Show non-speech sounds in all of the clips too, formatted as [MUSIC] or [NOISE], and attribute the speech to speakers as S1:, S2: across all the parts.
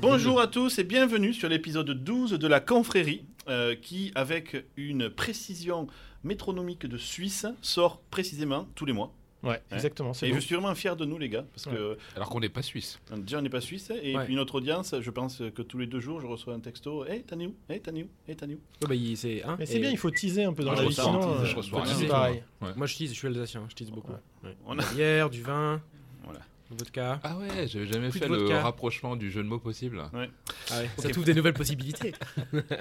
S1: Bonjour à tous et bienvenue sur l'épisode 12 de la confrérie euh, qui, avec une précision métronomique de Suisse, sort précisément tous les mois.
S2: Ouais, exactement. c'est
S1: Et
S2: beau.
S1: je suis vraiment fier de nous les gars, parce que
S3: Alors qu'on n'est pas suisse.
S1: euh, déjà on n'est pas suisse, et
S4: Ouais.
S1: puis notre audience, je pense que tous les deux jours je reçois un texto, hey t'as né où Hey t'as né où Hey t'as né où
S4: Ouais, bah, il- c'est, hein,
S2: Mais c'est
S4: et
S2: bien, il faut teaser un peu dans
S3: Moi,
S2: la
S3: je
S2: vie,
S3: ressens,
S2: sinon.
S3: je
S2: euh,
S3: reçois
S2: faut
S4: rien
S2: teaser
S4: du tout,
S2: pareil.
S4: Moi, je tease, je suis alsacien, je tease beaucoup. Ouais.
S1: On a-
S4: Bière, du vin,
S1: Voilà.
S4: vodka.
S3: Ah ouais, j'avais jamais
S4: Plus
S3: fait
S4: de
S3: le
S4: vodka.
S3: rapprochement du jeu de mots possible.
S4: Ah ouais, Ça
S1: Ok.
S4: t'ouvre des nouvelles possibilités.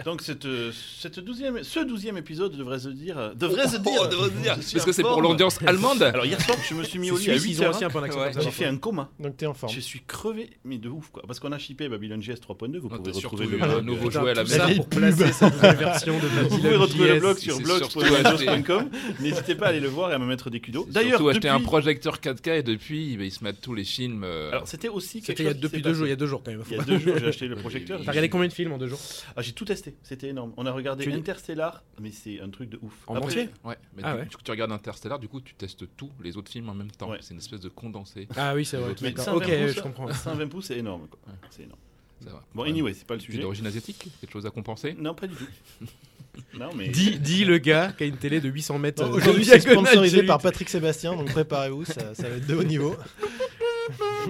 S1: Donc cette, euh, cette douzième, ce douzième épisode devrait se dire... euh, Devrait se dire Je suis
S3: Parce que c'est
S1: en
S3: pour
S1: forme.
S3: l'audience allemande.
S1: Alors hier soir je me suis mis
S4: C'est
S1: au lit à
S4: suisse,
S1: 8
S4: ils ont
S1: heures, hein.
S4: aussi un peu un accent
S3: Ouais.
S4: comme ça.
S1: j'ai fait un coma.
S2: Donc t'es en forme.
S1: Je suis crevé, mais de ouf quoi. Parce qu'on a shippé Babylon GS 3.2, vous
S3: On
S1: pouvez
S3: t'a surtout
S1: retrouver le
S3: eu un
S1: blog.
S3: nouveau
S1: euh,
S3: jouet à la
S4: Tout
S3: maison.
S4: ça pour placer sa nouvelle version de
S1: Vous
S4: Babylon
S1: pouvez retrouver le
S4: JS.
S1: blog sur
S3: c'est
S1: blogs.windows.com. N'hésitez pas à aller le voir et à me mettre des cudos. D'ailleurs,
S3: D'ailleurs, surtout acheter
S1: depuis-
S3: un projecteur 4K et depuis, bah, ils se mettent tous les films. euh,
S1: Alors c'était aussi quelque
S4: C'était il y a
S1: chose qui
S4: depuis
S1: s'est
S4: deux
S1: passé.
S4: jours, il y a deux jours quand même.
S1: Il y a deux
S4: [LAUGHS]
S1: jours, j'ai acheté le projecteur.
S3: Oui,
S4: T'as regardé combien de films en deux jours
S1: Ah, j'ai tout testé, c'était énorme. On a regardé
S4: Tu dis-
S1: Interstellar, mais c'est un truc de ouf.
S4: En
S1: Après-
S4: entier
S3: Ouais, mais
S4: Ah
S3: du,
S4: ouais.
S3: du coup, tu regardes Interstellar, du coup, tu testes tous les autres films en même temps.
S1: Ouais.
S3: C'est une espèce de condensé.
S4: Ah oui, c'est vrai.
S1: mais
S4: D'accord.
S1: 120
S4: Ok,
S1: pouces,
S4: je comprends.
S1: 120 pouces, c'est énorme. quoi. C'est énorme.
S3: Ça va.
S1: Bon,
S3: Ouais.
S1: anyway, c'est pas le
S3: Tu es
S1: sujet.
S3: d'origine asiatique Quelque chose à compenser
S1: Non, pas du tout.
S3: [LAUGHS]
S1: Non, mais.
S4: Dis, dis le gars qui a une télé de 800 mètres.
S2: Euh,
S4: euh,
S2: Aujourd'hui,
S4: de
S2: c'est
S4: diagonale chez
S2: sponsorisé
S4: lui.
S2: par Patrick Sébastien, donc préparez-vous, ça, ça va être de haut niveau.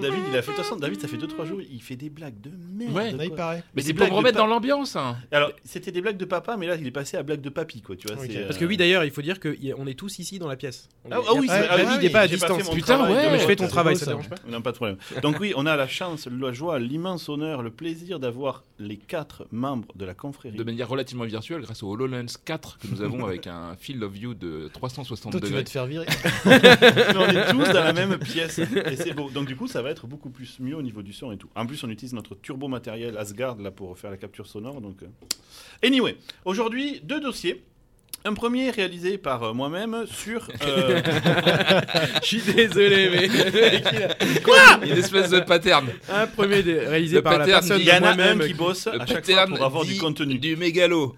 S1: David, il a fait. De toute façon, David, ça fait 2-3 jours, il fait des blagues de merde.
S3: Ouais.
S2: Là, il
S1: quoi.
S2: paraît.
S3: Mais
S1: des
S3: c'est pour
S1: blagues
S3: me
S1: de
S3: remettre
S1: pa-
S3: dans l'ambiance. hein.
S1: Alors, c'était des blagues de papa, mais là, il est passé à blagues de papy, quoi. Tu vois,
S2: Ok.
S1: c'est,
S4: Parce
S1: euh,
S4: que oui, d'ailleurs, il faut dire qu'on est tous ici dans la pièce. On
S1: Ah,
S4: est-
S1: ah oui,
S4: il y a
S1: c'est-
S4: pas-
S1: ah
S4: David
S1: oui,
S4: est pas à
S1: j'ai fait
S4: distance.
S1: mon
S3: Putain,
S1: travail de-
S3: ouais.
S4: Mais je fais
S2: C'est
S4: ton
S2: beau,
S4: travail,
S2: ça.
S4: ça te dérange pas
S1: Non, pas de problème. Donc oui, on a la chance, la joie, l'immense honneur, le plaisir d'avoir les quatre membres de la confrérie.
S3: De manière relativement virtuelle, grâce au HoloLens 4 que nous avons avec un field of view de 360
S2: Toi, tu vas
S3: degrés.
S2: te [LAUGHS] faire virer.
S1: Mais on est tous dans la même pièce et c'est beau. Donc du coup, ça va être beaucoup plus mieux au niveau du son et tout. En plus, on utilise notre turbo matériel Asgard là pour faire la capture sonore. Donc, euh. anyway, aujourd'hui deux dossiers. Un premier réalisé par euh, moi-même sur euh,
S4: Je suis désolé, mais.
S3: [LAUGHS] Une espèce de pattern.
S4: Un premier dé- réalisé
S3: Le
S4: par la
S3: pattern
S4: personne
S1: Il
S3: dit-
S1: y
S4: de
S1: en a un
S4: moi-même.
S1: qui bosse
S3: Le
S1: à chaque fois
S3: pattern
S1: pour avoir du
S3: dit
S1: contenu.
S3: Du mégalo.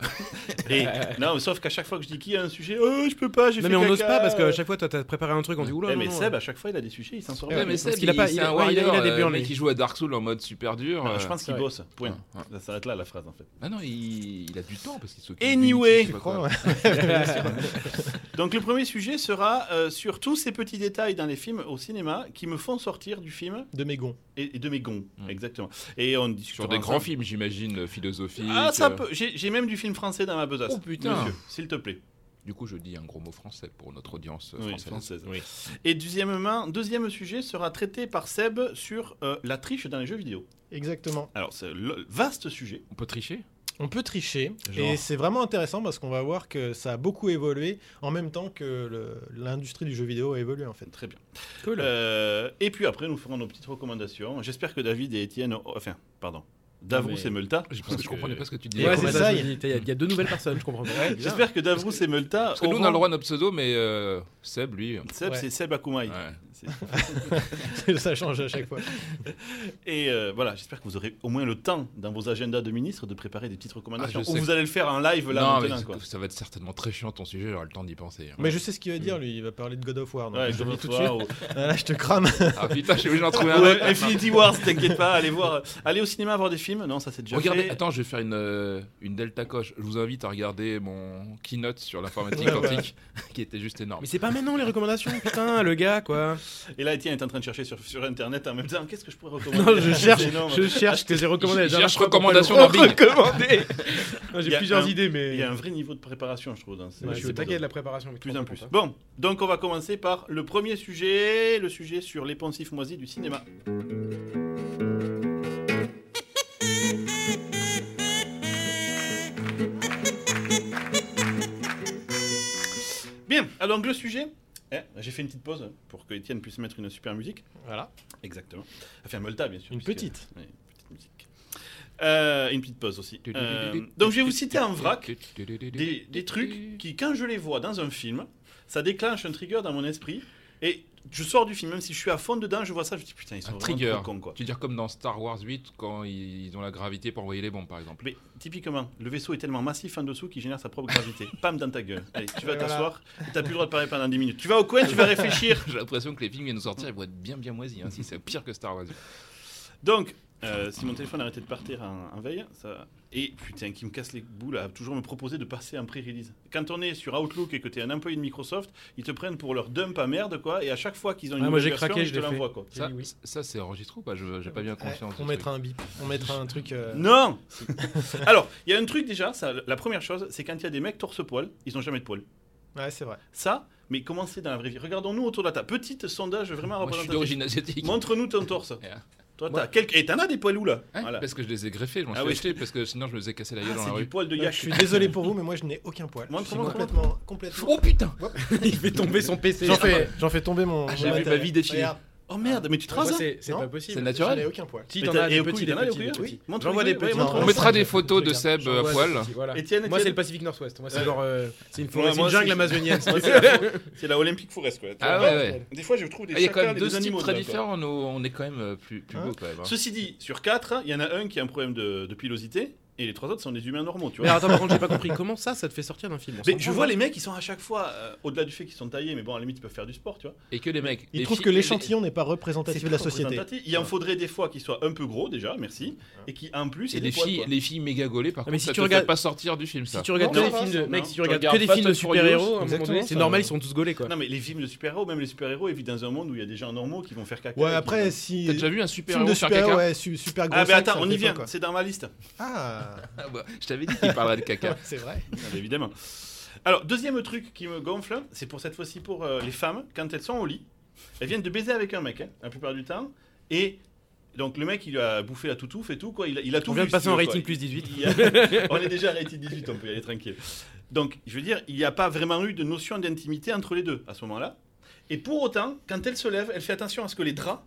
S1: Et, non, mais sauf qu'à chaque fois que je dis qu'il y a un sujet, oh, je peux pas, j'ai fait
S4: Non mais
S1: caca.
S4: on n'ose pas parce qu'à chaque fois toi t'as préparé un truc on dit oula.
S1: Eh, mais
S4: non, non,
S1: Seb, à chaque fois, il a des sujets, il s'en sort
S2: Ouais,
S1: pas.
S3: Ouais, mais Seb,
S4: qu'il
S3: il,
S4: a pas-
S3: c'est
S4: il-
S3: un
S4: ouais, il a- il a
S3: warrior,
S4: des
S3: euh,
S4: burnes,
S3: mec
S4: lui.
S3: qui joue à Dark Souls en mode super dur.
S1: Non, je
S3: euh.
S1: pense qu'il
S4: ouais.
S1: bosse. Point.
S3: Ouais, ouais.
S1: Ça s'arrête là, la phrase, en fait.
S3: Ah non, il, il a du temps parce qu'il s'occupe.
S1: Anyway.
S3: d'une équipe, je sais pas
S2: Crois,
S3: quoi.
S2: ouais.
S1: Donc, le premier sujet sera euh, sur tous ces petits détails dans les films au cinéma qui me font sortir du film
S2: De Mégon.
S1: et, et de mes gonds.
S3: Mm.
S1: Exactement. Et on discute
S3: Sur des grands films, j'imagine, euh, philosophiques.
S1: Ah, ça
S3: euh,
S1: peut. J'ai j'ai même du film français dans ma besace.
S3: Oh, putain.
S1: Monsieur, s'il te plaît.
S3: Du coup, je dis un gros mot français pour notre audience euh,
S1: Oui,
S3: française.
S1: française.
S4: Oui.
S1: Et deuxièmement, deuxième sujet sera traité par Seb sur euh, la triche dans les jeux vidéo.
S2: Exactement.
S1: Alors, c'est le vaste sujet.
S3: On peut tricher
S2: On peut tricher
S3: Genre.
S2: et c'est vraiment intéressant parce qu'on va voir que ça a beaucoup évolué en même temps que le- l'industrie du jeu vidéo a évolué en fait. [LAUGHS]
S1: Très bien.
S4: Cool.
S1: Euh, et puis après, nous ferons nos petites recommandations. J'espère que David et Étienne, oh, enfin, pardon, Davrous
S3: Ah,
S4: Non, mais-
S1: et Multa.
S3: Je pense que je comprenais pas ce que tu disais.
S4: Ouais,
S2: Et
S4: c'est
S2: Romain
S4: ça,
S2: Saille.
S4: il y, a- il y a deux nouvelles personnes, je comprends pas.
S1: J'espère que Davrous et Multa.
S3: Parce que nous, on a le droit à notre pseudo, mais euh, Seb, lui. euh,
S1: Seb,
S2: Ouais.
S1: c'est Seb Akoumai.
S3: ouais.
S1: C'est-
S2: ça change à chaque fois.
S1: Et euh, voilà, j'espère que vous aurez au moins le temps dans vos agendas de ministre de préparer des petites recommandations.
S3: Ah, je
S1: Ou
S3: sais
S1: vous allez le faire en live là
S3: non, mais
S1: maintenant.
S3: c'est-
S1: quoi.
S3: ça va être certainement très chiant ton sujet, j'aurai le temps d'y penser. hein.
S2: Mais je sais ce qu'il va dire lui, il va parler de God of War. donc
S1: Ouais,
S2: je
S1: God
S2: le dis
S1: of
S2: tout de suite.
S1: War ou-
S2: Ah, [LAUGHS] là, je te crame.
S3: Ah putain, je suis
S1: [LAUGHS]
S3: obligé d'en trouver un
S1: ou
S3: autre.
S1: Infinity Wars, t'inquiète pas, allez voir. euh, Allez au cinéma voir des films, non, ça c'est déjà
S3: Regardez,
S1: fait.
S3: attends, je vais faire une, euh, une delta coche. Je vous invite à regarder mon keynote sur l'informatique
S2: Ouais, voilà.
S3: quantique, [LAUGHS] qui était juste énorme.
S4: Mais c'est pas maintenant les recommandations, putain, le gars quoi.
S1: Et là, Étienne est en train de chercher sur, sur internet en même temps, qu'est-ce que
S3: [LAUGHS]
S1: je pourrais recommander
S4: [LAUGHS] Non, je cherche,
S1: C'est énorme.
S4: je cherche que j'ai recommandé. la
S3: Je
S4: dernière
S3: cherche
S4: fois pour pas le
S3: recommandation dans Bing.
S4: [LAUGHS] recommander. Non,
S1: Il y
S4: J'ai
S1: a
S4: plusieurs
S1: un-
S4: idées,
S1: Il y
S4: mais.
S1: a un vrai niveau de préparation, je trouve. Dans ces-
S4: Ouais, Je suis au
S1: ces
S4: taquet de la préparation. mais tu
S1: Plus en
S4: comprends
S1: plus.
S4: pas.
S1: Bon, donc on va commencer par le premier sujet, le sujet sur les pensifs moisis du cinéma.
S2: [LAUGHS]
S1: Bien, alors le sujet, eh, j'ai fait une petite pause pour que Étienne puisse mettre une super musique.
S2: Voilà,
S1: Exactement. Enfin, Molta, bien sûr.
S2: une
S1: puisque-
S2: petite.
S1: Ouais, une petite musique. Euh, une petite pause aussi. Euh, donc je vais vous citer en vrac des, des trucs qui, quand je les vois dans un film, ça déclenche un trigger dans mon esprit. Et je sors du film, même si je suis à fond dedans, je vois ça, je dis putain, ils sont
S3: Un
S1: vraiment
S3: trigger.
S1: trop cons, quoi.
S3: Tu veux dire comme dans Star Wars 8 quand ils ont la gravité pour envoyer les bombes par exemple.
S1: Mais typiquement, le vaisseau est tellement massif en dessous qu'il génère sa propre
S4: [LAUGHS]
S1: gravité. Pam dans ta gueule. Allez, tu vas
S2: Et voilà.
S1: t'asseoir, et t'as plus le droit de parler pendant 10 minutes. Tu vas au coin, tu vas réfléchir.
S4: [LAUGHS]
S3: J'ai l'impression que les films viennent de sortir, ils vont être bien bien moisis. hein, si c'est pire que Star Wars.
S1: Donc, Euh, si mon téléphone arrêtait de partir un, un veille, ça. Et putain, qui me casse les boules à toujours me proposer de passer un pré-release. Quand on est sur Outlook et que t'es un employé de Microsoft, ils te prennent pour leur dump à merde, quoi. Et à chaque fois qu'ils ont une
S4: Ah, moi,
S1: nouvelle
S4: j'ai
S1: version,
S4: craqué,
S1: ils
S4: je
S1: te
S4: l'ai fait.
S1: l'envoient, quoi.
S3: Ça,
S4: J'ai dit oui.
S3: ça c'est enregistré ou pas Je- J'ai pas bien conscience.
S2: Euh, on
S3: du
S2: mettra
S3: truc.
S2: un bip, on mettra un truc. euh,
S3: [LAUGHS]
S1: Non Alors, il y a un truc déjà, ça, la première chose, c'est quand il y a des mecs torse-poil, ils n'ont jamais de poil.
S2: Ouais, c'est vrai.
S1: Ça, mais comment c'est dans la vraie vie Regardons-nous autour de la table. Petite sondage vraiment
S3: Moi, je suis
S1: représentatif.
S3: d'origine asiatique.
S1: Montre-nous ton torse.
S3: [LAUGHS] Yeah.
S1: Toi,
S3: Moi-
S1: t'as quelques... Et t'en as des poils où, là
S3: Hein,
S1: Voilà.
S3: Parce que je les ai greffés, je m'en
S1: Ah
S3: suis
S1: oui.
S3: acheté, parce que sinon je me les ai cassé la gueule
S1: Ah,
S3: dans la
S1: c'est du
S3: rue.
S1: poil de
S2: Je
S1: yak.
S2: suis désolé pour vous, mais moi je n'ai aucun poil.
S1: Montre,
S2: Je suis
S1: montre,
S2: complètement,
S3: [LAUGHS]
S2: complètement.
S3: Oh putain
S4: hein. [LAUGHS] Il fait tomber son PC.
S2: J'en fais, j'en fais tomber mon.
S4: Ah,
S2: mon
S4: j'ai vu ma
S2: matériel.
S3: vie défiler.
S2: Regarde,
S1: Oh merde, mais tu te
S4: Moi,
S1: rases hein
S4: C'est c'est
S2: Non.
S4: pas possible.
S3: C'est
S2: j'en ai
S3: naturel
S2: aucun poil.
S4: Petit,
S1: Mais
S4: t'en
S1: t'as-
S4: as
S1: et
S4: des
S1: au cou,
S4: petits,
S1: il en a
S4: des
S1: des
S4: petits,
S1: couilles,
S4: des
S1: oui.
S4: petits.
S1: Montre
S4: J'envoie
S1: les
S4: des
S1: couilles,
S4: petits.
S1: ouais, montre
S3: On
S1: les
S3: mettra
S1: couilles.
S3: des photos de Seb euh, à poil.
S4: Voilà.
S1: hein Étienne,
S4: Moi, c'est le
S1: Étienne,
S4: Pacifique Northwest. Moi, c'est
S1: Ouais.
S4: genre. euh, C'est une
S1: Ouais,
S4: forêt, c'est
S1: moi,
S4: une
S1: c'est-
S3: [LAUGHS]
S4: jungle amazonienne.
S1: Ouais, [LAUGHS] c'est la- c'est la Olympic Forest, quoi. Tu
S3: Ah
S1: vois
S3: ouais, ouais.
S1: Des fois, je trouve des
S3: Il y a quand
S1: chacals et
S3: même deux
S1: des
S3: styles
S1: animaux.
S3: très
S1: dedans, quoi.
S3: différents, nous, on est quand même euh, plus, plus
S2: Hein
S3: beau quand même. hein.
S1: Ceci dit, sur quatre, il y en a un qui a un problème de, de pilosité, et les trois autres sont des humains normaux, tu
S4: Mais
S1: vois.
S4: attends, par [LAUGHS] contre, j'ai pas compris. Comment ça, ça te fait sortir d'un film on
S1: Mais
S4: s'en
S1: je
S4: prend,
S1: vois
S4: hein.
S1: les mecs, ils sont à chaque fois, euh, au-delà du fait qu'ils sont taillés, mais bon, à la limite, ils peuvent faire du sport, tu vois.
S3: Et que les mecs.
S2: Il
S3: les
S2: trouve
S3: filles-
S2: que
S3: les-
S2: l'échantillon n'est pas représentatif
S1: C'est
S2: de la
S1: pas
S2: société.
S1: représentatif. Il en faudrait des fois qu'ils soient un peu gros, déjà, merci, et qui, en plus,
S3: Et
S1: aient
S3: les
S1: des poils,
S3: filles,
S1: quoi.
S3: les filles méga gaulées, par
S4: Ah, mais
S3: contre,
S4: si
S3: ça
S4: tu
S3: te
S4: regardes-
S3: fait pas sortir du film,
S4: Si
S3: ça.
S4: tu regardes
S1: Non,
S4: que des
S1: ça va,
S4: films de.
S1: ça.
S4: Mec, si tu
S1: Tu
S4: regardes que
S3: regardes
S4: des
S3: Fast
S4: films de
S3: and Furious,
S4: super-héros, à un moment
S2: exactement,
S4: donné, c'est
S2: ça
S4: normal,
S2: va.
S4: ils sont tous gaulés, quoi.
S1: Non, mais les films de super-héros, même les super-héros, ils vivent dans un monde où il y a des gens normaux qui vont faire caca.
S2: Ouais,
S1: et qui
S2: après,
S1: vont-
S2: si.
S3: T'as déjà vu un super
S2: Film
S3: héros
S2: de
S3: faire
S2: super,
S3: caca
S2: ouais, su- super gros.
S1: Ah, mais
S2: sac,
S1: attends,
S2: ça
S1: on
S2: fait
S1: y vient,
S2: peur, quoi.
S1: c'est dans ma
S2: [LAUGHS]
S1: liste.
S2: Ah,
S3: Ah bah, Je t'avais dit qu'il parlerait de caca.
S2: [LAUGHS] c'est vrai.
S1: Ah, Évidemment. Alors, deuxième truc qui me gonfle, c'est pour cette fois-ci pour euh, les femmes, quand elles sont au lit, elles viennent de baiser avec un mec, hein, la plupart du temps, et donc le mec, il a bouffé la toutouffe et tout, quoi, il a, il a tout
S4: On vient
S1: vu,
S4: de
S1: si
S4: passer
S1: tu
S4: en
S1: veux,
S4: rating
S1: quoi.
S4: plus 18.
S1: Il y a- on est déjà à rating 18, on peut y aller tranquille. Donc, je veux dire, il n'y a pas vraiment eu de notion d'intimité entre les deux à ce moment-là. Et pour autant, quand elle se lève, elle fait attention à ce que les draps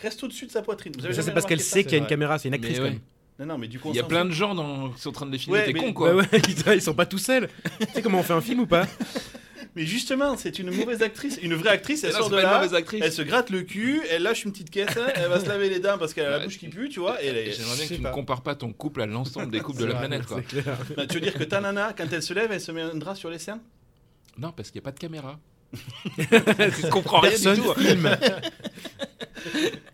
S1: restent au-dessus de sa poitrine. Vous avez
S4: Ça, c'est
S1: jamais
S4: parce qu'elle
S1: remarqué ça
S4: sait qu'il y a une
S2: vrai.
S4: caméra, c'est une actrice,
S3: Mais
S4: quand
S3: ouais.
S4: même.
S1: Non, non, mais du coup,
S3: Il y a plein de gens dans- qui sont en train de les filmer,
S1: Ouais,
S3: t'es
S1: mais-
S3: con
S4: Bah
S3: quoi.
S4: ouais, ils sont pas tout seuls. tu sais comment on fait un film ou pas
S1: Mais justement, c'est une mauvaise actrice. Une vraie actrice,
S3: Et
S1: elle
S3: là,
S1: sort
S3: c'est
S1: de
S3: pas une
S1: là.
S3: mauvaise actrice.
S1: Elle se gratte le cul, elle lâche une petite caisse, hein, elle va se laver les dents parce qu'elle a la
S3: Ouais.
S1: bouche qui pue, tu vois. Et elle est-
S3: J'aimerais bien
S2: je
S3: que
S2: sais
S3: tu ne
S2: pas.
S3: compares pas ton couple à l'ensemble des couples
S2: C'est
S3: de la
S2: vrai,
S3: planète quoi.
S4: C'est clair.
S1: Non, tu veux dire que ta nana, quand elle se lève, elle se met un drap sur les seins
S3: Non, parce qu'il n'y a pas de caméra.
S4: Tu comprends
S3: rien du
S4: tout. Filme.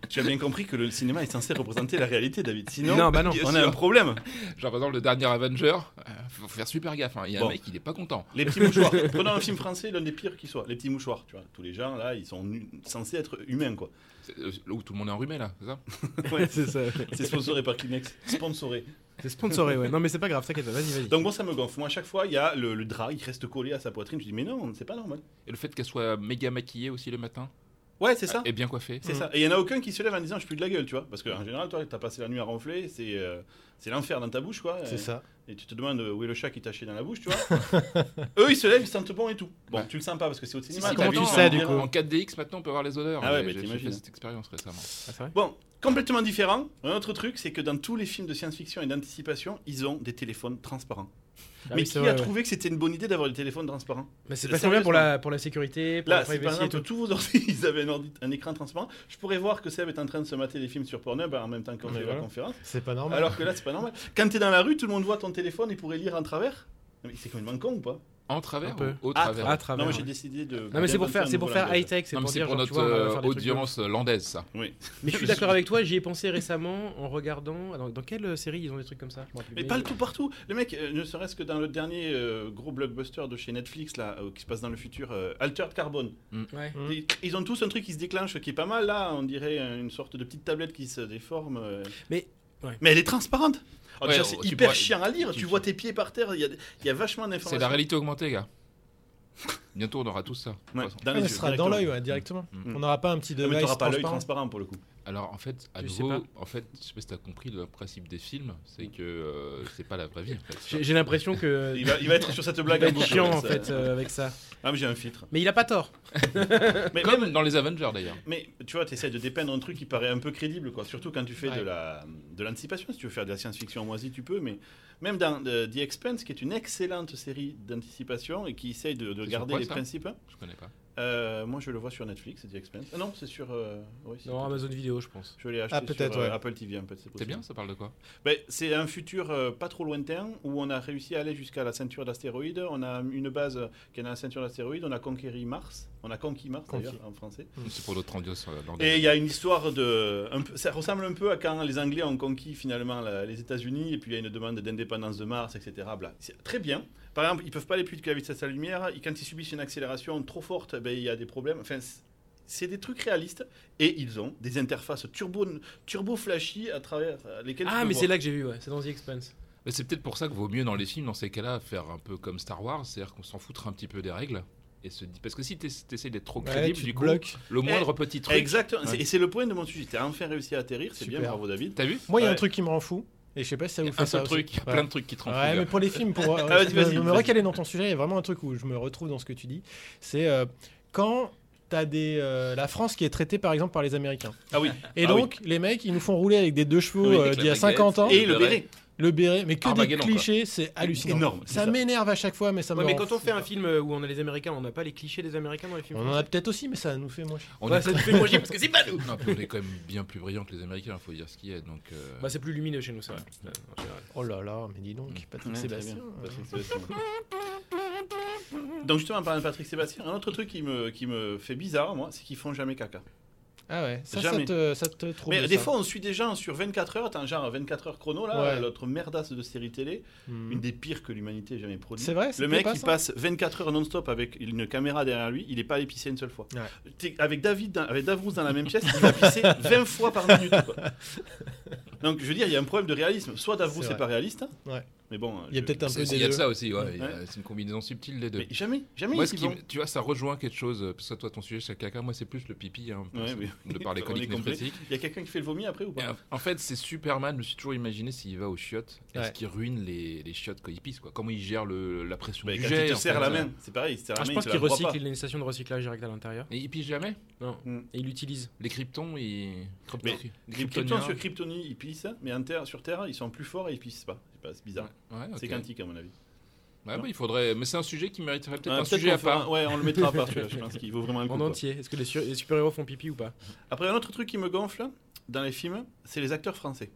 S1: Tu as bien compris que le cinéma est censé représenter la réalité, David. Sinon,
S4: Non, bah non.
S1: on a
S3: sûr.
S1: un problème.
S3: Genre par exemple le dernier Avenger, euh, faut faire super gaffe, hein. il y a
S1: Bon.
S3: un mec il est pas content.
S1: Les petits mouchoirs. [LAUGHS] Prenons un film français, l'un des pires qui soit. Les petits mouchoirs, tu vois. Tous les gens, là, ils sont nu- censés être humains, quoi.
S3: C'est- euh, Là où tout le monde est enrhumé là, c'est ça
S1: Ouais,
S4: [LAUGHS] C'est ça.
S1: [LAUGHS] [LAUGHS] c'est sponsoré par Kleenex. Sponsoré.
S4: C'est sponsoré, ouais. Non, mais c'est pas grave, t'inquiète pas, vas-y, vas-y.
S1: Donc, moi, ça me gonfle. Moi, à chaque fois, il y a le, le drap, il reste collé à sa poitrine. Je dis, mais non, c'est pas normal.
S3: Et le fait qu'elle soit méga maquillée aussi le matin,
S1: Ouais, c'est ça.
S3: et bien coiffée.
S1: C'est
S2: Mhm.
S1: ça. Et il n'y en a aucun qui se lève en disant je pue de la gueule, tu vois. Parce qu'en général, toi, t'as passé la nuit à ronfler, c'est euh, c'est l'enfer dans ta bouche, quoi.
S2: C'est
S1: Euh,
S2: ça.
S1: Et tu te demandes euh, où est le chat qui t'a chié dans la bouche, tu vois. [LAUGHS] Eux, ils se lèvent, ils sentent bon et tout. Bon,
S3: Ouais.
S1: tu le sens pas parce que c'est au
S3: Si,
S1: cinéma.
S3: si,
S1: t'as
S3: maintenant,
S1: envie
S4: tu
S1: de
S4: sais,
S1: le
S4: du
S1: dire.
S4: coup.
S3: En 4DX maintenant on peut voir les odeurs.
S1: hein. Ah ouais,
S3: J'ai-
S1: bah,
S3: J'ai
S1: t'imagines.
S3: fait cette expérience récemment.
S4: Ah, c'est vrai
S1: Bon, complètement différent. Un autre truc, c'est que dans tous les films de science-fiction et d'anticipation, ils ont des téléphones transparents.
S4: Ah
S1: Mais
S4: oui,
S1: qui
S4: c'est
S1: a
S4: vrai, ouais.
S1: trouvé que c'était une bonne idée d'avoir des téléphones transparents
S4: Mais c'est
S1: Euh,
S4: vachement bien pour la, pour la sécurité, pour
S1: Là,
S4: la
S1: c'est par
S4: privacy et
S1: exemple
S4: tout.
S1: tous vos ordi, [LAUGHS] ils avaient un, ordi- un écran transparent. Je pourrais voir que Seb est en train de se mater des films sur Pornhub en même temps qu'on
S2: Mais
S1: fait la
S2: voilà.
S1: conférence.
S2: C'est pas
S4: Oh,
S2: normal.
S1: Alors que là, c'est pas normal. Quand t'es dans la rue, tout le monde voit ton téléphone et pourrait lire en travers. Non, mais c'est complètement con ou pas
S3: En
S4: Un
S3: travers
S4: peu.
S3: ou au
S1: Ah,
S3: travers
S4: À
S1: Non,
S4: travers.
S1: mais
S4: ouais.
S1: j'ai décidé de.
S4: Non, mais c'est pour faire, c'est pour faire high tech, c'est
S3: Non, mais
S4: pour
S3: c'est
S4: dire
S3: pour
S4: genre,
S3: notre
S4: tu vois, on va
S3: euh,
S4: faire des trucs de ouf.
S3: audience landaise ça.
S1: Oui.
S4: Mais je suis d'accord avec toi, j'y ai pensé récemment en regardant. ah, Dans, dans quelle série ils ont des trucs comme ça Je me rappelle
S1: Mais
S4: plus.
S1: pas le tout partout. Le mec, euh, ne serait-ce que dans le dernier euh, gros blockbuster de chez Netflix là, euh, qui se passe dans le futur, euh, Altered Carbon.
S4: Ouais.
S2: Mm.
S1: Ils- Ils ont tous un truc qui se déclenche, qui est pas mal là. On dirait une sorte de petite tablette qui se déforme. euh.
S4: Mais- ouais.
S1: mais elle est transparente. Oh,
S3: Ouais,
S1: déjà,
S3: oh,
S1: c'est
S3: tu
S1: hyper
S3: pourras-
S1: chiant à lire.
S3: tu-
S1: Tu vois tes pieds par terre. Il y a, il y a vachement
S3: C'est
S1: d'informations.
S3: la réalité augmentée gars. Bientôt on aura tous ça. de toute
S1: Ouais,
S3: façon.
S1: dans
S2: Ah,
S1: les
S2: ça
S1: yeux,
S2: sera dans
S1: directement.
S2: l'œil, ouais, directement.
S3: Mm.
S2: On n'aura pas un petit
S1: Ah, Mais
S2: device
S1: t'auras pas l'œil
S2: transparent.
S1: transparent pour le coup.
S3: Alors en fait, à
S4: Je sais
S3: nouveau,
S4: pas.
S3: en fait, je sais pas si t'as compris le principe des films, c'est que euh, c'est pas la vraie vie. en fait.
S4: J'ai j'ai l'impression que.
S1: [LAUGHS] Il va, il va être sur cette blague
S4: il va
S1: à
S4: être
S1: boucle,
S4: chiant
S1: ouais,
S4: en
S1: ça-
S4: fait euh, avec ça.
S1: Ah, mais j'ai un filtre.
S4: Mais il a pas tort.
S1: Mais,
S3: Comme
S1: mais-
S3: dans les Avengers d'ailleurs.
S1: mais, tu vois, tu essaies de dépeindre un truc qui paraît un peu crédible, quoi. Surtout quand tu fais de
S4: Ouais.
S1: la de l'anticipation. Si tu veux faire de la science-fiction moisie, tu peux. Mais même dans euh, The Expanse, qui est une excellente série d'anticipation et qui essaye de, de
S3: sur
S1: garder
S3: quoi,
S1: les
S3: ça
S1: principes. hein.
S3: Je connais pas.
S1: Euh, moi, je le vois sur Netflix, c'est The Expense. Ah non, c'est sur. euh, oui, c'est
S4: Non,
S1: peut-être.
S4: Amazon Vidéo, je pense.
S1: Je l'ai acheté
S2: Ah, peut-être,
S1: sur euh,
S2: ouais.
S1: Apple TV, un peu. C'est
S3: C'est
S1: possible.
S3: bien, ça parle de quoi
S1: Ben, c'est un futur euh, pas trop lointain où on a réussi à aller jusqu'à la ceinture d'astéroïdes. On a une base euh, qui est dans la ceinture d'astéroïdes. On a conquéri Mars. On a conquis Mars
S2: Conquis.
S1: d'ailleurs en français.
S4: Hmm.
S3: C'est pour d'autres grandiose euh,
S1: Et
S3: langage.
S1: il y a une histoire de. un peu- ça ressemble un peu à quand les Anglais ont conquis finalement la- les États-Unis et puis il y a une demande d'indépendance de Mars, etc. bla. C'est très bien. Par exemple, ils peuvent pas aller plus vite que la vitesse de la lumière. Et quand ils subissent une accélération trop forte, ben, il y a des problèmes. Enfin, c'est- c'est des trucs réalistes et ils ont des interfaces turbo, turbo flashy à travers euh, lesquelles. tu
S4: Ah,
S1: peux
S4: mais
S1: voir.
S4: c'est là que j'ai vu, ouais. C'est dans The Expanse.
S3: Mais C'est peut-être pour ça que vaut mieux dans les films, dans ces cas-là, faire un peu comme Star Wars, c'est-à-dire qu'on s'en foutre un petit peu des règles. Et se dit... Parce que si tu essaies d'être trop
S2: Ouais,
S3: crédible,
S2: tu
S3: du
S2: te
S3: coup,
S2: bloques.
S3: le moindre
S1: Eh,
S3: petit truc.
S1: Exactement,
S3: Ouais.
S1: C'est- et c'est le point de mon sujet. T'as enfin réussi à atterrir, c'est bien,
S2: Super.
S1: bravo David.
S3: T'as vu
S2: Moi, il y a un
S1: Ouais.
S2: truc qui me rend fou. Et je sais pas si ça vous fait
S3: Un
S2: ça
S3: seul
S2: aussi.
S3: truc, il y a
S2: Ouais.
S3: plein de trucs qui te rendent
S2: Ouais,
S3: fou,
S2: mais pour les
S1: [LAUGHS]
S2: films, pour euh,
S1: Ah, vas-y,
S2: me-
S1: vas-y,
S2: me,
S1: vas-y.
S2: recaler dans ton sujet, il y a vraiment un truc où je me retrouve dans ce que tu dis. C'est euh, quand t'as des euh, la France qui est traitée par exemple par les Américains.
S1: Ah oui,
S2: Et
S1: Ah
S2: donc les mecs, ils nous font rouler avec des deux chevaux
S5: Oui,
S2: euh,
S5: avec la
S2: d'il y a
S5: baguette.
S2: 50 ans,
S1: et le
S5: Le
S1: béret.
S2: le béret, mais que des
S3: Armageddon, quoi.
S2: clichés, c'est hallucinant.
S1: Énorme, c'est
S2: Ça,
S1: ça.
S2: m'énerve à chaque fois, mais ça me
S4: Ouais, mais
S2: rend
S4: quand on
S2: fou,
S4: fait un
S2: quoi.
S4: film euh, où on a les Américains, on n'a pas les clichés des Américains dans les films.
S2: on en a peut-être aussi, mais ça nous fait moins chier.
S3: On
S4: Ouais,
S3: est-
S2: [LAUGHS]
S4: ça te fait moins chier parce que c'est pas nous.
S3: Non, puis on est quand même bien plus brillant que les Américains, faut dire ce qu'il y a. Donc, euh,
S4: Bah, c'est plus lumineux chez nous, ça. Ouais, Ah, en général.
S2: Oh là là, mais dis donc, Patrick
S1: Mm. Ouais, très
S2: Sébastien.
S1: bien.
S2: euh,
S1: Patrick Sébastien. Donc justement, en parlant de Patrick Sébastien, un autre truc qui me, qui me fait bizarre, moi, c'est qu'ils font jamais caca.
S2: Ah ouais, ça, ça
S1: Jamais.
S2: te, ça te trouble.
S1: Mais des
S2: ça.
S1: fois, on suit des gens sur 24 heures, t'as un genre 24 heures chrono, là,
S2: Ouais.
S1: l'autre merdasse de série télé,
S2: Hmm.
S1: une des pires que l'humanité ait jamais produite.
S2: C'est vrai,
S1: Le
S2: c'était
S1: mec,
S2: pas
S1: il
S2: ça
S1: passe 24 heures non-stop avec une caméra derrière lui, il n'est pas allé pisser une seule fois. T'es- Avec David, dans- avec Davros dans la même pièce, il va
S2: [LAUGHS]
S1: pisser 20 fois par minute. quoi. Donc, je veux dire, il y a un problème de réalisme. Soit Davros
S2: C'est
S1: n'est
S2: vrai.
S1: pas réaliste,
S2: Ouais.
S1: mais bon.
S2: Il y a
S1: je-
S2: peut-être un peu
S3: c'est-
S2: des
S3: il y a de
S2: deux.
S3: ça aussi, ouais, il y a-
S1: Ouais.
S3: c'est une combinaison subtile des deux.
S1: Mais jamais, jamais.
S3: Moi,
S1: ils
S3: ce
S1: y
S3: qui,
S1: vont.
S3: m- tu vois, ça rejoint quelque chose, euh, parce que toi, ton sujet, c'est le caca, moi, c'est plus le pipi, hein,
S1: Ouais,
S3: parce-
S1: oui.
S3: de par les
S1: On est
S3: coliques
S1: complet.
S3: néphrétiques.
S1: Il y a quelqu'un qui fait le vomi après ou
S3: Et,
S1: pas
S3: euh, En fait, c'est Superman, je me suis toujours imaginé s'il va aux chiottes, est-ce
S2: Ouais.
S3: qu'il ruine les, les chiottes quand il pisse, quoi Comment il gère le, la pression
S1: Bah,
S3: du
S1: Quand
S3: jet
S1: il te
S3: en
S1: serre
S3: fait,
S1: la
S3: euh,
S1: main, c'est pareil, il te serre
S4: Ah,
S1: la
S4: je
S1: main.
S4: pense
S1: il te
S4: qu'il
S1: la croit
S4: recycle,
S1: pas.
S4: il a une station de recyclage direct à l'intérieur.
S3: Et il pisse jamais
S4: Non.
S1: Hmm.
S4: Et il l'utilise.
S3: Les kryptons, ils...
S1: Mais
S3: Kryptoniens.
S1: Krypton
S3: hein.
S1: sur Kryptonie, ils pissent, mais en terre- sur Terre, ils sont plus forts et ils pissent pas. C'est pas- C'est bizarre.
S3: Ouais, ok.
S1: C'est quantique, à mon avis.
S3: Ouais, bah, il faudrait... Mais c'est un sujet qui mériterait peut-être
S1: Ouais,
S3: un
S1: Ah, peut-être
S3: sujet
S1: qu'on
S3: à
S1: fera-
S3: part.
S1: Ouais, on le mettra à part, celui-là, je
S3: [LAUGHS]
S1: pense qu'il vaut vraiment le coup.
S4: En
S1: quoi.
S4: entier. Est-ce que les, sur- les super-héros font pipi ou pas
S1: Après, un autre truc qui me gonfle dans les films, c'est les acteurs français.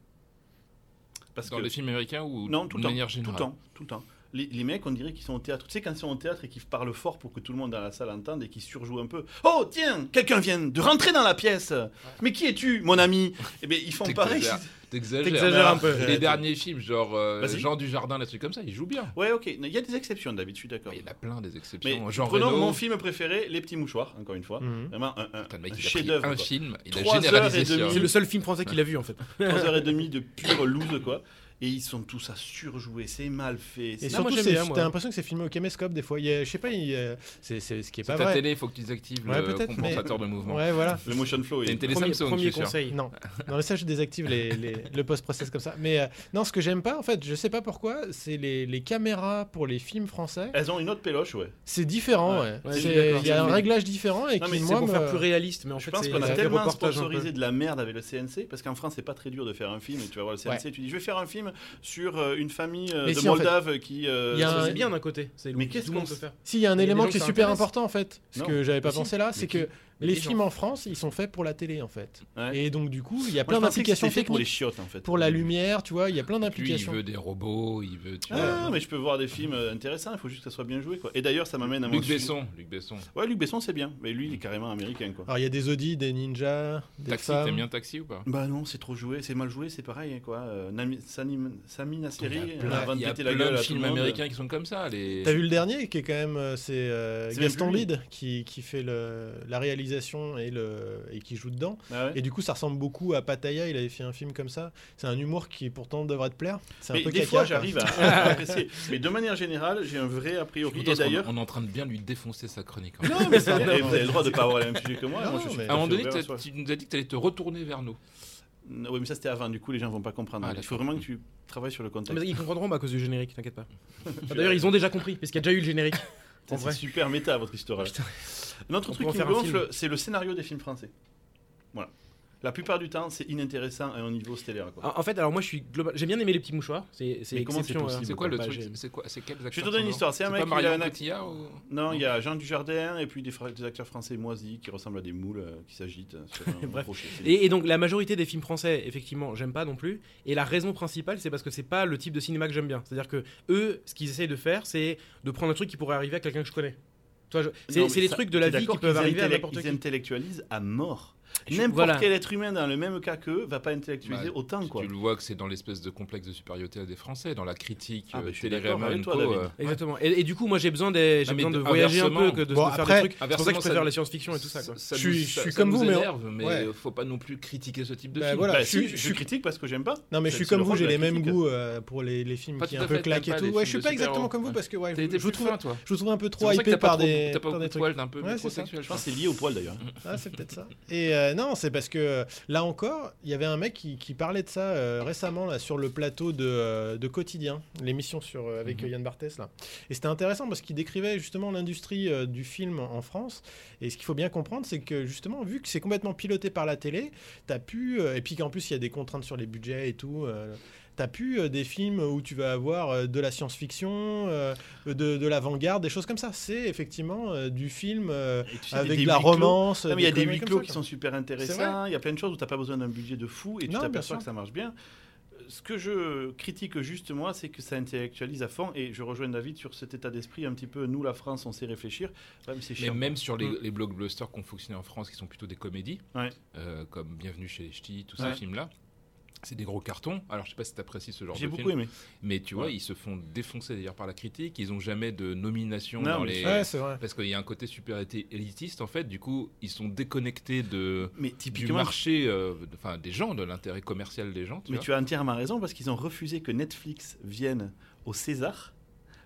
S1: Parce
S3: Dans
S1: que
S3: les films américains ou
S1: non, tout
S3: de
S1: le temps,
S3: manière
S1: tout le
S3: générale
S1: temps, tout le temps. Les, les mecs, on dirait qu'ils sont au théâtre. Tu sais, quand ils sont au théâtre et qu'ils parlent fort pour que tout le monde dans la salle entende et qu'ils surjouent un peu. Oh, tiens, quelqu'un vient de rentrer dans la pièce. Mais qui es-tu, mon
S3: [LAUGHS]
S1: ami Eh bien, ils font pareil.
S3: T'exagères. T'exagères. hein.
S4: T'exagères un
S1: mais
S4: peu.
S1: arrête.
S3: Les derniers films, genre euh,
S1: Vas-y.
S3: Jean du Jardin, des trucs comme ça, ils jouent bien.
S1: Ouais, ok. Il y a des exceptions, David, je suis d'accord.
S3: Il y en a plein des
S1: Mais
S3: exceptions. Jean
S1: prenons
S3: Reno.
S1: mon film préféré, Les Petits Mouchoirs, encore une fois.
S2: Mhm.
S1: Vraiment un, un-
S3: Putain, le mec,
S1: un
S3: il a pris
S1: chef-d'œuvre.
S3: un
S1: quoi.
S3: film, il a
S1: Trois heures et
S3: généralisé sur.
S1: demie.
S4: C'est le seul film français qu'il a vu en fait.
S1: 3h30 de pure loose, quoi. Et ils sont tous à surjouer, c'est mal fait.
S2: Et
S1: c'est-
S4: Non, moi,
S2: surtout,
S4: j'aime
S2: c'est- hein,
S4: bien, moi.
S2: t'as l'impression que c'est filmé au caméscope des fois. Il y a- je sais pas, il y a- c'est c'est ce qui est
S3: C'est
S2: pas
S3: ta
S2: vrai.
S3: télé, il faut que tu désactives
S2: Ouais,
S3: le
S2: peut-être,
S3: compensateur de mouvement.
S2: Ouais, voilà.
S1: Le motion flow
S3: T'as
S1: est.
S3: une télé
S4: premier
S3: Samsung,
S4: premier
S3: je suis sûr.
S4: conseil.
S2: Non, dans ça je désactive les, les- le post-process comme ça. Mais euh, non, ce que j'aime pas, en fait, je sais pas pourquoi, c'est les, les caméras pour les films français.
S1: Elles ont une autre péloche, ouais.
S2: C'est différent,
S1: Ouais.
S2: ouais. C'est-
S4: Ouais, je suis d'accord.
S2: il y a un
S1: Mais-
S2: réglage différent et
S1: Non,
S2: qui,
S1: mais c'est
S2: moi,
S4: pour
S2: me-
S4: faire plus réaliste, mais euh, en
S1: je
S4: fait,
S1: pense
S4: c'est-
S1: qu'on a
S4: c'est des
S1: tellement
S4: reportages un peu.
S1: sponsorisé de la merde avec le CNC, parce qu'en France, c'est pas très dur de faire un film. Et tu vas voir le CNC, tu dis Je vais faire un film sur euh, une famille euh,
S2: Mais
S1: de
S2: si, en fait.
S1: Moldave qui. euh,
S2: Il y a
S1: se-
S4: Ça,
S2: un-
S4: C'est bien d'un côté. C'est
S1: Mais
S4: tout
S1: qu'est-ce
S4: le monde
S1: qu'on
S4: peut
S1: s-
S4: faire.
S2: Si, il y a un
S4: Mais les
S2: élément
S4: gens
S2: qui est
S4: qui
S2: super
S4: s'intéressent.
S2: important, en fait, ce
S1: Non.
S2: que j'avais pas
S1: Mais si.
S2: pensé là, c'est
S1: Mais
S2: que
S4: Mais
S2: les
S4: les gens.
S2: films en France, ils sont faits pour la télé, en fait.
S1: Ouais.
S2: Et donc, du coup, il y
S1: Moi, je
S2: a plein
S1: pensais que
S2: d'implications
S1: c'était fait pour les
S2: techniques.
S1: chiottes, en fait.
S2: Pour la lumière, tu vois, il y a plein
S3: Lui, il
S2: d'implications.
S3: veut des robots, il veut. Tu
S1: Ah, mais je peux voir des films euh, intéressants, il faut juste que ça soit bien joué. Quoi. Et d'ailleurs, ça m'amène à
S3: vois.
S1: mon
S3: Luc
S1: sujet.
S3: Besson, Luc Besson.
S1: Ouais, Luc Besson, c'est bien. Mais lui, il est carrément américain, quoi.
S2: Alors, il y a des Audi, des ninjas, des
S3: Taxi,
S2: femmes.
S3: t'aimes bien Taxi ou pas
S1: Bah non, c'est trop joué, c'est mal joué, c'est pareil, quoi. Euh, Nami- Sami, Sami Nasseri,
S2: Il y a
S1: euh,
S2: plein-
S1: avant
S3: Il
S1: de
S3: y a
S1: péter la
S3: plein
S1: gueule
S3: de
S1: à tout le
S3: films
S1: monde.
S3: américains qui sont comme ça. Les...
S2: T'as vu le dernier qui est quand même euh, c'est euh,
S1: C'est même
S2: Gaston
S1: plus lui.
S2: Bide qui, qui fait le, la réalisation et le et qui joue dedans
S1: Ah ouais.
S2: et du coup ça ressemble beaucoup à Pattaya il avait fait un film comme ça c'est un humour qui pourtant devrait te plaire c'est un
S1: Mais
S2: peu
S1: des
S2: caca,
S1: fois,
S2: quoi.
S1: j'arrive à- [LAUGHS] à apprécier. Mais de manière générale, j'ai un vrai a
S3: Je suis
S1: priori.
S3: content
S1: Et
S3: parce
S1: [LAUGHS]
S3: qu'on-
S1: d'ailleurs,
S3: on est en train de bien lui défoncer sa chronique. hein.
S1: non, mais c'est vrai, vous avez le droit de pas avoir le même sujet que moi. hein,
S2: Non,
S1: moi, je suis
S2: mais-
S1: tout
S3: À un moment
S1: fait
S3: donné,
S1: ouvert à
S3: t'as-
S1: soi.
S3: tu nous as dit que t'allais te retourner vers nous.
S1: Non, Oui, mais ça c'était avant. Du coup, les gens vont pas comprendre.
S3: Ah,
S1: Il faut
S3: d'accord.
S1: vraiment que tu travailles sur le
S4: Mais
S1: contexte.
S4: ils comprendront bah, à cause du générique, t'inquiète pas. Ah, D'ailleurs, ils ont déjà compris, parce qu'il y a déjà eu le générique.
S1: Putain,
S4: en vrai.
S1: C'est super méta votre histoire. là. Un autre
S4: On
S1: truc
S4: pourrait
S1: qui
S4: en
S1: me
S4: faire un film.
S1: gonfle, c'est le scénario des films français. Voilà. La plupart du temps, c'est inintéressant à un niveau stellaire. Quoi.
S4: [LAUGHS] En en fait, alors moi, je suis global. J'ai bien aimé les petits mouchoirs. C'est c'est
S1: Mais comment
S4: exception.
S1: c'est possible
S3: C'est quoi le
S4: bah,
S3: truc
S4: j'ai-
S3: C'est quoi C'est quels
S1: Je vais
S3: acteurs
S1: te donne une
S3: sont
S1: histoire. C'est un
S3: morts C'est
S1: mec
S3: pas
S1: qui a
S3: Marion
S1: un act-
S3: Cotillard ou-
S1: Non, il
S4: Ah.
S1: y a Jean Dujardin et puis des, fra- des acteurs français moisis qui ressemblent à des moules euh, qui s'agitent euh,
S4: [LAUGHS]
S1: sur un
S4: Bref.
S1: crochet. C'est-
S4: Et, et donc la majorité des films français, effectivement, j'aime pas non plus. Et la raison principale, c'est parce que c'est pas le type de cinéma que j'aime bien. C'est-à-dire que eux, ce qu'ils essayent de faire, c'est de prendre un truc qui pourrait arriver à quelqu'un que je connais. Toi, je-
S1: Non,
S4: C'est
S1: mais
S4: c'est des
S1: ça-
S4: trucs de la
S1: t'es
S4: vie
S1: d'accord
S4: qui peuvent
S1: qu'ils
S4: arriver à
S1: intellec-
S4: n'importe
S1: Ils
S4: qui.
S1: intellectualisent à mort.
S4: Je-
S1: N'importe
S4: voilà.
S1: quel être humain dans le même cas qu'eux va pas intellectualiser
S3: Bah,
S1: autant.
S3: Tu-
S1: quoi.
S3: Tu le vois que c'est dans l'espèce de complexe de supériorité des Français, dans la critique
S1: Ah,
S3: euh,
S1: bah, je suis
S3: Télérama
S1: d'accord avec toi,
S3: Co,
S1: David.
S3: euh,
S4: Exactement. Et, et du coup, moi, j'ai besoin, des, j'ai
S3: Non, mais
S4: besoin de
S3: de-
S4: voyager un peu
S3: inversement.
S4: que de,
S2: Bon,
S4: de faire
S2: après-
S4: des trucs. C'est pour ça que
S3: inversement,
S4: je préfère
S3: ça-
S4: la science-fiction et tout ça. Quoi.
S2: Je suis-
S3: nous-
S2: je suis
S3: ça
S2: comme
S3: nous
S2: vous, mais on-
S3: énerve, mais
S2: ouais.
S3: faut pas non plus critiquer ce type de
S2: Bah,
S3: film.
S2: voilà,
S1: Bah,
S2: je suis-
S1: si,
S2: je
S1: je,
S2: suis-
S1: critique parce que j'aime pas.
S2: Non mais je
S1: C'est-
S2: suis
S1: c'est
S2: comme
S1: le
S2: vous,
S1: rôle
S2: j'ai
S1: de la
S2: les mêmes
S1: critique.
S2: goûts euh, pour les, les films
S3: Pas
S2: qui
S3: tout
S2: un
S3: à
S2: peu
S3: fait,
S2: claquent et
S3: t'aimes pas
S2: tout.
S3: les
S2: Ouais, je suis
S3: films
S2: pas
S3: de
S2: exactement
S3: super-héros.
S2: comme vous parce que ouais,
S3: T'as été
S2: je vous
S3: plus
S2: trouve,
S3: fin, toi.
S2: je vous trouve un peu
S3: C'est
S2: trop
S3: pour ça que
S2: hypé
S3: t'as pas
S2: par
S3: trop-
S2: des,
S3: T'as pas
S2: par
S3: beaucoup
S2: des
S3: de
S2: trucs.
S3: poils, t'es un peu
S2: Ouais, c'est
S3: métrosexuel,
S1: Je
S3: je
S1: pense
S3: pense.
S1: que c'est lié au poil
S4: [LAUGHS]
S1: d'ailleurs.
S2: [LAUGHS] Ah, c'est peut-être ça. Et euh, non, c'est parce que là encore, il y avait un mec qui, qui parlait de ça euh, récemment là, sur le plateau de, euh, de Quotidien, l'émission sur, euh, avec
S3: Mhm.
S2: euh, Yann Barthès. Là. Et c'était intéressant parce qu'il décrivait justement l'industrie euh, du film en en France. Et ce qu'il faut bien comprendre, c'est que justement, vu que c'est complètement piloté par la télé, t'as pu. euh, et puis qu'en plus, il y a des contraintes sur les budgets et tout. euh, T'as pu euh, des films où tu vas avoir euh, de la science-fiction, euh, de, de l'avant-garde, des choses comme ça. C'est effectivement euh, du film euh,
S1: Et tu sais,
S2: avec
S1: des-
S2: de
S1: des
S2: la
S1: huis clos.
S2: romance.
S1: Non, mais il y a des
S2: conneries
S1: huis
S2: comme
S1: clos
S2: ça,
S1: qui
S2: quoi.
S1: sont super
S2: C'est
S1: intéressants. Il y a plein de choses où t'as pas besoin d'un budget de fou et tu
S2: Non, bien
S1: t'aperçois
S2: sûr.
S1: que ça marche bien. Euh, Ce que je critique juste moi, c'est que ça intellectualise à fond et je rejoins David sur cet état d'esprit un petit peu. Nous, la France, on sait réfléchir. Ouais, mais c'est
S3: Et
S1: chiant.
S3: même sur les,
S4: Mm.
S3: les blockbusters qui ont fonctionné en France, qui sont plutôt des comédies,
S1: Ouais.
S3: euh, comme Bienvenue chez les Ch'tis, tous
S1: Ouais.
S3: ces films-là, c'est des gros cartons. Alors, je sais pas si t'apprécies ce genre
S1: J'ai
S3: de
S1: beaucoup
S3: film,
S1: aimé.
S3: mais tu vois,
S1: Ouais.
S3: ils se font défoncer d'ailleurs par la critique. Ils ont jamais de nomination
S1: Non,
S3: dans
S1: mais-
S3: les.
S2: Ouais, c'est vrai.
S3: Parce qu'il y a un côté super éti- élitiste en fait. Du coup, ils sont déconnectés de
S1: Mais
S3: du
S1: typiquement,
S3: marché, euh, de- enfin des gens, de l'intérêt commercial des gens. Tu
S1: mais
S3: vois.
S1: tu as entièrement raison parce qu'ils ont refusé que Netflix vienne au César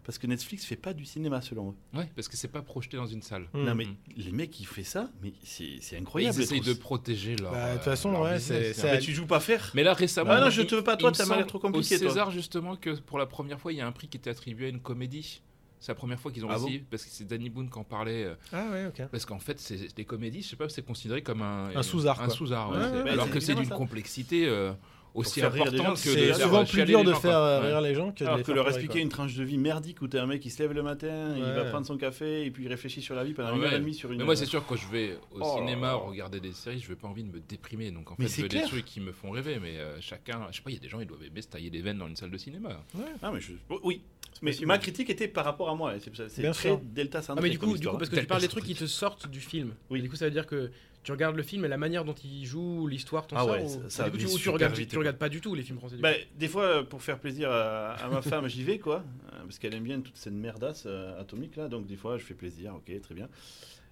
S1: parce que Netflix fait pas du cinéma selon eux.
S3: Ouais, parce que c'est pas projeté dans une salle.
S2: Mm.
S1: Non mais
S3: Mhm.
S1: les mecs qui font ça, mais c'est c'est
S3: Ils
S1: incroyable.
S3: essayent
S1: les
S3: de
S1: trous.
S3: protéger leur.
S2: Bah, de toute
S3: euh,
S2: façon,
S3: leur
S2: ouais,
S3: business,
S2: c'est-
S3: hein.
S2: c'est-
S1: Mais ben, tu joues pas faire.
S3: Mais là récemment.
S1: Ah non, je
S3: il-
S1: te veux pas,
S3: il
S1: toi,
S3: me
S1: t'as mal
S3: semble,
S1: à trop compliqué,
S3: Au
S1: toi.
S3: César, justement, que pour la première fois, il y a un prix qui était attribué à une comédie. C'est la première fois qu'ils ont
S1: Ah
S3: réussi, parce que c'est Danny Boone qui en parlait. euh,
S2: Ah ouais, ok.
S3: Parce qu'en fait, c'est- les comédies, je sais pas, c'est considéré comme un,
S2: Un sous-art,
S3: Un
S2: quoi.
S3: sous-art, ouais,
S2: Ouais,
S3: c'est-
S2: ouais,
S3: alors
S1: c'est
S3: que c'est
S1: évidemment
S3: d'une
S1: ça.
S3: complexité euh, aussi
S1: faire rire les gens,
S3: importante que de
S2: C'est
S3: faire
S2: souvent
S3: chialer
S2: plus dur
S3: les
S2: de
S3: gens,
S2: faire
S3: quoi.
S2: euh,
S3: Ouais.
S2: rire les gens que de
S1: Alors
S2: les
S1: que
S2: faire
S1: leur
S2: pleurer,
S1: expliquer
S2: quoi.
S1: une tranche de vie merdique où t'as un mec qui se lève le matin, il va
S2: Ouais.
S1: prendre son café et puis il réfléchit sur la vie pendant
S4: Ah
S3: Ouais.
S1: une heure et demie sur une.
S3: Mais moi, c'est sûr, quand je vais
S1: Oh
S3: au
S1: là
S3: cinéma
S1: là.
S3: regarder des séries, je n'ai pas envie de me déprimer. Donc, en
S1: Mais
S3: fait, je
S1: c'est
S3: veux des
S1: clair.
S3: trucs qui me font rêver. Mais euh, chacun, je sais pas, il y a des gens, ils doivent aimer se tailler les veines dans une salle de cinéma.
S1: Ah, mais je- Oui. Mais
S4: possible.
S1: ma critique était par rapport à moi. C'est- C'est
S2: Bien
S1: très
S2: sûr.
S1: delta
S4: Ah,
S1: centré.
S4: mais du coup,
S1: comme
S4: du
S1: histoire,
S4: coup, parce que
S3: Tel
S4: tu parles des
S3: personnage.
S4: trucs qui te sortent du film.
S1: Oui.
S4: Et Du coup, ça veut dire que tu regardes le film et la manière dont il joue, l'histoire, ton
S1: Ah
S4: sort,
S1: ouais,
S4: ou-
S1: ça- ça
S4: du coup,
S1: va
S4: tu, ou tu
S1: super
S4: regardes,
S1: vite,
S4: tu
S1: quoi.
S4: regardes pas du tout les films français. du
S1: Bah,
S4: coup.
S1: des fois, euh, pour faire plaisir à, à ma femme, j'y vais, quoi. euh, Parce qu'elle aime bien toute cette merdasse euh, atomique, là. Donc, des fois, je fais plaisir, ok, très bien.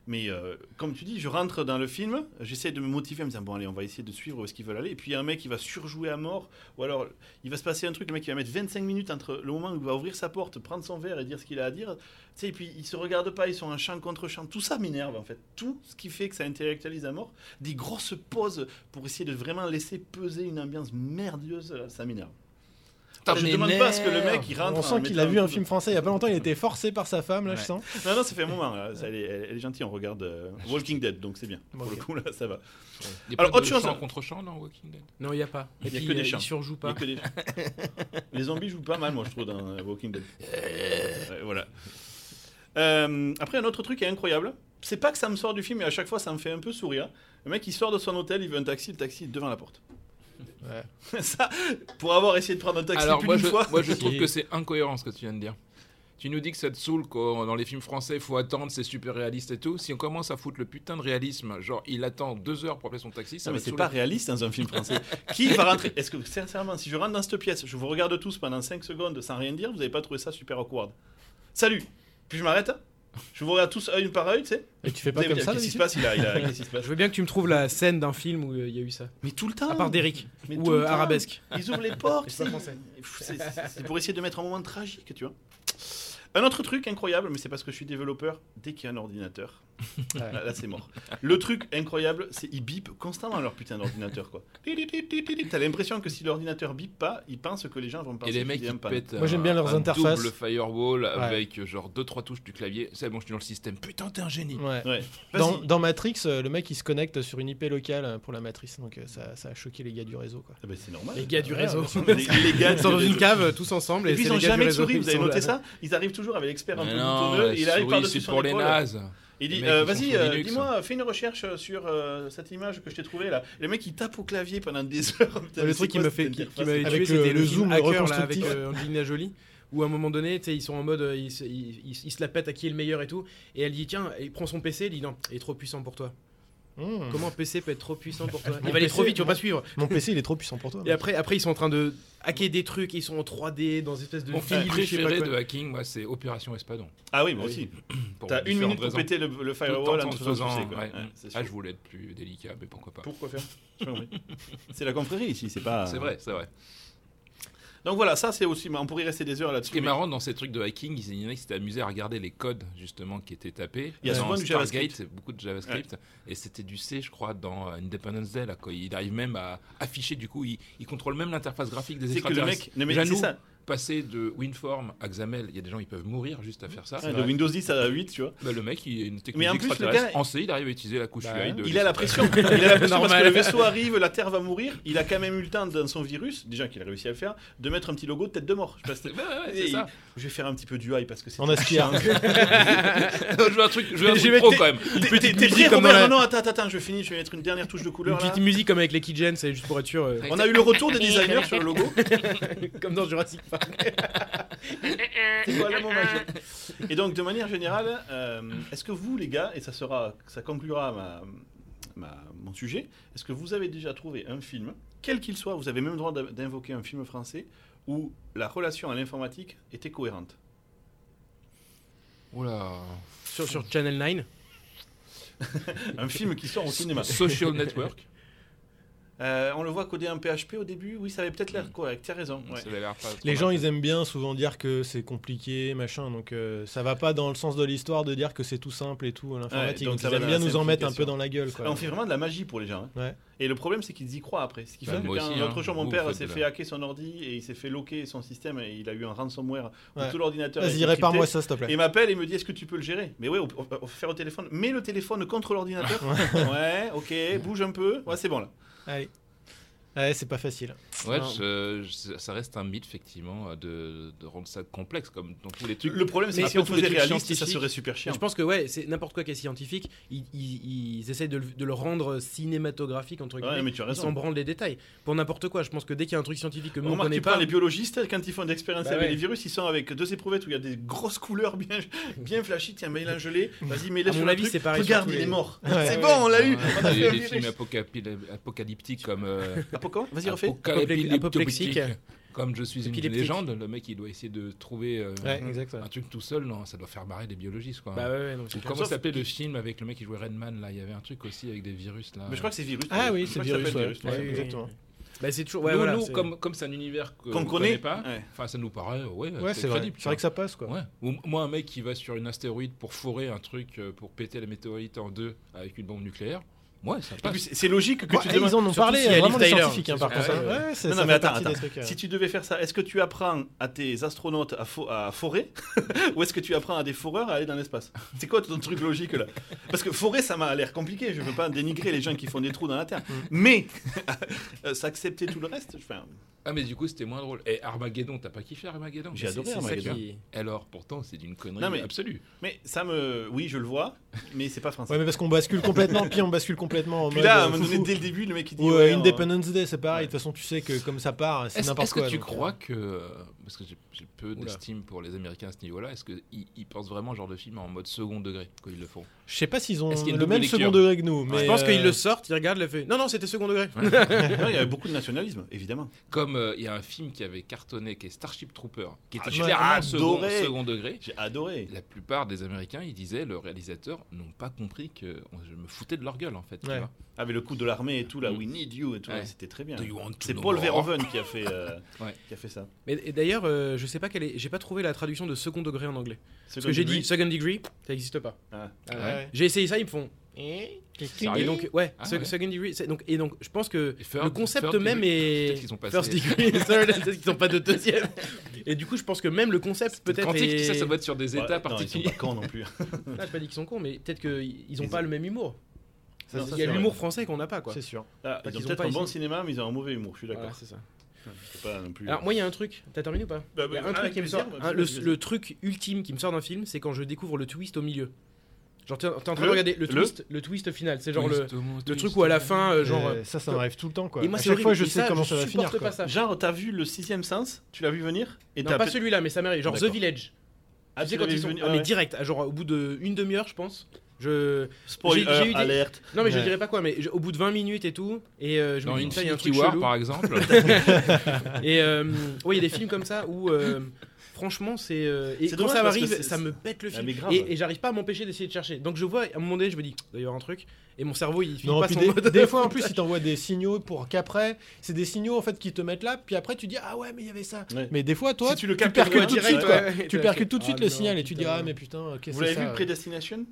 S1: Mais euh, comme tu dis, je rentre dans le film, j'essaie de me motiver en me disant, bon, allez, on va essayer de suivre où est-ce qu'ils veulent aller. Et puis, il y a un mec qui va surjouer à mort, ou alors, il va se passer un truc, le mec, il va mettre 25 minutes entre le moment où il va ouvrir sa porte, prendre son verre et dire ce qu'il a à dire. Tu sais, et puis, ils se regardent pas, ils sont un champ contre champ. Tout ça m'énerve, en fait. Tout ce qui fait que ça intellectualise à mort, des grosses pauses pour essayer de vraiment laisser peser une ambiance merdieuse, là, ça m'énerve.
S3: Putain,
S1: Ah, Je
S3: mais
S1: demande pas à ce que le
S3: merde.
S1: mec il rentre.
S2: On
S1: en
S2: sent qu'il
S1: mettant
S2: a vu un
S1: coup de-
S2: film français il y a pas longtemps, il était forcé par sa femme, là, je
S3: Ouais.
S2: sens.
S1: Non, non, ça fait un moment. là. Ça, elle, est, elle est gentille, on regarde euh, Walking Dead, donc c'est bien. Pour
S2: Ok.
S1: le coup, là, ça va.
S3: Il y a
S1: Alors,
S3: pas
S1: autre
S3: de
S1: chose.
S3: champ contre champ dans Walking Dead.
S4: Non, il n'y a pas.
S1: Il
S4: Et
S1: y a
S4: puis,
S1: que des
S4: euh,
S1: chats.
S4: il surjoue
S1: Il y a
S4: pas.
S1: que des- Les zombies jouent pas mal, moi, je trouve, dans euh, Walking Dead. Ouais, voilà. Euh, après, un autre truc qui est incroyable. C'est pas que ça me sort du film, mais à chaque fois, ça me fait un peu sourire. Le mec, il sort de son hôtel, il veut un taxi, le taxi est devant la porte. [LAUGHS]
S2: Ouais.
S1: ça, pour avoir essayé de prendre un taxi
S3: Alors,
S1: plus
S3: moi
S1: d'une
S3: je,
S1: fois.
S3: moi, je
S2: Si.
S3: trouve que c'est incohérent ce que tu viens de dire. Tu nous dis que ça te saoule quand dans les films français, il faut attendre, c'est super réaliste et tout. Si on commence à foutre le putain de réalisme, genre il attend deux heures pour appeler son taxi, ça
S1: Non,
S3: va
S1: mais
S3: te
S1: c'est
S3: saouler.
S1: pas réaliste dans un film [LAUGHS] français. Qui va rentrer Est-ce que, sincèrement, si je rentre dans cette pièce, je vous regarde tous pendant 5 secondes sans rien dire, vous avez pas trouvé ça super awkward Salut Puis je m'arrête hein? Je vous regarde tous œil par œil, tu sais
S2: Et tu fais
S1: Vous
S2: pas
S1: allez me
S2: comme
S1: dire,
S2: ça,
S1: Qu'est-ce qui se
S2: d'habitude
S1: passe Il a- il a- qu'est-ce qui se passe
S4: Je veux bien que tu me trouves la scène d'un film où euh, il y a eu ça.
S1: [LAUGHS] Mais tout le temps
S4: À part d'Eric
S1: Mais tout
S4: ou
S1: le
S4: euh,
S1: temps.
S4: Arabesque.
S1: Ils ouvrent les portes,
S4: C'est pas
S1: c'est-
S4: français.
S1: Pff, c'est c'est- c'est pour essayer de mettre un
S4: [LAUGHS]
S1: moment tragique, tu vois. Un autre truc incroyable, mais c'est parce que je suis développeur, dès qu'il y a un ordinateur, Là, là, c'est mort. Le truc incroyable, c'est ils bipent constamment leur putain d'ordinateur, quoi. T'as l'impression que si l'ordinateur bip pas, ils pensent que les gens vont penser
S3: Et les
S1: qu'ils
S3: mecs, ils
S1: aiment pas.
S3: pètent
S2: Moi, j'aime
S3: un-
S2: bien leurs
S3: un
S2: interfaces.
S3: double firewall avec euh, genre 2-3 touches du clavier. C'est bon, je suis dans le système. Putain, t'es un génie.
S2: Ouais.
S1: Ouais.
S2: Dans,
S1: Vas-y.
S2: dans Matrix, euh, le mec il se connecte sur une IP locale euh, pour la matrice, donc euh, ça, ça a choqué les gars du réseau. Quoi.
S1: Ah ben, c'est normal.
S4: Les gars du
S2: Ouais,
S4: réseau.
S2: bien sûr.
S1: Les, les gars
S4: [LAUGHS] Ils sont dans
S1: du-
S4: une cave euh, tous ensemble.
S1: Et
S4: Et
S1: puis
S4: c'est
S1: ils ont
S4: les gars
S1: jamais
S4: du
S1: de
S4: réseau
S1: souris,
S4: qui
S1: vous avez
S4: sont
S1: noté
S4: là.
S1: ça Ils arrivent toujours avec l'expert un
S3: Mais
S1: peu
S3: non,
S1: boutonneux,
S3: la
S1: et il arrive
S3: souris,
S1: par-dessus
S3: c'est
S1: son
S3: pour les
S1: épaule.
S3: nazes.
S1: Il
S3: Les
S1: dit,
S3: mecs,
S1: euh,
S3: ils sont
S1: vas-y,
S3: sur
S1: euh,
S3: Linux.
S1: dis-moi, fais une recherche sur euh, cette image que je t'ai trouvée là. Et le mec, il tape au clavier pendant des [LAUGHS] heures. Putain, mais
S4: Ah, le
S1: c'est
S4: truc qui
S1: quoi
S4: me
S1: cette
S4: fait, qui, qui
S1: interface
S4: m'avait
S2: Avec
S4: tué,
S2: le-
S4: c'était
S2: le
S4: le
S2: zoom,
S4: zoom
S2: le
S4: hacker là, avec
S2: reconstructif.
S4: euh, Angelina Jolie, où à un moment donné, tu sais, ils sont en mode, euh, ils, se- ils- ils- ils se la pètent à qui est le meilleur et tout, et elle dit tiens, il prend son PC, elle dit non, il est trop puissant pour toi.
S2: Mmh.
S4: Comment un PC peut être trop puissant pour toi
S2: Mon
S4: Il va aller trop
S2: PC,
S4: vite, tu vas pas suivre.
S2: Mon PC [LAUGHS] il est trop puissant pour toi.
S4: Et après, après, ils sont en train de hacker des trucs, ils sont en 3D dans une espèce de
S3: Mon film
S4: ville, je sais pas
S3: préféré
S4: quoi.
S3: de hacking, moi, c'est Opération Espadon.
S1: Ah oui, moi
S3: Ah oui.
S1: aussi.
S3: Pour
S1: T'as une
S3: différentes
S1: minute pour
S3: raisons.
S1: péter le, le
S3: Tout en
S1: firewall en te faisant
S3: transfaisant,
S1: sucer, quoi.
S3: ouais.
S1: Ouais, c'est
S3: Ah,
S1: sûr.
S3: je voulais être plus délicat, mais pourquoi pas.
S1: Pourquoi faire J'ai pas compris. C'est la confrérie ici, c'est pas.
S3: C'est vrai, c'est vrai.
S1: Donc voilà, ça c'est aussi. mais On pourrait y rester des heures là-dessus.
S3: Ce qui est
S1: mais
S3: marrant dans ces trucs de hacking, il y en a qui s'étaient amusés à regarder les codes justement qui étaient tapés.
S1: Il y a
S3: Dans
S1: souvent du
S3: Stargate,
S1: JavaScript.
S3: c'est beaucoup de JavaScript. Et c'était du C, je crois, dans euh, Independence Day. Là, quoi. Il arrive même à afficher, du coup, il, il contrôle même l'interface graphique des
S1: C'est que le
S3: extraterrestres.
S1: mec. Non, mais
S3: Déjà,
S1: c'est
S3: nous,
S1: ça.
S3: passer de WinForm à XAML, il y a des gens qui peuvent mourir juste à faire ça.
S1: Ouais, de Windows 10 à 8, tu vois.
S3: Bah, le mec, il a une technologie
S1: Mais en plus, le
S3: extraterrestre.
S1: gars-
S3: en C, il arrive à utiliser la couche
S2: Bah,
S3: UI de
S1: Il a la pression. Il a la pression parce que
S4: Normal.
S1: le vaisseau arrive, la Terre va mourir. Il a quand même eu le temps dans son virus, déjà qu'il a réussi à le faire, de mettre un petit logo de tête de mort. Je, sais pas si t'as-
S3: Ouais, ouais, ouais,
S1: Et
S3: Ah, c'est ça.
S1: je vais faire un petit peu du high parce que c'est.
S2: En aspire.
S4: [LAUGHS]
S3: [LAUGHS] je veux un truc, je veux un
S4: J'ai
S3: truc
S4: metté-
S3: pro quand même.
S1: T'es- T'es t'es prêt,
S4: musique comme
S1: Robert
S4: dans la-
S1: Non, non, attends, attends, attends, je finis. Je vais mettre une dernière touche de
S4: Une
S1: couleur. là.
S4: petite musique comme avec les Keygen, c'est juste pour être sûr, euh,
S1: On a eu le retour des designers sur le logo.
S4: [LAUGHS] comme dans Jurassic Park.
S1: C'est quoi le mot magique Et donc, de manière générale, euh, est-ce que vous, les gars, et ça sera, ça conclura ma, ma- mon sujet, est-ce que vous avez déjà trouvé un film, quel qu'il soit, vous avez même le droit d'in- d'invoquer un film français où la relation à l'informatique était cohérente
S3: Oula.
S4: Sur, sur Channel 9.
S1: Un film qui sort au
S4: [LAUGHS]
S1: cinéma. [LAUGHS]
S3: Social Network.
S1: Euh, on le voit coder en PHP au début. Oui, ça avait peut-être l'air correct. T'as raison. ouais.
S3: Ça avait l'air pas trop
S2: Les
S3: mal.
S2: gens ils aiment bien souvent dire que c'est compliqué, machin, donc euh, ça va pas dans le sens de l'histoire de dire que c'est tout simple et tout l'informatique.
S1: Ouais, donc
S2: donc
S1: ça
S2: ils
S1: va
S2: aiment
S1: dans
S2: bien
S1: la
S2: nous en mettre un peu
S1: simplification.
S2: dans la gueule. Quoi.
S1: Ah, On fait vraiment de la magie pour les gens. hein.
S2: Ouais.
S1: Et le problème, c'est qu'ils y croient après. Ce qui
S3: Bah,
S1: fait que
S3: moi
S1: quand
S3: aussi, hein.
S1: l'autre jour, mon
S3: Vous, vous
S1: père
S3: faites
S1: s'est
S3: de la-
S1: fait hacker son ordi et il s'est fait loquer son système et il a eu un ransomware où
S2: Ouais.
S1: tout l'ordinateur. a été
S2: Vas-y,
S1: crypté.
S2: répare-moi ça s'il te
S1: Et
S2: plaît.
S1: il m'appelle et il me dit Est-ce que tu peux le gérer Mais ouais, on, on- on fait faire au téléphone. Mets le téléphone contre
S2: [LAUGHS]
S1: l'ordinateur. ouais, ok, bouge un peu. Ouais, c'est bon là.
S2: Allez. Ouais, c'est pas facile.
S3: Ouais,
S4: Non.
S3: je- je- ça reste un mythe, effectivement, de, de rendre ça complexe, comme dans tous les trucs.
S1: Le problème, c'est
S4: Mais
S1: que si on
S4: surtout
S1: faisait
S4: les trucs
S1: réaliste, ça
S4: scientifiques.
S1: serait super chiant.
S4: Je pense que ouais, c'est n'importe quoi qui est scientifique, ils, ils- ils essaient de le, de le rendre cinématographique entre guillemets.
S1: Ouais, mais tu as
S4: ils s'en
S1: raison.
S4: branlent les détails. Pour n'importe quoi, je pense que dès qu'il y a un truc scientifique que nous on
S1: Remarque,
S4: connaît
S1: tu prends
S4: pas,
S1: les biologistes, hein, quand ils font d'expérience
S4: Bah
S1: avec
S4: ouais.
S1: les virus, ils sont avec deux éprouvettes où il y a des grosses couleurs bien, bien flashy. Tiens, mais il a un gelé. Vas-y, mets-le
S4: À
S1: sur
S4: mon
S1: le
S4: avis,
S1: truc.
S4: c'est pareil sur
S1: Regarde,
S4: tous
S1: il
S4: les-
S1: est mort.
S2: Ouais,
S1: c'est
S2: ouais.
S1: bon, on l'a eu.
S3: Ah, Ouais,
S1: On a
S3: il y
S1: fait
S3: a
S1: un [LAUGHS]
S3: des
S1: virus.
S3: films apocalypti- apocalyptiques comme. euh,
S1: Apo quoi Vas-y, refais.
S3: Apocalyptique.
S4: Apoplexique.
S3: Comme je suis une
S4: Épileptique.
S3: légende, le mec il doit essayer de trouver euh,
S2: Ouais, exact. ouais.
S3: un truc tout seul, non, ça doit faire marrer des biologistes quoi.
S4: bah ouais, ouais, non, c'est
S3: Ou
S4: clair.
S3: comment s'appelait le film avec le mec qui jouait Redman là Il y avait un truc aussi avec des virus là.
S1: Mais je crois que c'est virus.
S2: Ah oui,
S1: Je
S2: c'est
S1: crois que ça
S2: virus.
S1: s'appelle
S2: ouais.
S1: virus,
S2: Ouais,
S1: ouais.
S4: oui,
S2: exactement.
S4: Bah c'est toujours ouais,
S3: nous,
S4: voilà,
S3: nous,
S4: c'est-
S3: comme, comme c'est un univers que-
S1: Qu'on
S3: qu'on
S1: connaît.
S3: pas,
S1: Ouais.
S3: enfin ça nous paraît euh, ouais,
S2: Ouais, c'est vrai.
S3: crédible.
S2: C'est vrai que ça passe quoi.
S3: Ouais. Ou moi, un mec qui va sur une astéroïde pour forer un truc, euh, pour péter la météorite en deux avec une bombe nucléaire, ouais, ça
S1: Et
S3: passe.
S1: puis, c'est c'est logique que
S2: Ouais,
S1: tu
S2: ils
S1: demandes.
S2: en ont
S4: surtout
S2: parlé
S4: s'il y a
S2: euh, vraiment
S4: Liv
S2: les
S4: Tyler.
S2: scientifiques hein, par
S4: Ah
S2: contre.
S4: ouais,
S2: hein. Ouais, ça-
S1: Non,
S2: ça
S1: non, mais
S2: fait
S1: attends,
S2: partie des
S1: attends.
S2: trucs, euh.
S1: Si tu devais faire ça, est-ce que tu apprends à tes astronautes à, fo- à forer [LAUGHS] ou est-ce que tu apprends à des foreurs à aller dans l'espace C'est quoi ton truc logique là Parce que forer, ça m'a l'air compliqué. Je veux pas dénigrer les gens qui font des trous dans la terre, mais [LAUGHS] euh, s'accepter tout le reste. enfin,
S3: Ah, mais du coup, c'était moins drôle. Et Armageddon, t'as pas kiffé Armageddon
S1: J'ai
S3: C'est-
S1: adoré
S3: c'est ça
S1: Armageddon.
S3: qui- Alors, pourtant, c'est d'une connerie
S1: Non, mais-
S3: absolue.
S1: Mais ça me, oui, je le vois, mais c'est pas français.
S2: Ouais, mais parce qu'on bascule complètement, puis on bascule complètement en
S1: Puis
S2: mode.
S1: là, à
S2: euh,
S1: un moment donné,
S2: foufou.
S1: dès le début, le mec il dit
S2: Ou euh,
S1: ouais, on-
S2: Independence Day, c'est pareil.
S1: ouais.
S2: De toute façon, tu sais que comme ça part, c'est
S3: Est-ce
S2: n'importe
S3: est-ce que
S2: quoi.
S3: tu
S2: donc, euh,
S3: crois que. Parce que j'ai j'ai peu
S4: Oula.
S3: d'estime pour les Américains à ce niveau-là. Est-ce qu'ils ils pensent vraiment ce genre de film en mode second degré quand ils
S2: [LAUGHS]
S3: le font
S2: Je sais pas s'ils ont
S3: Est-ce qu'il y a une
S2: le même
S3: double
S2: second
S3: lecture
S2: degré que nous. Mais
S4: je pense
S2: euh,
S4: qu'ils le sortent, ils regardent, ils font non non, c'était second degré.
S1: Non, il y avait beaucoup de nationalisme, évidemment.
S3: Comme euh, il y a un film qui avait cartonné, qui est Starship Trooper, qui était
S1: Ah,
S2: j'ai
S3: clairement second,
S1: adoré.
S3: second degré.
S1: J'ai adoré.
S3: La plupart des Américains, ils disaient, le réalisateur, n'ont pas compris que je me foutais de leur gueule en fait. tu
S2: Ouais.
S3: vois.
S1: Avec le coup de l'armée et tout, là,
S3: Mm.
S1: We Need You et tout, là,
S3: Ouais.
S1: c'était très bien.
S3: Do you want to
S1: C'est
S3: know
S1: Paul
S3: more
S1: Verhoeven qui a fait, euh,
S3: Ouais.
S1: qui a fait ça.
S4: Mais et d'ailleurs, euh, je sais pas quelle est. J'ai pas trouvé la traduction de second degré en anglais.
S1: C'est
S4: Parce que j'ai dit second degree, ça n'existe pas.
S1: Ah.
S3: Ah
S2: Ouais.
S3: ouais.
S4: J'ai essayé ça, ils me font.
S3: Sérieux
S4: Et donc, ouais,
S3: Ah
S4: sec-
S3: ouais.
S4: second degree. c'est- Donc, et donc, je pense que
S3: Et third-
S4: le concept
S3: third
S4: même
S3: degré.
S4: est.
S3: Peut-être qu'ils ont passé-
S4: First degree, third, peut-être qu'ils n'ont pas de deuxième. Et du coup, je pense que même le concept peut-être.
S3: Quantique,
S4: est-
S3: ça, ça doit être sur des
S1: Ouais,
S3: états
S1: non, ils sont
S3: particuliers.
S1: pas cons non [LAUGHS] plus.
S4: Ah, j'ai pas dit qu'ils sont cons, mais peut-être qu'ils ont
S1: Ils
S4: pas
S1: ont-
S4: le même humour.
S1: Ça,
S4: Il
S1: c'est
S4: y a
S1: sûr.
S4: l'humour français qu'on n'a pas, quoi.
S2: C'est sûr.
S1: Ah,
S4: Pas
S1: ils ont
S4: qu'ils ont
S1: peut-être
S4: pas,
S1: un
S4: ils
S1: bon
S4: ont-
S1: cinéma, mais ils ont un mauvais humour. Je suis d'accord.
S4: Voilà, c'est ça.
S1: C'est pas non plus. euh,
S4: Alors, moi, il y a un truc. T'as terminé ou pas
S1: Bah,
S4: Il y a
S1: bah,
S4: un
S1: ah,
S4: truc qui me sort.
S1: vas-y,
S4: hein, le,
S1: vas-y.
S4: le truc ultime qui me sort d'un film, c'est quand je découvre le twist au milieu. Genre, t'es t'es en train
S1: Le-
S4: de regarder le
S1: le-
S4: twist, le twist final. C'est genre le, le truc où à la fin, euh, genre.
S2: Euh, ça, ça m'arrive tout le temps quoi.
S4: Et
S2: à
S4: moi, c'est
S2: chaque fois,
S4: horrible.
S2: je
S4: Et
S2: sais
S4: ça,
S2: comment
S4: je
S2: ça va finir.
S4: supporte
S2: quoi.
S4: pas ça.
S1: Genre, t'as vu le sixième sens Tu l'as vu venir Et
S4: Non,
S1: t'as
S4: pas
S1: peut-
S4: celui-là, mais ça m'arrive. Genre The
S1: D'accord.
S4: Village.
S1: Ah,
S4: tu sais
S1: tu
S4: quand
S1: l'avais
S4: ils sont.
S1: venu-
S4: ah,
S1: ouais,
S4: mais
S1: ouais.
S4: direct, genre au bout d'une demi-heure, je pense. Je.
S1: Spoiler,
S4: j'ai eu des-
S1: euh, alerte.
S4: Non, mais je
S2: Ouais.
S4: dirais pas quoi, mais je- au bout de 20 minutes et tout, et euh, je
S3: Dans
S4: me dis, putain, il y a un
S3: Infinity
S4: truc
S3: War,
S4: chelou.
S3: par
S4: [LAUGHS]
S3: exemple.
S4: Et euh, ouais, il y a des films comme ça où. euh, Franchement, c'est. euh, et
S1: C'est
S4: quand
S1: dommage
S4: ça
S1: parce que
S4: m'arrive,
S1: c'est-
S4: ça me pète le
S1: Ah,
S4: film.
S1: mais grave.
S4: et et j'arrive pas à m'empêcher d'essayer de chercher. Donc je vois, à un moment donné, je me dis, il doit y avoir un truc. Et mon cerveau, il finit
S2: Non,
S4: pas
S2: puis
S4: son
S2: des,
S4: mode.
S2: des fois
S4: [LAUGHS]
S2: en plus ils t'envoient des signaux pour qu'après c'est des signaux en fait qui te mettent là puis après tu dis ah ouais mais il y avait ça
S1: Ouais.
S2: mais des fois toi
S1: Si tu le
S2: tu
S1: captes
S2: percutes
S1: pas
S2: tout de
S1: direct,
S2: suite quoi.
S1: ouais,
S2: tu percutes tout de suite
S4: Ah
S2: le
S4: non,
S2: signal et tu dis
S4: putain.
S2: ah mais putain qu'est-ce
S1: Vous
S2: que c'est
S1: l'avez
S2: ça
S1: vu, Predestination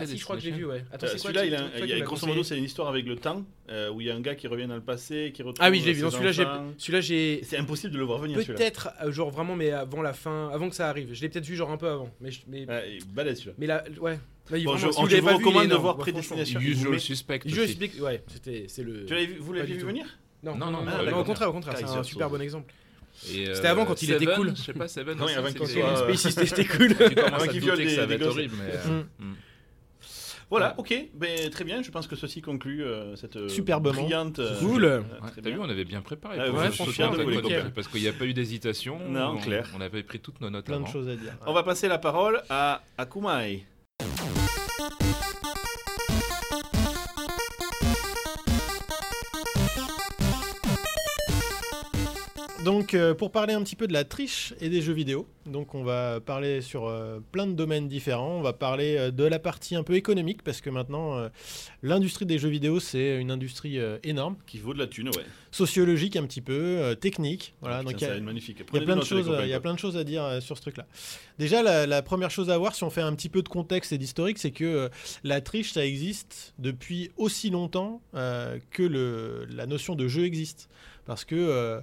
S4: Ah, si, je crois que j'ai vu, ouais. Attends,
S1: Euh,
S4: c'est quoi,
S1: Celui-là,
S4: tu-
S1: il a,
S4: toi,
S1: un-
S4: tu
S1: il y a-
S4: m'as
S1: grosso modo,
S4: conseillé
S1: c'est une histoire avec le temps euh, où il y a un gars qui revient dans le passé, qui retrouve.
S4: Ah oui, je l'ai
S1: euh,
S4: vu. Non,
S1: ses
S4: celui-là, j'ai.
S1: enfants.
S4: Celui-là, j'ai.
S1: C'est impossible de le voir venir celui-là.
S4: Peut-être, euh, genre vraiment, mais avant la fin, avant que ça arrive. Je l'ai peut-être vu genre un peu avant. Mais, je- mais,
S1: Ouais, il est balèze celui-là.
S4: mais là, ouais. Là, il-
S1: Bon,
S4: vraiment,
S1: je-
S4: si vous
S1: je
S4: l'avez
S1: vous
S4: pas vu, il est
S1: recommande de
S4: énorme,
S1: voir
S4: quoi, franchement.
S1: Prédestination.
S3: Usual Suspect.
S4: Je
S3: aussi.
S4: explique, ouais, c'était, c'est le.
S1: Tu l'avais vu- vous l'aviez
S4: du
S1: vu
S4: tout.
S1: venir
S4: Non,
S3: Non, non,
S2: Ah,
S1: non,
S4: non,
S1: d'accord.
S4: au contraire, au contraire, c'est
S1: Kaiser
S4: un super
S1: Soze.
S4: bon exemple.
S3: Et, euh,
S4: C'était avant quand il était
S3: Seven,
S4: cool.
S3: Je sais pas, Seven.
S1: Non, il y
S3: aussi,
S1: avait quand
S3: c'est
S1: il
S3: des-
S1: y avait-
S4: Space System, c'était [LAUGHS] cool.
S3: Tu
S1: [LAUGHS]
S3: commences
S1: Avant
S3: à
S1: qu'il
S3: douter
S1: euh, viole
S3: que
S1: des-
S3: ça va
S1: des
S3: être
S1: gosses.
S3: horrible, mais. euh,
S2: Hum.
S3: hum.
S1: Voilà, ok. Ben, très bien, je pense que ceci conclut euh, cette euh,
S2: Superbement.
S1: brillante. euh,
S4: Cool.
S1: euh,
S3: Ouais,
S1: très
S3: T'as vu,
S1: bien.
S3: on avait bien préparé.
S1: Ah,
S3: pour
S1: ouais,
S3: ce
S1: franchement,
S3: soir,
S1: on
S3: t'as
S1: est
S3: compris,
S1: nickel.
S3: Parce qu'il n'y a pas eu d'hésitation.
S1: Non,
S3: on-
S1: clair.
S3: On avait pris toutes nos notes
S2: euh, plein de
S3: avant.
S2: choses à dire
S1: On va passer la parole à Akumai.
S2: Donc, euh, pour parler un petit peu de la triche et des jeux vidéo, donc on va parler sur euh, plein de domaines différents. On va parler euh, de la partie un peu économique, parce que maintenant, euh, l'industrie des jeux vidéo, c'est une industrie euh, énorme,
S1: Qui vaut de la thune, ouais.
S2: sociologique un petit peu, euh, technique.
S1: Ah,
S2: Voilà,
S1: Putain,
S2: donc
S1: ça
S2: il y a-
S1: va être magnifique.
S2: il y, a
S1: Prenez des
S2: plein de
S1: notes, les
S2: choses,
S1: copains,
S2: il y a
S1: quoi.
S2: plein de choses à dire euh, sur ce truc-là. Déjà, la, la première chose à voir, si on fait un petit peu de contexte et d'historique, c'est que euh, la triche, ça existe depuis aussi longtemps euh, que le, la notion de jeu existe. Parce que euh,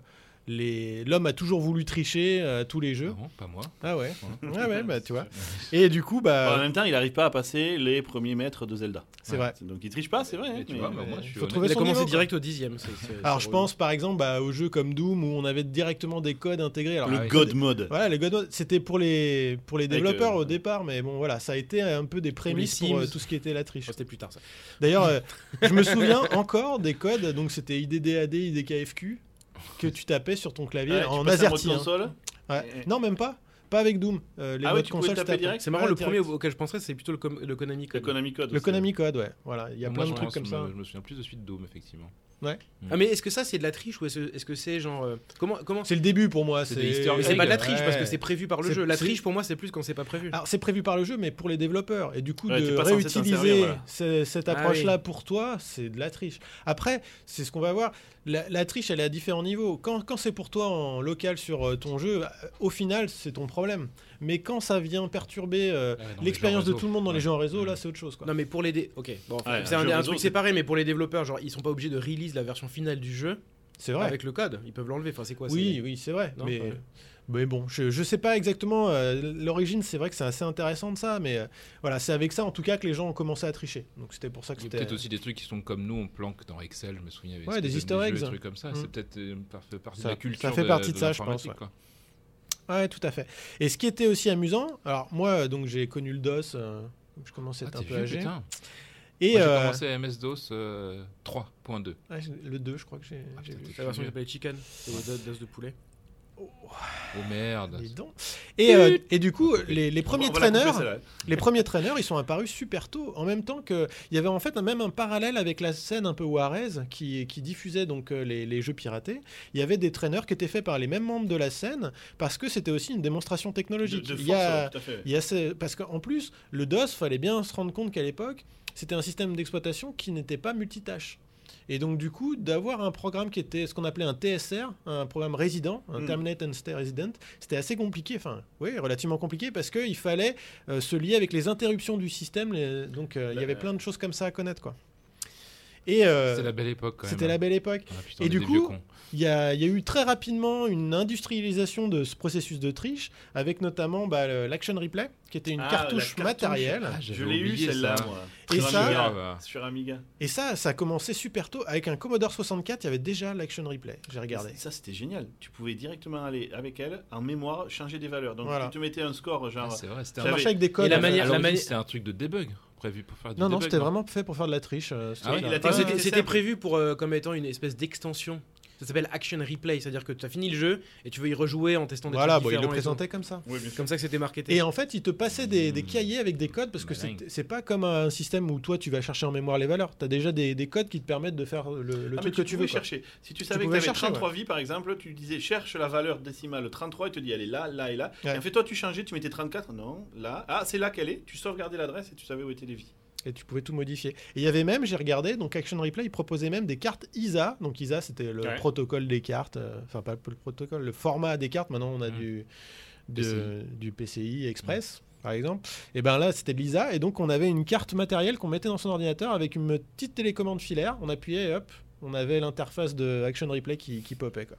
S2: les- l'homme a toujours voulu tricher euh, à tous les
S3: Ah
S2: jeux.
S3: bon, pas moi.
S2: Ah ouais, ouais, ouais, bah, tu vois. Et du coup, bah,
S1: En même temps, il n'arrive pas à passer les premiers mètres de Zelda.
S2: c'est vrai.
S1: Donc il triche pas, c'est vrai.
S3: Et
S1: hein,
S3: tu
S1: mais-
S3: vois, bah, moi, je suis
S2: Faut
S3: honnête.
S2: trouver
S4: Il a
S2: son
S4: commencé
S2: niveau, quoi.
S4: direct au dixième. c'est- c'est-
S2: Alors,
S4: c'est
S2: je
S4: relou.
S2: pense par exemple bah, aux jeux comme Doom où on avait directement des codes intégrés. Alors,
S1: le
S3: Ah oui,
S1: God Mode.
S2: Voilà, les God of War, c'était pour les, pour les
S1: Avec,
S2: développeurs
S1: euh,
S2: au départ, mais bon, voilà, ça a été un peu des prémices
S4: les
S2: pour euh,
S4: Sims.
S2: tout ce qui était la triche.
S4: Oh, C'était plus tard ça.
S2: D'ailleurs, euh, je me souviens encore des codes, donc c'était IDDAD, IDKFQ, que tu tapais sur ton clavier
S1: Ouais, tu
S2: en
S1: passes un mode
S2: AZERTY. hein.
S1: console.
S2: Ouais. Non, même pas. Pas avec Doom. Euh, les
S1: Ah ouais,
S2: modes
S1: tu pouvais
S2: console,
S1: taper
S2: c'était après.
S1: direct
S4: C'est marrant,
S2: Ouais,
S4: le
S2: direct.
S4: premier auquel je penserais, c'est plutôt le, com- le Konami
S1: Le
S4: Code.
S1: Konami Code.
S2: Le
S1: aussi.
S2: Konami Code, ouais. Voilà, il y a
S3: Moi,
S2: plein
S3: je
S2: de trucs
S3: pense,
S2: comme
S3: me-
S2: ça.
S3: Je me souviens plus de suite Doom, effectivement.
S4: Ah, mais est-ce que ça, c'est de la triche ou est-ce est-ce que c'est genre. euh, Comment. comment...
S2: C'est le début pour moi.
S3: C'est des easter
S4: Mais c'est
S3: eggs.
S4: pas de la triche
S2: Ouais.
S4: parce que c'est prévu par le
S2: C'est-
S4: jeu. La
S2: c'est- Ah,
S4: triche, pour moi, c'est plus quand c'est pas prévu.
S2: [LAUGHS] Alors, c'est prévu par le jeu, mais pour les développeurs. Et du coup,
S1: Ouais, t'es
S2: de
S1: pas censé t'en
S2: réutiliser
S1: servir, voilà.
S2: ce- cette
S4: Ah oui.
S2: approche-là pour toi, c'est de la triche. Après, c'est ce qu'on va voir. La, la triche, elle est à différents niveaux. Quand, quand c'est pour toi en local sur euh, ton jeu, euh, au final, c'est ton problème. Mais quand ça vient perturber euh,
S3: Ah ouais, dans les
S2: l'expérience
S3: jeux
S2: de
S3: réseau.
S2: tout le monde dans les
S3: Ouais. Mm.
S2: jeux en réseau,
S3: Ouais.
S2: là, c'est autre chose. Quoi.
S4: Non mais pour les dé... Ok, bon, enfin,
S1: Ouais,
S4: c'est
S1: un
S4: un,
S1: jeu
S4: un
S1: réseau,
S4: truc
S1: c'est-
S4: séparé, mais pour les développeurs, genre ils sont pas obligés de release la version finale du jeu
S2: c'est vrai.
S4: avec le code, ils peuvent l'enlever. Enfin c'est quoi
S2: Oui, oui, c'est vrai.
S4: Non,
S2: mais,
S4: ouais.
S2: mais bon, je, je sais pas exactement. euh, L'origine, c'est vrai que c'est assez intéressant de ça. Mais euh, voilà, c'est avec ça, en tout cas, que les gens ont commencé à tricher. Donc, c'était pour ça que
S3: Il y a
S2: c'était.
S3: peut-être aussi des trucs qui sont comme nous, on planque dans Excel, je me souviens. il y avait
S2: Ouais,
S3: une
S2: des
S3: espèce de
S2: easter
S3: jeu,
S2: eggs.
S3: Des trucs comme ça, c'est
S2: Mm.
S3: peut-être euh, par- fait partie
S2: Ça-
S3: de la
S2: ça
S3: culture.
S2: fait partie de ça, je
S3: l'informatique,
S2: pense,
S3: quoi.
S2: Ouais, tout à fait. Et ce qui était aussi amusant, alors moi, euh, donc j'ai connu le DOS, euh, je commençais à être
S3: Ah, t'es
S2: un peu
S3: vieux,
S2: âgé.
S3: putain.
S2: Et
S3: Moi, J'ai
S2: euh,
S3: commencé à MS-DOS euh, 3.2.
S2: ouais, j'ai- le 2, je crois que j'ai
S3: Ah,
S2: j'ai
S3: putain,
S2: vu.
S4: C'est la version qui s'appelait Chicken, c'est les dos- dos de poulet.
S3: Oh merde.
S2: Dis donc. Et, euh, et du coup,
S3: On va couper.
S2: les, les
S1: On va-
S2: premiers
S1: on va la couper,
S2: traîneurs,
S1: celle-là.
S2: les premiers traîneurs, ils sont apparus super tôt. En même temps que, il y avait en fait un- même un parallèle avec la scène un peu Juarez qui, qui diffusait donc euh, les, les jeux piratés. Il y avait des traîneurs qui étaient faits par les mêmes membres de la scène parce que c'était aussi une démonstration
S1: De,
S2: technologique.
S1: de
S2: Il y
S1: force,
S2: a-
S1: ouais, tout à fait.
S2: Il y a ce- Parce qu'en plus, le DOS, fallait bien se rendre compte qu'à l'époque, c'était un système d'exploitation qui n'était pas multitâche. Et donc, du coup, d'avoir un programme qui était ce qu'on appelait un TSR, un programme résident, un
S1: Mm.
S2: Terminate and Stay Resident, c'était assez compliqué, enfin, oui, relativement compliqué, parce qu'il fallait euh, se lier avec les interruptions du système. les- donc, euh, il y
S1: Bah,
S2: avait
S1: euh,
S2: plein de choses comme ça à connaître, quoi. Et euh,
S3: C'était la belle époque quand même.
S2: c'était la belle époque.
S3: Ah, putain,
S2: Et
S3: on est
S2: du
S3: des
S2: coup,
S3: vieux cons.
S2: Il y, a, il y a eu très rapidement une industrialisation de ce processus de triche, avec notamment bah, le- l'Action Replay, qui était une
S1: Ah, la
S2: cartouche,
S1: cartouche.
S2: matérielle.
S3: Ah, j'avais
S1: Je l'ai eu
S3: oublié
S1: celle-là,
S3: ça.
S1: moi.
S2: Et
S1: sur
S2: ça-
S1: Amiga.
S3: Grave.
S1: Sur Amiga.
S2: Et ça, ça a commencé super tôt. Avec un Commodore 64, il y avait déjà l'Action Replay. J'ai regardé.
S1: Ça, c'était génial. Tu pouvais directement aller avec elle, en mémoire, changer des valeurs. Donc,
S2: Voilà.
S1: tu te mettais un score,
S3: Ah,
S1: genre.
S3: c'est vrai,
S2: Ça
S3: c'était
S1: J'avais-
S3: un
S2: marchait avec des codes.
S4: Et la
S2: en fait.
S4: manière-
S3: Alors,
S4: la mani-
S3: C'était un truc de debug prévu pour faire du
S2: Non, non,
S3: debug,
S2: c'était vraiment fait pour faire de la triche. euh, ce
S3: Ah oui,
S2: truc-là.
S1: il a
S4: Enfin,
S1: Ah,
S4: c'était-
S1: ouais.
S4: C'était prévu pour euh, comme étant une espèce d'extension. Ça s'appelle Action Replay, c'est-à-dire que tu as fini le jeu et tu veux y rejouer en testant des
S2: Voilà,
S4: trucs
S2: bon, il le
S4: différents et tout.
S2: présentait comme ça.
S1: Oui, bien
S4: Comme ça que c'était marketé.
S2: Et en fait, il te passait des, des
S3: Hmm.
S2: cahiers avec des codes parce que
S3: Malin.
S2: c'est c'est pas comme un système où toi tu vas chercher en mémoire les valeurs. Tu as déjà des, des codes qui te permettent de faire le, le
S1: Ah, mais
S2: truc que tu veux.
S1: pouvais
S2: quoi.
S1: chercher. Si tu savais que tu
S2: pouvais
S1: avais
S2: chercher,
S1: 33 vies, par exemple, tu disais cherche la valeur décimale 33, il te dit elle est là, là et là.
S2: Ouais.
S1: Et en fait, toi, tu changeais, tu mettais 34, non, là. Ah, c'est là qu'elle est. Tu sauvegardais l'adresse et tu savais où étaient les vies.
S2: Et tu pouvais tout modifier. Et il y avait même, j'ai regardé, donc Action Replay, il proposait même des cartes ISA. Donc ISA, c'était le
S1: Ouais.
S2: protocole des cartes. euh, Enfin, pas le protocole, le format des cartes. Maintenant, on a
S3: Mm.
S2: du, de- du PCI Express, par exemple. Et ben là, c'était de l'ISA. Et donc, on avait une carte matérielle qu'on mettait dans son ordinateur avec une petite télécommande filaire. On appuyait, et hop, on avait l'interface de Action Replay qui, qui popait. Quoi.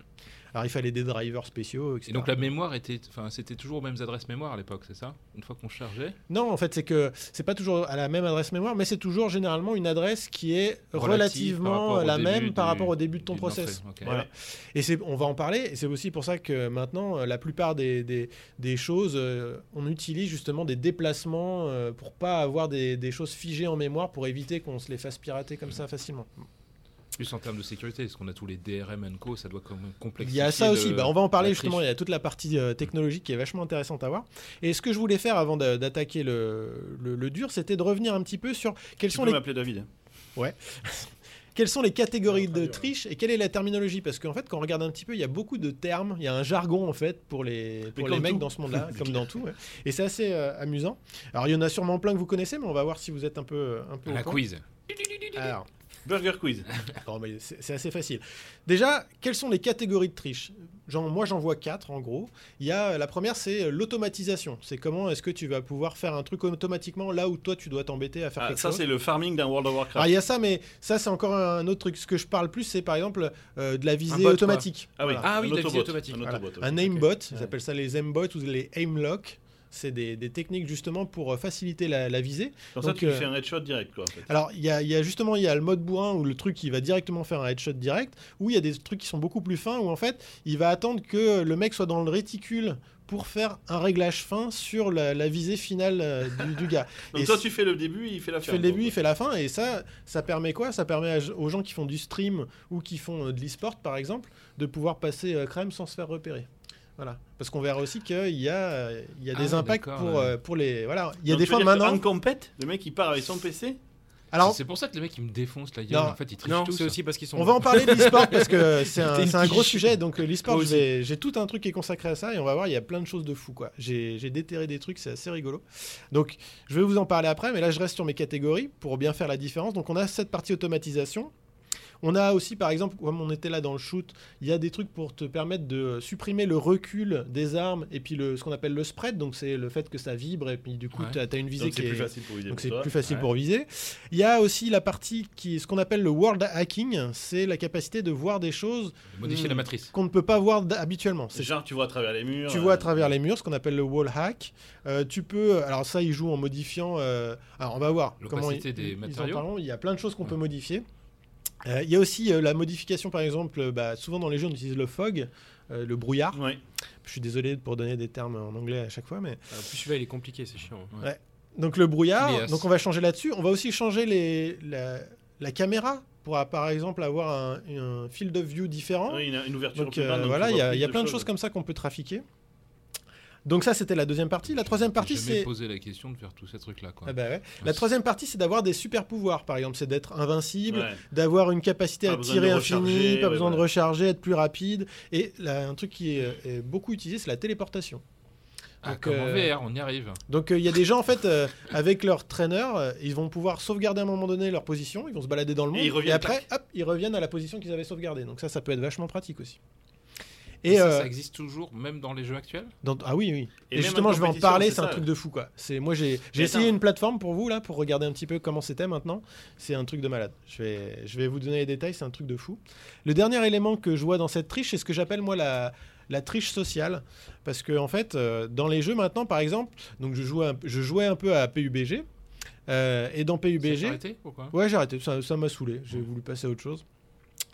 S2: Alors, il fallait des drivers spéciaux, etc.
S3: Et donc la mémoire était, enfin c'était toujours aux mêmes adresses mémoire à l'époque, c'est ça Une fois qu'on chargeait.
S2: Non, en fait, c'est que c'est pas toujours à la même adresse mémoire, mais c'est toujours généralement une adresse qui est
S3: Relative par
S2: relativement
S3: rapport au
S2: la
S3: début
S2: même par
S3: du-
S2: rapport au début de ton
S3: d'une
S2: process.
S3: entrée, ok.
S2: Voilà. Et c'est, on va en parler, et c'est aussi pour ça que maintenant, euh, la plupart des, des, des choses, euh, on utilise justement des déplacements euh, pour pas avoir des, des choses figées en mémoire pour éviter qu'on se les fasse pirater comme ça facilement.
S3: Plus en termes de sécurité, parce qu'on a tous les DRM and co, ça doit quand même
S2: Il
S3: complexifier.
S2: y a ça
S3: le-
S2: aussi, Bah, on va en parler
S3: la
S2: justement, il y a toute la partie euh, technologique qui est vachement intéressante à voir. Et ce que je voulais faire avant d'a- d'attaquer le, le, le dur, c'était de revenir un petit peu sur quels
S1: Tu
S2: sont
S1: peux
S2: les
S1: m'appeler David. hein.
S2: Quelles sont les catégories
S4: Notre
S2: de
S4: radio,
S2: triche et quelle est la terminologie Parce qu'en fait, quand on regarde un petit peu, il y a beaucoup de termes, il y a un jargon en fait pour les, pour les
S1: comme
S2: mecs
S1: tout.
S2: dans ce monde-là,
S1: [LAUGHS]
S2: comme dans tout. ouais. Et c'est assez euh, amusant. Alors, il y en a sûrement plein que vous connaissez, mais on va voir si vous êtes un peu. Un peu au
S3: La
S2: point.
S3: quiz.
S2: Alors,
S1: Burger Quiz.
S2: non, mais c'est c'est assez facile. Déjà, quelles sont les catégories de triche Genre, Moi, j'en vois quatre en gros. Il y a, la première, c'est euh, l'automatisation. C'est comment est-ce que tu vas pouvoir faire un truc automatiquement là où toi, tu dois t'embêter à faire
S1: Ah,
S2: quelque
S1: ça,
S2: chose.
S1: c'est le farming d'un World of
S2: Alors,
S1: Warcraft.
S2: Ah, il y a ça, mais ça, c'est encore un autre truc. Ce que je parle plus, c'est par exemple euh, de la visée
S4: bot, quoi.
S2: automatique.
S1: Ah oui,
S2: Voilà.
S4: Ah oui,
S1: un
S4: de la visée
S1: autobot.
S4: automatique.
S1: Un
S2: Voilà.
S1: autobot, oui.
S2: Un aimbot, ils
S1: Ouais.
S2: appellent ça les aimbots ou les aimlock. C'est des, des techniques justement pour euh, faciliter la, la visée.
S1: Comme ça,
S2: Donc,
S1: tu
S2: euh,
S1: fais un headshot direct, quoi, en fait.
S2: Alors, il y a, il y a justement il y a le mode bourrin où le truc qui va directement faire un headshot direct, ou il y a des trucs qui sont beaucoup plus fins où en fait il va attendre que le mec soit dans le réticule pour faire un réglage fin sur la, la visée finale euh, du, du gars.
S1: Donc,
S2: et
S1: toi,
S2: si-
S1: tu fais le début, il fait la
S2: Il
S1: fin.
S2: fait le début,
S3: bah.
S2: il fait la fin, et ça, ça permet quoi Ça permet à- aux gens qui font du stream ou qui font euh, de l'e-sport, par exemple, de pouvoir passer euh, crème sans se faire repérer. Voilà. Parce qu'on verra aussi qu'il y a, euh, il y a
S3: Ah
S2: des
S3: ouais,
S2: impacts
S3: d'accord,
S2: pour,
S3: ouais.
S2: euh, pour les. Voilà. Il y a des fois maintenant.
S1: En compète, le mec, il part avec son PC.
S2: Alors,
S3: C'est pour ça que les mecs ils me défoncent la gueule.
S2: Non.
S3: En fait, ils trichent
S4: non,
S3: tous. hein.
S4: c'est aussi parce qu'ils sont.
S2: on va en parler de l'e-sport parce que c'est
S4: T'es
S2: un,
S4: une
S2: c'est un gros
S4: quiche.
S2: sujet. Donc, euh, l'e-sport,
S4: Moi
S2: je vais- j'ai tout un truc qui est consacré à ça et on va voir, il y a plein de choses de fou, quoi. J'ai j'ai déterré des trucs, c'est assez rigolo. Donc, je vais vous en parler après, mais là, je reste sur mes catégories pour bien faire la différence. Donc, on a cette partie automatisation. On a aussi, par exemple, comme on était là dans le shoot, il y a des trucs pour te permettre de supprimer le recul des armes et puis le, ce qu'on appelle le spread. Donc, c'est le fait que ça vibre et puis du coup,
S3: Ouais.
S2: tu as, une visée
S1: Donc,
S2: qui
S1: c'est plus
S2: est,
S1: facile pour viser.
S2: donc
S1: pour
S2: c'est
S1: toi.
S2: plus facile
S1: Ouais.
S2: pour viser. Il y a aussi la partie qui, ce qu'on appelle le world hacking, c'est la capacité de voir des choses
S3: Modifier
S2: Hmm.
S3: la matrice.
S2: qu'on ne peut pas voir d- habituellement. C'est
S1: Genre, tu vois à travers les murs.
S2: tu
S1: euh,
S2: vois à travers les murs, ce qu'on appelle le wall hack. Euh, tu peux, alors ça, ils jouent en modifiant. euh, alors on va voir comment
S3: L'opacité des
S2: en
S3: matériaux.
S2: parleront. Il y a plein de choses qu'on
S3: Ouais.
S2: peut modifier. Euh, il y a aussi euh, la modification, par exemple, euh, bah, souvent dans les jeux, on utilise le fog, euh, le brouillard.
S1: Ouais.
S2: Je suis désolé pour donner des termes en anglais à chaque fois, mais
S4: Ah, En plus celui-là il est compliqué, c'est chiant.
S2: Donc le brouillard,
S3: Phileas.
S2: donc on va changer là-dessus. On va aussi changer les, la, la caméra pour, ah, par exemple, avoir un, un field of view différent.
S1: Oui, une, une ouverture
S2: donc
S1: plus
S2: euh,
S1: grande, donc
S2: voilà,
S1: tu
S2: il y
S1: vois
S2: a,
S1: plus
S2: il y a plein de choses comme ça qu'on peut trafiquer. Donc ça, c'était la deuxième partie. La troisième partie,
S3: J'ai jamais
S2: c'est...
S3: posé la question de faire tous ces trucs là.
S2: Ah bah ouais. La troisième partie, c'est d'avoir des super pouvoirs, par exemple. C'est d'être invincible,
S1: Ouais.
S2: d'avoir une capacité
S1: Pas
S2: à
S1: besoin
S2: tirer
S1: de
S2: infinie,
S1: recharger,
S2: pas
S1: ouais,
S2: besoin de
S1: voilà.
S2: recharger, être plus rapide. Et là, un truc qui est, est beaucoup utilisé, c'est la téléportation.
S3: Ah,
S2: Donc,
S3: comme en
S2: euh,
S3: VR, on y arrive.
S2: Donc euh, il y a des gens en fait euh, avec leur trainer, euh, ils vont pouvoir sauvegarder à un moment donné leur position, ils vont se balader dans le
S1: Et
S2: monde
S1: ils reviennent,
S2: après hop, ils reviennent à la position qu'ils avaient sauvegardée. Donc ça ça peut être vachement pratique aussi.
S3: Et
S2: Et,
S3: ça,
S2: euh,
S3: ça existe toujours, même dans les jeux actuels
S2: dans- ah oui oui.
S1: Et
S2: Et,
S1: même en
S2: justement je vais en
S1: compétition,
S2: parler,
S1: c'est
S2: c'est un
S1: ça.
S2: truc de fou quoi. C'est moi j'ai j'ai
S1: Mais
S2: essayé
S1: attends.
S2: une plateforme pour vous là pour regarder un petit peu comment c'était maintenant. C'est un truc de malade. Je vais je vais vous donner les détails, c'est un truc de fou. Le dernier élément que je vois dans cette triche, c'est ce que j'appelle moi la la triche sociale parce que en fait euh, dans les jeux maintenant par exemple, donc je jouais un, je jouais un peu à PUBG. euh, et dans
S3: Ça s'est
S2: PUBG,
S3: arrêté Pourquoi
S2: Ouais, j'ai arrêté. Ça ça m'a saoulé. J'ai voulu passer à autre chose.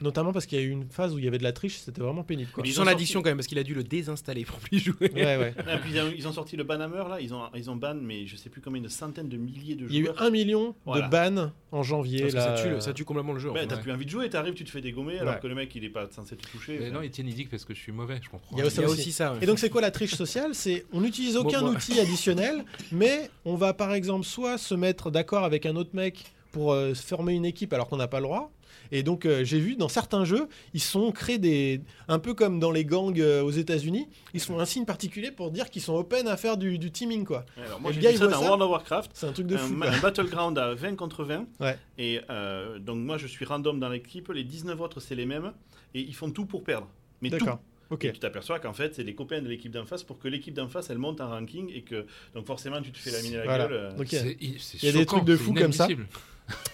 S2: Notamment parce qu'il y a eu une phase où il y avait de la triche, c'était vraiment pénible. Quoi.
S1: Mais
S4: Tu
S1: ils
S4: sens
S1: ont
S4: l'addiction
S1: sorti-
S4: quand même, parce qu'il a dû le désinstaller pour plus
S2: [LAUGHS]
S4: y jouer.
S2: Ouais, ouais.
S1: Ah, puis ils, ont, ils ont sorti le Banhammer là, ils ont, ils ont ban, mais je sais plus combien de centaines de milliers de
S2: Il y a eu
S1: joueurs.
S2: un million
S1: Voilà.
S2: de bans en janvier.
S4: Parce que ça
S2: là.
S4: tue, le- ça tue complètement le jeu. en
S1: Bah,
S4: fait.
S1: t'as
S3: ouais.
S1: plus envie de jouer, t'arrives, tu te fais dégommer alors
S2: Ouais.
S1: que le mec il est pas censé te toucher.
S3: Mais
S1: Enfin,
S3: Non, Etienne, il dit parce que je suis mauvais, je comprends.
S2: Il y a
S4: Il y a
S2: aussi.
S4: aussi ça. ouais.
S2: Et donc, c'est quoi la triche sociale C'est on n'utilise aucun
S4: moi-
S2: outil additionnel, mais on va par exemple soit se mettre d'accord avec un autre mec pour euh, former une équipe alors qu'on n'a pas le droit. Et donc, euh, j'ai vu dans certains jeux, ils sont créés des. Un peu comme dans les gangs euh, aux États-Unis, ils sont un signe particulier pour dire qu'ils sont open à faire du, du teaming, quoi.
S1: Alors moi
S2: Et
S1: j'ai
S2: le gars,
S1: vu
S2: il
S1: ça
S2: voit
S1: dans
S2: ça.
S1: World of Warcraft.
S2: C'est un truc de
S1: un,
S2: fou.
S1: ma-
S2: quoi.
S1: un battleground à 20 contre 20.
S2: Ouais.
S1: Et euh, donc moi je suis random dans l'équipe, les 19 autres c'est les mêmes et ils font tout pour perdre. Mais tout. Euh,
S2: D'accord. Ok.
S1: Et tu t'aperçois qu'en fait c'est les copains de l'équipe d'en face pour que l'équipe d'en face elle monte en ranking et que donc forcément tu te fais laminer la
S2: Voilà.
S1: gueule. euh.
S2: Donc, il y a-
S3: C'est- il c'est
S2: il y a des
S3: choquant,
S2: trucs de
S3: c'est
S2: fou comme ça.
S3: inadmissible.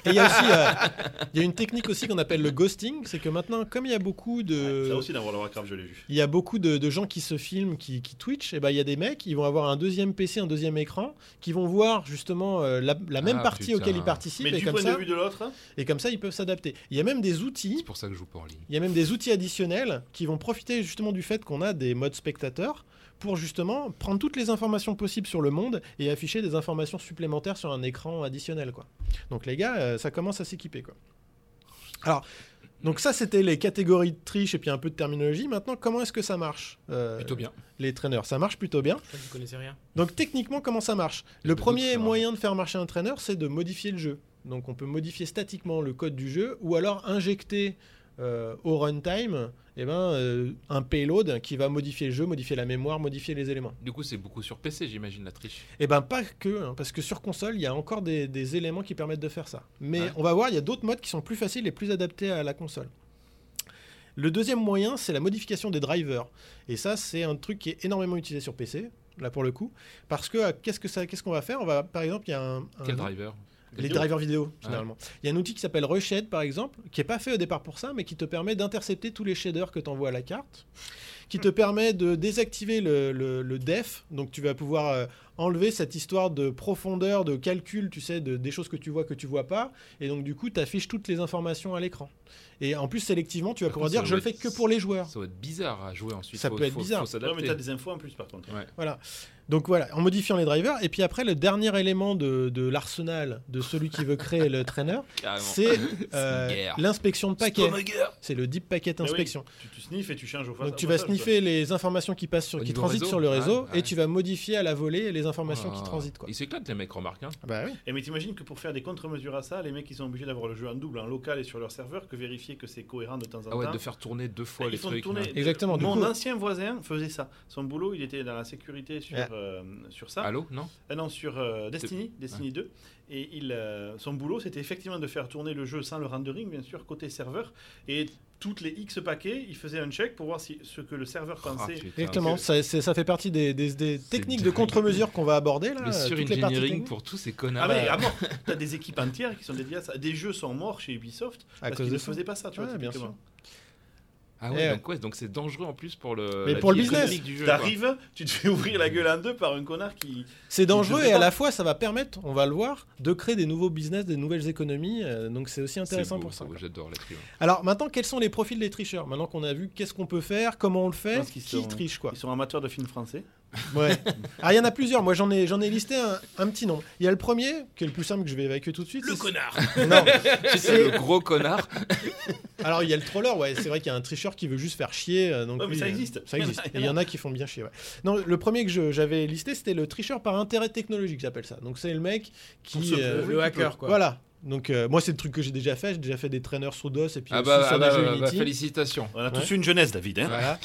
S2: Et il y a
S1: [LAUGHS]
S2: aussi, euh, il y a une technique aussi qu'on appelle le ghosting, c'est que maintenant, comme il y a beaucoup de,
S1: Ça aussi dans World of Warcraft je l'ai vu.
S2: il y a beaucoup de, de gens qui se filment, qui, qui Twitch, et ben il y a des mecs, ils vont avoir un deuxième PC, un deuxième écran, qui vont voir justement euh, la, la même
S3: Ah,
S2: partie
S3: putain.
S2: auquel ils participent,
S1: Mais
S2: et
S1: du
S2: comme,
S1: point
S2: ça,
S1: de vue de l'autre, hein,
S2: et comme ça, ils peuvent s'adapter. Il y a même des outils
S3: C'est pour ça que je joue pas en ligne.
S2: il y a même des outils additionnels qui vont profiter justement du fait qu'on a des modes spectateurs pour justement prendre toutes les informations possibles sur le monde et afficher des informations supplémentaires sur un écran additionnel. Quoi. Donc les gars, euh, ça commence à s'équiper. Quoi. Alors, donc ça c'était les catégories de triche et puis un peu de terminologie. Maintenant, comment est-ce que ça marche euh,
S3: Plutôt bien.
S2: Les traîneurs, ça marche plutôt bien.
S4: Je crois que vous connaissez rien.
S2: Donc techniquement, comment ça marche
S3: Je
S2: Le
S3: me doute que
S2: premier
S3: ça va.
S2: moyen de faire marcher un traîneur, c'est de modifier le jeu. Donc on peut modifier statiquement le code du jeu ou alors injecter euh, au runtime eh ben, euh, un payload qui va modifier le jeu, modifier la mémoire, modifier les éléments.
S3: Du coup, c'est beaucoup sur PC, j'imagine, la triche.
S2: Et ben pas que, hein, parce que sur console, il y a encore des, des éléments qui permettent de faire ça. Mais
S3: Ouais.
S2: on va voir, il y a d'autres modes qui sont plus faciles et plus adaptés à la console. Le deuxième moyen, c'est la modification des drivers. Et ça, c'est un truc qui est énormément utilisé sur PC, là pour le coup. Parce que euh, qu'est-ce que ça- qu'est-ce qu'on va faire On va, par exemple, il y a un, un-
S3: Quel driver
S2: les
S1: Vidéo.
S2: drivers vidéo,
S3: Ah.
S2: généralement. Il y a un outil qui s'appelle Reshed, par exemple, qui n'est pas fait au départ pour ça, mais qui te permet d'intercepter tous les shaders que tu envoies à la carte, qui
S3: Hmm.
S2: te permet de désactiver le, le- le def, donc tu vas pouvoir euh, enlever cette histoire de profondeur, de calcul, tu sais, de, des choses que tu vois que tu vois pas, et donc du coup, tu affiches toutes les informations à l'écran. Et en plus, sélectivement, tu vas
S3: Par
S2: pouvoir dire,
S3: contre, ça
S2: je le
S3: doit
S2: fais
S3: être-
S2: que pour les joueurs.
S3: Ça doit être bizarre à jouer ensuite.
S2: Ça
S3: Faut-
S2: peut être
S3: faut-
S2: bizarre.
S3: Faut
S1: ouais, mais t'as
S3: s'adapter.
S1: des infos en plus par contre.
S3: Ouais.
S2: Voilà. Donc voilà, en modifiant les drivers. Et puis après, le dernier élément de, de l'arsenal de celui qui veut créer le trainer,
S3: Carrément. [LAUGHS]
S2: c'est euh,
S3: Ah une guerre.
S2: l'inspection de paquet.
S3: Stomagger.
S2: C'est le deep packet
S1: oui,
S2: inspection.
S1: Tu, tu sniffes et tu changes au fa-
S2: Donc tu
S1: au
S2: vas
S1: passage, quoi.
S2: sniffer les informations qui passent sur,
S3: Au
S2: qui
S3: niveau
S2: transitent
S3: réseau,
S2: sur le
S3: ouais,
S2: réseau
S3: ouais.
S2: et tu vas modifier à la volée les informations
S3: Ah.
S2: qui transitent quoi.
S3: Ils s'éclatent, les mecs, remarque. hein.
S2: Bah oui.
S1: Et mais t'imagines que pour faire des contre-mesures à ça, les mecs ils sont obligés d'avoir le jeu en double, en local et sur leur serveur, que vérifier que c'est cohérent de temps en temps.
S3: Ah ouais, de faire tourner deux fois
S1: Ils
S3: les
S1: font
S3: trucs.
S1: tourner-
S3: hein.
S2: Exactement. Du
S1: Mon
S2: coup,
S1: ancien voisin faisait ça. Son boulot, il était dans la sécurité sur,
S2: Ouais.
S1: euh, sur ça.
S3: Allô, non
S1: Ah non, sur euh, Destiny, Destiny 2. Et il, euh, son boulot, c'était effectivement de faire tourner le jeu sans le rendering, bien sûr, côté serveur. Et toutes les X paquets, il faisait un check pour voir si, ce que le serveur
S3: Ah,
S1: pensait.
S3: putain.
S2: exactement. Ça, c'est- ça fait partie des, des- des techniques de
S3: dingue.
S2: contre-mesure qu'on va aborder là.
S3: Le
S2: euh, toutes les parties
S3: surengineering
S2: techniques.
S3: pour tous ces
S1: Ah,
S3: connards.
S1: mais à
S2: [LAUGHS]
S1: mort T'as des équipes entières qui sont dédiées à ça. Des jeux sont morts chez Ubisoft
S2: à
S1: parce
S2: cause
S1: qu'ils
S2: de
S1: ne
S2: ça.
S1: faisaient pas ça, tu vois,
S2: Ouais, bien
S1: typiquement.
S3: Ah
S2: Eh
S3: ouais,
S2: ouais.
S3: donc ouais, donc c'est dangereux en plus pour le.
S2: Mais
S3: la
S2: pour le
S3: vie
S2: business.
S3: économique du jeu, quoi.
S1: T'arrives, tu te fais ouvrir la gueule en deux par un connard qui.
S2: C'est dangereux
S1: devraient
S2: et à
S1: pas.
S2: la fois ça va permettre, on va le voir, de créer des nouveaux business, des nouvelles économies. euh, donc c'est aussi
S3: C'est
S2: intéressant
S3: beau,
S2: pour ça.
S3: beau,
S2: quoi.
S3: J'adore
S2: [LAUGHS]
S3: la tribu.
S2: Alors maintenant, quels sont les profils des tricheurs Maintenant qu'on a vu qu'est-ce qu'on peut faire, comment on le fait,
S1: Parce
S2: qui
S1: qu'ils sont-
S2: triche quoi.
S1: Ils sont amateurs de films français.
S2: Ouais. [LAUGHS] Alors il y en a plusieurs. Moi j'en ai j'en ai listé un, un petit nombre. Il y a le premier qui est le plus simple que je vais évacuer tout de suite.
S4: Le
S2: c'est-
S4: connard
S2: [LAUGHS] Non.
S3: C'est le gros connard.
S2: Alors il y a le troller. Ouais, c'est vrai qu'il y a un tricheur qui veut juste faire chier. euh, donc
S1: Ouais, mais
S2: lui,
S1: ça
S2: euh,
S1: existe. [LAUGHS]
S2: Ça existe. Et il y en a qui font bien chier. ouais. Non, le premier que je- j'avais listé c'était le tricheur par intérêt technologique. J'appelle ça. Donc c'est le mec
S1: Pour
S2: qui
S1: se
S2: euh,
S1: prouver.
S4: Le hacker, quoi.
S2: voilà. Donc euh, moi c'est le truc que j'ai déjà fait. J'ai déjà fait des traîneurs sous DOS et puis
S3: Ah
S2: aussi
S3: bah,
S2: sur
S3: ah
S2: des
S3: bah,
S2: jeux
S3: bah,
S2: Unity.
S3: félicitations.
S1: On a
S2: Ouais.
S1: tous eu une jeunesse, David. hein.
S2: Voilà.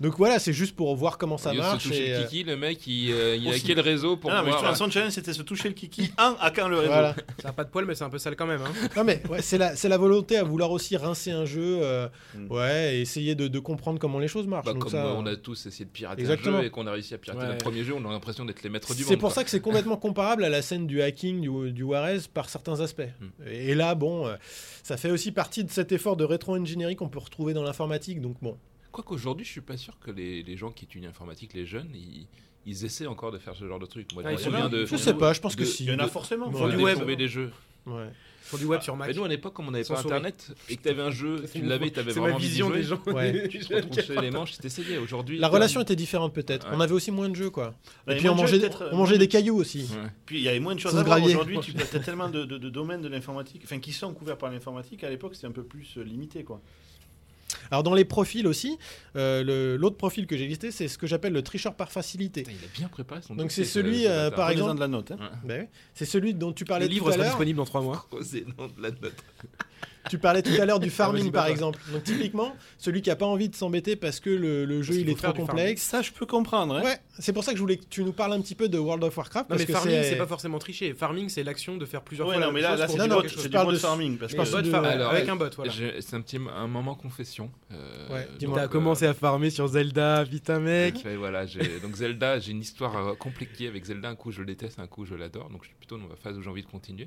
S2: Donc voilà, c'est juste pour voir comment ça
S3: Au lieu de
S2: marche.
S3: Bah, se toucher
S2: et, euh,
S3: le kiki, le mec, il, euh, il a
S1: aussi.
S3: quel réseau pour
S1: Ah non, mais
S3: pouvoir-
S1: justement, son challenge, c'était se toucher le kiki. Un à quand le réseau.
S2: voilà.
S4: Ça a pas de poil, mais c'est un peu sale quand même. hein.
S2: Non mais ouais, c'est la, c'est la volonté à vouloir aussi rincer un jeu, euh,
S1: Mm.
S2: ouais, et essayer de, de comprendre comment les choses marchent.
S3: Bah,
S2: Donc
S3: comme
S2: ça,
S3: euh, on a tous essayé de pirater
S2: Exactement.
S3: un jeu et qu'on a réussi à pirater
S4: Ouais.
S3: le premier jeu, on a l'impression d'être les maîtres du monde.
S2: C'est pour
S3: quoi.
S2: ça que c'est
S3: [LAUGHS]
S2: complètement comparable à la scène du hacking du, du Juarez par certains aspects.
S3: Mm.
S2: Et et là, bon, euh, ça fait aussi partie de cet effort de rétro-ingénierie qu'on peut retrouver dans l'informatique. Donc bon,
S3: Quoi qu'aujourd'hui, je suis pas sûr que les, les gens qui étudient l'informatique, les jeunes, ils, ils essaient encore de faire ce genre de truc. Moi,
S4: Ah,
S3: je
S4: ils
S3: me
S4: sont
S3: souviens
S4: bien.
S3: de.
S2: je sais pas, je pense que
S3: de-
S2: si.
S1: Il y en a
S3: de-
S1: forcément.
S2: de-
S1: faut
S3: de
S1: du
S3: découvrir
S1: web.
S3: des jeux.
S2: Ouais.
S4: Sur du web, sur Mac.
S3: Mais nous, à l'époque, comme on n'avait
S4: Sans
S3: pas
S4: souris.
S3: internet et que tu avais un jeu,
S4: C'est
S3: tu
S4: mon-
S3: l'avais, tu avais
S4: C'est ma
S3: vraiment
S4: vision des gens. [LAUGHS]
S2: Ouais.
S3: Tu te retranchais les manches, tu t'essayais. Aujourd'hui.
S2: La
S3: t'as-
S2: relation était différente peut-être.
S3: Ouais.
S2: On avait aussi moins de jeux quoi.
S1: Bah,
S2: et
S1: il
S2: puis on
S1: mangeait
S2: mangeait,
S1: peut-être,
S2: on
S1: euh,
S2: mangeait des cailloux aussi.
S3: Ouais.
S1: Puis il y avait moins de choses
S2: Sans
S1: à voir
S2: grailler.
S1: aujourd'hui.
S2: [LAUGHS]
S1: Tu as tellement de, de- de domaines de l'informatique, enfin qui sont couverts par l'informatique. À l'époque, c'était un peu plus euh, limité, quoi.
S2: Alors dans les profils aussi, euh, le- l'autre profil que j'ai listé, c'est ce que j'appelle le tricheur par facilité.
S3: Putain, Il a bien préparé son
S2: Donc,
S3: dossier,
S2: c'est
S3: ce-
S2: celui,
S3: ce
S2: euh,
S3: bâtard.
S2: Par
S1: Prenez-en
S2: exemple-
S1: de la note. hein.
S2: Bah oui. C'est celui dont tu
S4: Le
S2: parlais tout
S4: livre
S2: à
S4: sera
S2: l'heure.
S4: disponible dans 3 mois.
S3: Creuser dans de la note.
S2: Tu parlais tout à l'heure du farming
S4: vas-y,
S2: par
S4: bats-toi.
S2: exemple. Donc typiquement, celui qui a pas envie de s'embêter parce que le, le jeu
S4: qu'il
S2: il est
S4: faut faire
S2: trop
S4: du farming.
S2: complexe.
S1: Ça, je peux comprendre. hein.
S2: Ouais, c'est pour ça que je voulais que tu nous parles un petit peu de World of Warcraft
S4: Non,
S2: parce
S4: mais
S2: que
S4: farming, c'est
S2: c'est
S4: pas forcément tricher. Farming, c'est l'action de faire plusieurs
S1: Ouais,
S4: fois la
S1: non, mais là,
S4: même chose
S1: là,
S4: pour
S1: c'est
S2: Non,
S1: du
S4: faire
S2: non,
S1: bot,
S4: quelque chose.
S1: c'est du
S2: parle
S1: bot
S2: de-
S1: farming parce
S2: je
S1: que
S2: parle
S4: Bot
S2: de-
S4: farming,
S3: Alors,
S4: avec un bot, voilà.
S3: J'ai- C'est un petit un moment confession. euh,
S2: Ouais,
S3: donc,
S2: dis-moi.
S3: euh,
S4: T'as commencé à farmer sur Zelda, putain mec.
S3: Ouais, voilà, j'ai- donc Zelda, j'ai une histoire euh, compliquée avec Zelda. Un coup, je le déteste, un coup, je l'adore. Donc, je suis plutôt dans la phase où j'ai envie de continuer.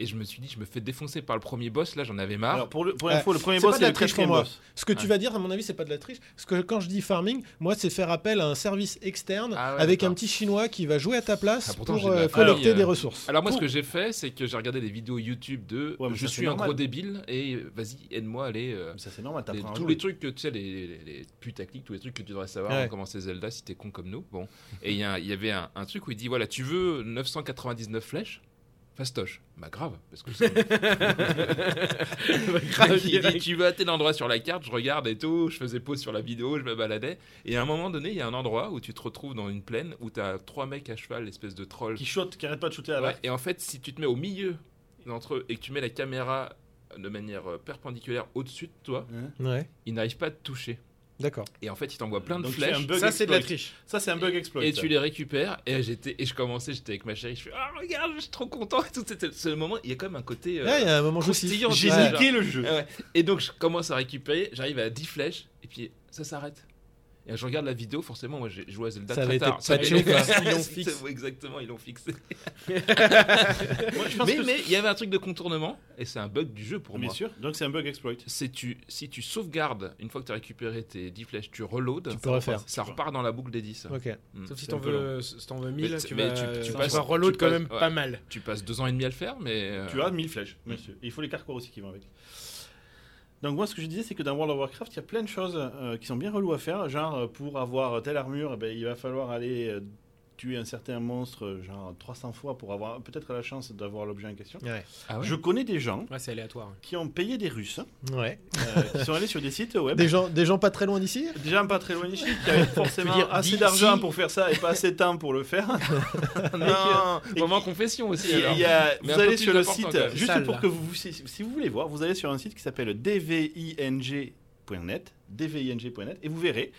S3: Et je me suis dit, je me fais défoncer par le premier boss. Là, j'en avais marre.
S1: Alors pour le pour
S2: Ouais.
S1: l'info, le premier
S2: C'est
S1: boss
S2: pas de
S1: c'est
S2: la
S1: le
S2: triche pour
S1: 13e
S2: moi.
S1: boss.
S2: Ce que tu
S3: Ouais.
S2: vas dire, à mon avis, c'est pas de la triche. Parce que quand je dis farming, moi, c'est faire appel à un service externe
S3: Ah ouais,
S2: avec
S3: d'accord.
S2: un petit chinois qui va jouer à ta place
S3: Ah, pourtant,
S2: pour
S3: j'ai de la
S2: euh,
S3: famille,
S2: collecter
S3: euh,
S2: des ressources.
S3: Alors, moi, ce
S2: Pour-
S3: que j'ai fait, c'est que j'ai regardé des vidéos YouTube de
S1: Ouais, mais
S3: je
S1: ça,
S3: suis
S1: c'est
S3: un
S1: normal.
S3: gros débile et euh, vas-y, aide-moi à aller. euh,
S1: Mais Ça c'est normal.
S3: les-
S1: t'apprends à
S3: tous
S1: jouer.
S3: les trucs que tu sais, les, les, les putaclics, tous les trucs que tu devrais savoir,
S2: Ouais.
S3: hein, comment c'est Zelda si t'es con comme nous. Bon, et il y, a un- il y avait un, un truc où il dit voilà, tu veux 999 flèches Fastoche. Bah grave, parce que
S1: [LAUGHS]
S3: c'est
S4: Grave,
S3: il dit tu veux à tel endroit sur la carte, je regarde et tout, je faisais pause sur la vidéo, je me baladais. Et à un moment donné, il y a un endroit où tu te retrouves dans une plaine où t'as trois mecs à cheval, l'espèce de troll.
S1: Qui shootent, qui arrêtent pas de shooter à
S3: Ouais,
S1: l'arc.
S3: et en fait, si tu te mets au milieu d'entre eux et que tu mets la caméra de manière euh, perpendiculaire au-dessus de toi,
S1: Hein.
S2: Ouais,
S3: ils n'arrivent pas à te toucher.
S2: d'accord.
S3: Et en fait, ils t'envoient plein de
S1: Hein. Donc, tu fais un
S3: flèches.
S1: bug
S4: Ça, c'est de la
S1: exploit.
S4: triche.
S1: Ça c'est un bug exploit.
S3: Et tu les récupères, et j'étais, et je commençais, j'étais avec ma chérie, je fais ah regarde, je suis trop content. Et tout, c'était- c'est le moment, il y a quand même un côté. euh,
S2: Là, il y a un moment jouissif.
S3: croustillant,
S1: J'ai
S3: tu vois, genre.
S1: niqué le jeu.
S3: Ah ouais. Et donc je commence à récupérer, j'arrive à 10 flèches, et puis ça s'arrête. Et je regarde la vidéo, forcément, moi j'ai joué à Zelda
S2: Ça
S3: très
S2: avait
S3: tard.
S2: été
S3: Ça,
S2: patché,
S3: ils l'ont
S2: quoi.
S3: fixé.
S2: Ils l'ont fixé.
S3: [LAUGHS] Exactement, ils l'ont fixé.
S1: Moi, je pense
S3: Mais
S1: que-
S3: mais il y avait un truc de contournement, et c'est un bug du jeu pour
S1: Bien
S3: moi.
S1: sûr. Donc c'est un bug exploit.
S3: C'est tu, si tu sauvegardes, une fois que tu as récupéré tes 10 flèches, tu reloads,
S2: Tu peux refaire.
S3: ça repart dans la boucle des 10.
S2: Ok.
S3: Mm.
S4: Sauf si
S3: C'est
S4: t'en
S3: un peu long.
S4: veux, si t'en veux 1000,
S3: Mais
S4: tu
S3: tu- mais
S4: vas,
S3: tu- tu
S4: tu
S3: passes-
S4: vas reload
S3: tu
S4: quand même
S3: passes-
S4: pas
S3: ouais.
S4: mal.
S3: Tu passes deux ans et demi à le faire, mais. euh,
S1: Tu as 1000 flèches, monsieur. Et il faut les carcos aussi qui vont avec. Donc moi, ce que je disais, c'est que dans World of Warcraft, il y a plein de choses euh, qui sont bien reloues à faire. Genre, euh, pour avoir telle armure, eh ben, il va falloir aller euh, tuer un certain monstre, euh, genre 300 fois, pour avoir peut-être la chance d'avoir l'objet en question.
S2: Ouais.
S3: ah ouais.
S1: Je connais des gens
S4: Ouais, c'est aléatoire.
S1: qui ont payé des Russes, hein,
S2: Ouais.
S1: euh, qui sont allés sur des sites web.
S2: Des, gens, des gens pas très loin d'ici
S1: Déjà pas très loin d'ici, qui avaient forcément
S4: dire
S1: assez
S4: d'ici.
S1: d'argent pour faire ça et pas assez de temps pour le faire.
S2: [LAUGHS]
S3: Non,
S1: Et-
S3: moment confession aussi.
S1: Il y a-
S3: alors.
S1: il y a-
S3: Mais un
S1: vous
S3: peu
S1: allez
S3: plus
S1: sur le
S3: important,
S1: site,
S3: quand même.
S1: juste
S4: Sale,
S1: pour
S4: là.
S1: que vous, si, si vous voulez voir, vous allez sur un site qui s'appelle dving.net, dving.net, et vous verrez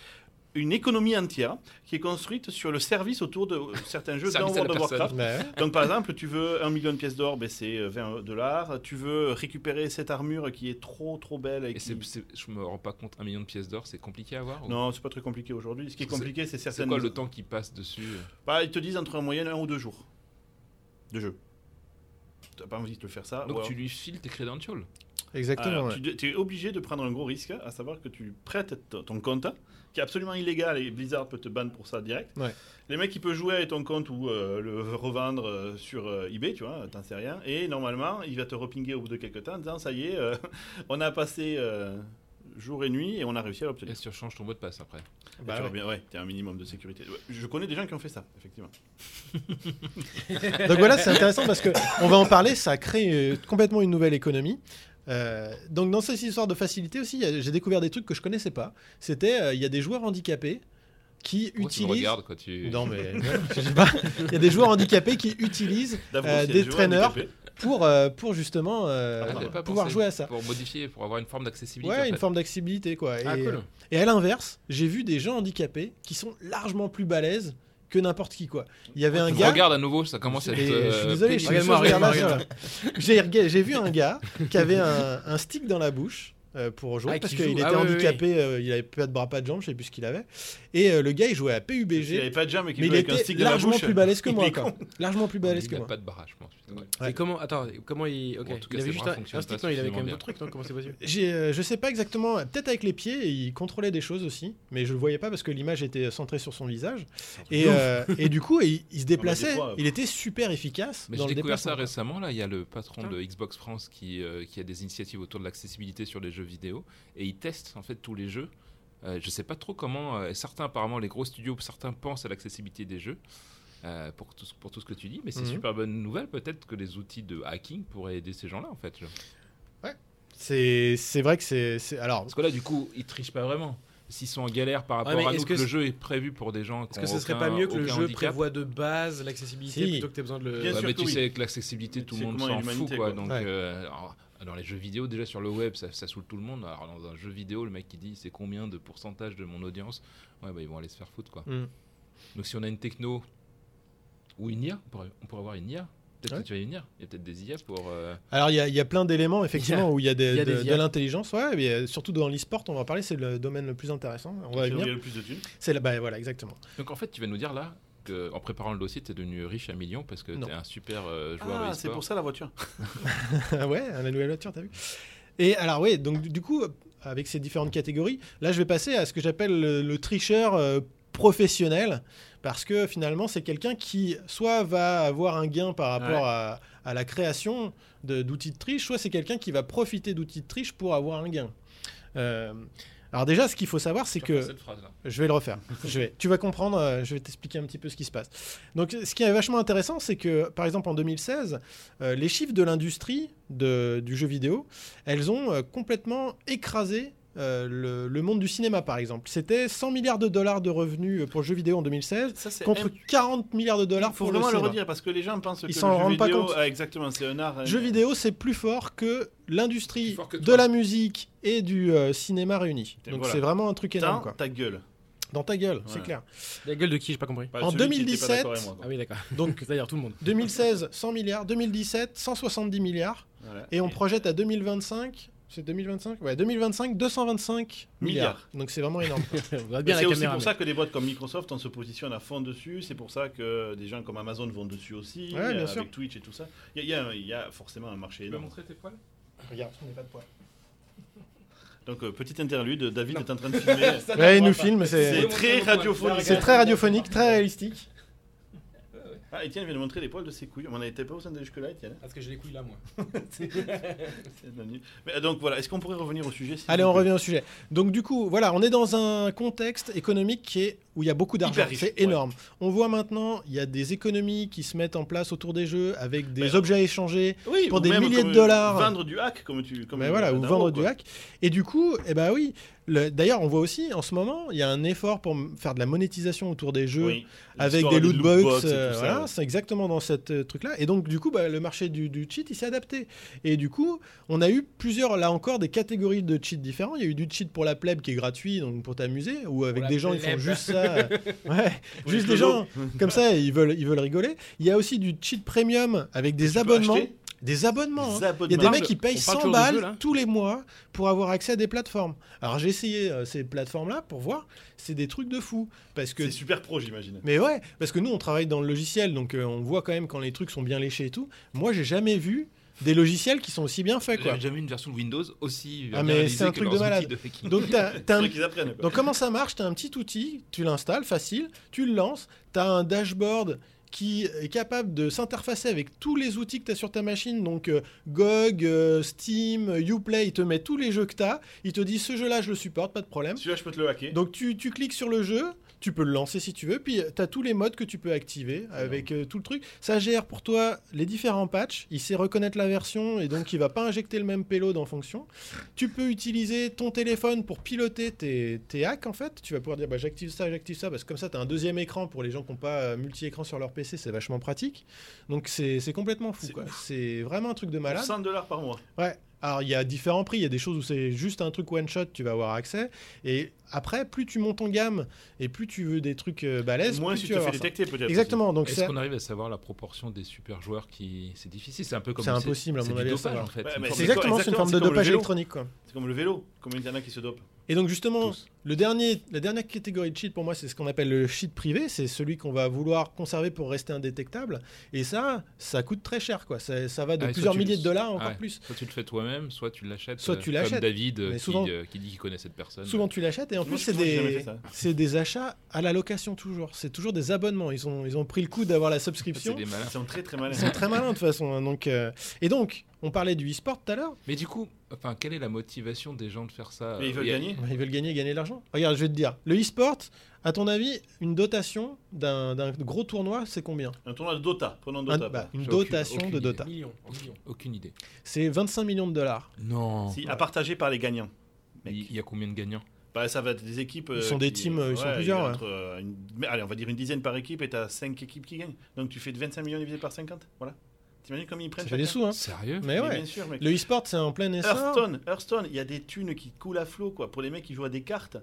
S1: une économie entière qui est construite sur le service autour de euh, certains jeux dans
S3: [LAUGHS] Service à la
S1: World of
S3: personne.
S1: Warcraft.
S2: Bah ouais.
S1: Donc par exemple, tu veux un million de pièces d'or, ben, c'est 20 dollars. Tu veux récupérer cette armure qui est trop trop belle. Et
S3: Et
S1: qui-
S3: c'est- c'est- je me rends pas compte, un million de pièces d'or, c'est compliqué à avoir ou-
S1: Non, c'est pas très compliqué aujourd'hui. Ce qui est
S3: C'est-
S1: compliqué, c'est
S3: C'est
S1: certaines...
S3: quoi le temps qui passe dessus
S1: Bah, ils te disent entre en moyenne un ou deux jours de jeu. T'as pas envie de faire
S2: Ah,
S1: ça
S3: Donc
S1: ouais.
S3: tu lui files tes credentials.
S2: Exactement.
S1: Ah, Alors,
S2: ouais.
S1: tu de- t'es obligé de prendre un gros risque, à savoir que tu prêtes t- ton compte, qui est absolument illégal et Blizzard peut te ban pour ça direct.
S2: Ouais.
S1: Les mecs, ils peuvent jouer avec ton compte ou euh, le [LAUGHS] revendre euh, sur euh, eBay, tu vois, t'en sais rien. Et normalement, il va te repinguer au bout de quelques temps en disant Ça y est, euh, [LAUGHS] on a passé euh, jour et nuit et on a réussi à l'obtenir.
S3: Et tu rechanges ton mot de passe après.
S1: Et
S2: Bah
S1: tu
S2: ouais.
S1: reviens- ouais, t'as un minimum de sécurité. Ouais, Je connais des gens qui ont fait ça, effectivement.
S2: Donc voilà, c'est intéressant parce que on va en parler, ça crée euh, complètement une nouvelle économie. Euh, donc dans cette histoire de facilité aussi, il y a- j'ai découvert des trucs que je connaissais pas. C'était, euh, il y a des joueurs handicapés qui
S3: Pourquoi tu me
S2: utilisent.
S3: regardes quand tu.
S2: Non, mais euh, non, je sais pas. Il y a des joueurs handicapés qui utilisent
S1: Davros,
S2: Euh,
S1: il y a
S2: des
S1: joueurs
S2: traîneurs.
S1: handicapés.
S2: pour, euh, pour justement euh,
S3: Ah, j'avais pas
S2: pouvoir
S3: pensé.
S2: jouer à ça.
S3: Pour modifier, pour avoir une forme d'accessibilité. en
S2: Ouais, une
S3: fait.
S2: forme d'accessibilité quoi. Et, euh,
S4: Ah, cool.
S2: et à l'inverse, j'ai vu des gens handicapés qui sont largement plus balèzes que n'importe qui quoi. Il y avait un
S3: Tu me
S2: gars.
S3: regardes à nouveau, ça commence à être.
S2: Et je suis
S3: euh,
S2: désolé, je
S3: pénible.
S2: suis
S4: Regarde-moi,
S2: obligé de
S4: regarde-moi,
S2: regarder ça, là. J'ai rega- J'ai vu un gars qui avait un, un stick dans la bouche euh, pour jouer
S4: Ah,
S2: parce
S4: qui
S2: qu'il
S4: joue.
S2: était
S4: Ah, oui, oui,
S2: handicapé, euh, il avait pas de bras, pas de jambes, je sais plus ce qu'il avait. Et euh, le gars, il jouait à PUBG.
S1: Il avait pas de jam et qu'il
S2: Mais il
S1: jouait avec un
S2: était
S1: stick dans la
S2: largement
S1: bouche.
S2: plus balèze
S1: [LAUGHS]
S2: que
S1: Il
S2: moi,
S1: est
S2: quoi.
S1: con.
S2: Largement plus balèze
S3: Il
S2: que
S3: n'a
S2: moi.
S3: pas de barrage, je pense. putain, ouais.
S4: Et comment Attends, comment il. Ok,
S3: Bon, en tout cas,
S4: il
S3: ses
S4: avait juste
S3: bras
S4: un,
S3: fonctionnent
S4: un stick,
S3: pas
S4: non, il avait quand
S3: suffisamment
S4: même
S3: bien.
S4: d'autres trucs, non Comment c'est possible
S2: J'ai, euh, je sais pas exactement, peut-être avec les pieds, et il contrôlait des choses aussi, mais je le voyais pas parce que l'image était centrée sur son visage. Et, euh, et du coup, il, il se déplaçait,
S1: fois, euh,
S2: il était super efficace
S3: Mais
S2: dans
S3: j'ai
S2: le
S3: découvert ça
S2: déplacement.
S3: récemment. Là, il y a le patron
S4: Putain.
S3: de Xbox France qui, euh, qui a des initiatives autour de l'accessibilité sur les jeux vidéo et il teste en fait tous les jeux. Euh, je sais pas trop comment. euh, certains, apparemment, les gros studios, certains pensent à l'accessibilité des jeux. euh, pour, tout, ce- pour tout ce que tu dis, mais c'est
S2: Mhm.
S3: super bonne nouvelle. Peut-être que les outils de hacking pourraient aider ces gens-là en fait. genre.
S2: C'est, c'est vrai que c'est, c'est- alors
S3: Parce que là, du coup, ils trichent pas vraiment. S'ils sont en galère par rapport
S4: mais
S3: à
S4: est-ce
S3: nous,
S4: que
S3: que, le
S4: c'est-
S3: jeu est prévu pour des gens.
S4: Est-ce que ce serait pas mieux que le jeu
S3: prévoit
S4: prévoit de base l'accessibilité
S2: Si.
S4: plutôt que t'aies besoin de le.
S1: Bien
S3: Ouais,
S1: sûr
S3: mais
S1: que
S3: tu
S1: oui.
S3: sais que l'accessibilité,
S1: Mais
S3: tout
S1: c'est
S3: le monde
S1: comment
S3: s'en
S1: l'humanité,
S3: fout. Quoi.
S1: quoi.
S3: Donc,
S2: Ouais.
S3: euh, alors, dans les jeux vidéo, déjà sur le web, ça, ça saoule tout le monde. Alors, dans un jeu vidéo, le mec qui dit c'est combien de pourcentage de mon audience, ouais, bah, ils vont aller se faire foutre. Quoi.
S2: Mm.
S3: Donc, si on a une techno ou une IA, on pourrait, on pourrait avoir une IA. Peut-être
S2: Ouais.
S3: que tu as une IA. Il y a peut-être des IA pour. euh,
S2: Alors, il y, a- il y a plein
S4: [LAUGHS]
S2: d'éléments, effectivement, où il y a, des-
S4: il y a
S2: de,
S4: des
S2: de
S4: IA.
S2: l'intelligence. Ouais, mais, euh, surtout dans l'e-sport, on va en parler, c'est le domaine le plus intéressant. On va y
S1: Il y a
S2: venir.
S1: le plus de thunes.
S2: C'est là, bah, voilà, exactement. [LAUGHS]
S3: Donc, en fait, tu vas nous dire là que, en préparant le dossier, tu es devenu riche à millions parce que
S2: Non.
S3: tu es un super euh, joueur
S1: Ah,
S3: de
S1: c'est
S3: e-sport.
S1: pour ça la voiture.
S2: ouais, la nouvelle voiture, t'as vu. Et alors, ouais, donc du- du coup, avec ces différentes catégories, là, je vais passer à ce que j'appelle le, le tricheur euh, professionnel, parce que finalement, c'est quelqu'un qui soit va avoir un gain par rapport à, à la création de- d'outils de triche, soit c'est quelqu'un qui va profiter d'outils de triche pour avoir un gain. Euh, alors déjà, ce qu'il faut savoir, c'est
S3: Tu vas
S2: que...
S3: faire cette phrase-là.
S2: Je vais le refaire. Je vais. Tu vas comprendre, euh, je vais t'expliquer un petit peu ce qui se passe. Donc, ce qui est vachement intéressant, c'est que, par exemple, en 2016, euh, les chiffres de l'industrie de- du jeu vidéo, elles ont euh, complètement écrasé euh, le, le monde du cinéma, par exemple. C'était 100 milliards de dollars de revenus euh, pour le jeu vidéo en 2016,
S1: Ça, c'est
S2: contre 40 milliards de dollars
S1: Il faut
S2: pour le
S1: vraiment le
S2: cinéma.
S1: redire parce que les gens pensent que
S2: Ils s'en
S1: le jeu
S2: rendent pas
S1: vidéo,
S2: compte.
S1: ah, exactement, c'est un art.
S2: Jeu
S1: euh,
S2: vidéo, c'est plus fort que
S3: Plus
S2: l'industrie
S3: fort que
S2: de
S3: toi.
S2: la musique et du euh, cinéma réunis.
S1: Et
S2: Donc,
S1: voilà.
S2: c'est vraiment un truc énorme.
S1: Putain,
S2: quoi.
S1: ta gueule.
S2: Dans ta gueule, c'est
S1: Voilà.
S2: clair.
S4: La gueule de qui J'ai pas compris.
S1: Pas
S2: En
S1: celui qui était pas
S2: 2017,
S1: d'accord avec moi, quoi.
S4: Ah oui, d'accord. Donc, d'ailleurs, tout le monde.
S2: 2016, 100 milliards. 2017, 170 milliards.
S1: Voilà.
S2: Et on projette à 2025. C'est 2025 Ouais, 2025, 225 milliards.
S1: Milliards.
S2: Donc c'est vraiment [LAUGHS] énorme.
S4: Regarde
S1: Mais
S4: bien la
S1: C'est aussi
S4: caméra.
S1: pour
S4: mec.
S1: ça que des boîtes comme Microsoft, on se positionne à fond dessus. C'est pour ça que des gens comme Amazon vont dessus aussi,
S2: Ouais,
S1: euh,
S2: bien
S1: avec
S2: sûr.
S1: Twitch et tout ça. Il y, a- il y a un- il y a forcément un marché
S3: Tu peux
S1: énorme.
S3: montrer tes poils
S2: Regarde, on n'est pas de poids.
S1: Donc, euh, petite interlude, David est en train de filmer.
S2: [LAUGHS] Ouais, il nous filme, c'est
S1: C'est
S3: Ouais.
S1: très radiophonique.
S2: c'est très radiophonique, très réalistique.
S1: Ah, Etienne vient de montrer les poils de ses couilles. On n'était pas au sein de jusque-là, Etienne.
S4: Parce que j'ai les couilles là, moi. [LAUGHS]
S1: C'est devenu- Mais euh, donc voilà, est-ce qu'on pourrait revenir au sujet s'il
S2: Allez,
S1: vous
S2: on
S1: plaît
S2: revient au sujet. Donc du coup, voilà, on est dans un contexte économique qui est où il y a beaucoup d'argent.
S1: Hyper riche,
S2: C'est
S1: ouais.
S2: énorme. On voit maintenant, il y a des économies qui se mettent en place autour des jeux avec des
S1: Mais-
S2: objets échangés.
S1: Oui,
S2: pour
S1: ou
S2: des
S1: même
S2: milliers de
S1: comme-
S2: dollars.
S1: Vendre du hack, comme tu. Comme
S2: Mais voilà,
S1: euh,
S2: ou
S1: Dao,
S2: vendre du
S1: quoi.
S2: hack. Et du coup, eh ben oui. le- D'ailleurs, on voit aussi en ce moment, il y a un effort pour m- faire de la monétisation autour des jeux
S1: Oui,
S2: avec
S1: l'histoire
S2: des
S1: du
S2: loot box.
S1: et tout
S2: euh,
S1: ça,
S2: voilà,
S1: ouais.
S2: c'est exactement dans ce truc-là. Et donc, du coup, bah, le marché du, du cheat, il s'est adapté. Et du coup, on a eu plusieurs, là encore, des catégories de cheats différents. Il y a eu du cheat pour la plèbe qui est gratuit, donc pour t'amuser, ou avec
S4: la
S2: des gens, ils font
S4: plèbe.
S2: juste
S4: [LAUGHS]
S2: ça. euh, ouais,
S1: Pour
S2: juste
S1: les
S2: des gens,
S1: clodos.
S2: comme ça, ils veulent, ils veulent rigoler. Il y a aussi du cheat premium avec des
S1: Tu peux
S2: abonnements.
S1: acheter
S2: Des abonnements.
S1: des
S2: hein. Il y a
S1: abonnements.
S2: des
S4: Marge,
S2: mecs qui payent
S4: on
S2: 100
S4: parle toujours de
S2: balles
S4: jeu, là
S2: tous les mois pour avoir accès à des plateformes. Alors j'ai essayé euh, ces plateformes-là pour voir, c'est des trucs de fou. Parce que
S1: C'est super pro, j'imagine.
S2: mais ouais, parce que nous on travaille dans le logiciel, donc euh, on voit quand même quand les trucs sont bien léchés et tout. Moi j'ai jamais vu des logiciels qui sont aussi bien faits quoi.
S3: J'avais jamais vu une version de Windows aussi. euh,
S2: Ah,
S3: bien
S2: mais
S3: réalisée
S2: c'est un
S3: que
S2: truc de
S3: leurs outils
S2: malade.
S3: hacking.
S2: Donc t'as- t'as un-
S1: Faudrait qu'ils apprennent. quoi.
S2: donc comment ça marche T'as un petit outil, tu l'installes, facile, tu le lances, t'as un dashboard qui est capable de s'interfacer avec tous les outils que tu as sur ta machine, donc euh, GOG, euh, Steam, euh, Uplay, il te met tous les jeux que tu as, il te dit ce jeu-là je le supporte, pas de problème.
S1: Celui-là, je peux te le hacker.
S2: Donc tu, tu cliques sur le jeu, Tu peux le lancer si tu veux. Puis tu as tous les modes que tu peux activer avec euh, tout le truc. Ça gère pour toi les différents patchs. Il sait reconnaître la version et donc il va pas injecter le même payload en fonction. Tu peux utiliser ton téléphone pour piloter tes, tes hacks en fait. Tu vas pouvoir dire bah, j'active ça, j'active ça parce que comme ça tu as un deuxième écran pour les gens qui n'ont pas euh, multi-écran sur leur PC. C'est vachement pratique. Donc c'est c'est complètement fou.
S1: C'est
S2: quoi. C'est vraiment un truc de malade.
S1: 5 dollars par mois.
S2: Ouais. Alors, il y a différents prix. Il y a des choses où c'est juste un truc one shot, tu vas avoir accès. Et après, plus tu montes en gamme et plus tu veux des trucs euh, balèzes,
S1: Moins
S2: plus
S1: si
S2: tu
S1: tu te fais
S2: vas
S1: euh,
S2: avoir ça.
S1: détecter peut-être.
S2: Exactement. Donc,
S3: Est-ce
S2: c'est
S3: qu'on arrive à savoir la proportion des super joueurs qui. C'est difficile, c'est un peu comme.
S2: C'est impossible, à
S3: c'est
S2: mon
S3: du
S2: avis, à
S3: dopage,
S2: savoir.
S3: en fait.
S1: Ouais,
S3: Une
S1: mais
S3: forme
S2: c'est
S1: c'est
S3: de-
S2: exactement, c'est une
S1: exactement,
S2: forme
S1: c'est
S2: de
S1: comme le
S2: dopage
S1: vélo.
S2: électronique. Quoi.
S1: aussi. C'est comme le vélo. Combien il y en a qui se dopent
S2: Et donc, justement,
S1: Tous.
S2: le dernier, la dernière catégorie de cheat, pour moi, c'est ce qu'on appelle le cheat privé. C'est celui qu'on va vouloir conserver pour rester indétectable. Et ça, ça coûte très cher. Quoi. Ça, ça va de
S3: Ah, et
S2: plusieurs
S3: soit tu le-
S2: milliers de dollars, encore
S1: ah
S3: ouais.
S2: plus.
S3: Soit tu le fais toi-même, soit tu l'achètes.
S2: Soit
S3: euh,
S2: tu l'achètes.
S3: Comme David euh,
S2: Mais
S3: qui,
S2: souvent-
S3: euh, qui dit qu'il connaît cette personne.
S2: Souvent tu l'achètes et en
S1: Bah, Moi,
S2: plus
S1: je
S2: c'est
S1: crois que j'ai jamais fait
S2: des,
S1: ça.
S2: c'est des achats à la location toujours. C'est toujours des abonnements. Ils ont, ils ont pris le coup d'avoir la
S3: c'est
S2: subscription.
S3: des malins.
S1: Ils sont très très
S2: Ils
S1: malins.
S2: sont très malins de toute façon. hein, donc, euh, Et donc, on parlait du e-sport tout à l'heure.
S3: Mais du coup, enfin, quelle est la motivation des gens de faire ça
S1: Mais ils veulent
S3: Euh, Il y a-
S1: gagner.
S2: Bah, Ils veulent gagner, gagner de l'argent. Regarde, je vais te dire. Le e-sport, à ton avis, une dotation d'un d'un gros tournoi, c'est combien
S1: Un tournoi de Dota. Prenons
S2: Un-
S1: Dota.
S2: bah, Une
S3: J'ai aucune-
S2: dotation
S3: aucune
S2: de
S3: idée.
S2: Dota.
S4: Millions, millions.
S3: Aucune idée.
S2: C'est 25 millions de dollars.
S3: Non.
S1: Si, à partager par les gagnants.
S3: Il il y a combien de gagnants
S1: Bah, ça va être des équipes. euh,
S2: sont des
S1: qui-
S2: teams, euh, ils sont
S1: ouais,
S2: plusieurs,
S1: il y a
S2: ouais.
S1: entre, euh, une- mais allez, on va dire une dizaine par équipe et t'as 5 équipes qui gagnent. Donc tu fais de 25 millions divisé par 50. Voilà. T'imagines combien ils
S2: Ça
S1: prennent
S2: fait des
S1: chacun
S2: sous, hein
S3: Sérieux
S2: Mais
S1: Mais
S2: ouais.
S1: Bien sûr, mec.
S2: Le e-sport, c'est en plein essor.
S1: Hearthstone, Hearthstone, il y a des thunes qui coulent à flot quoi. Pour les mecs qui jouent à des cartes,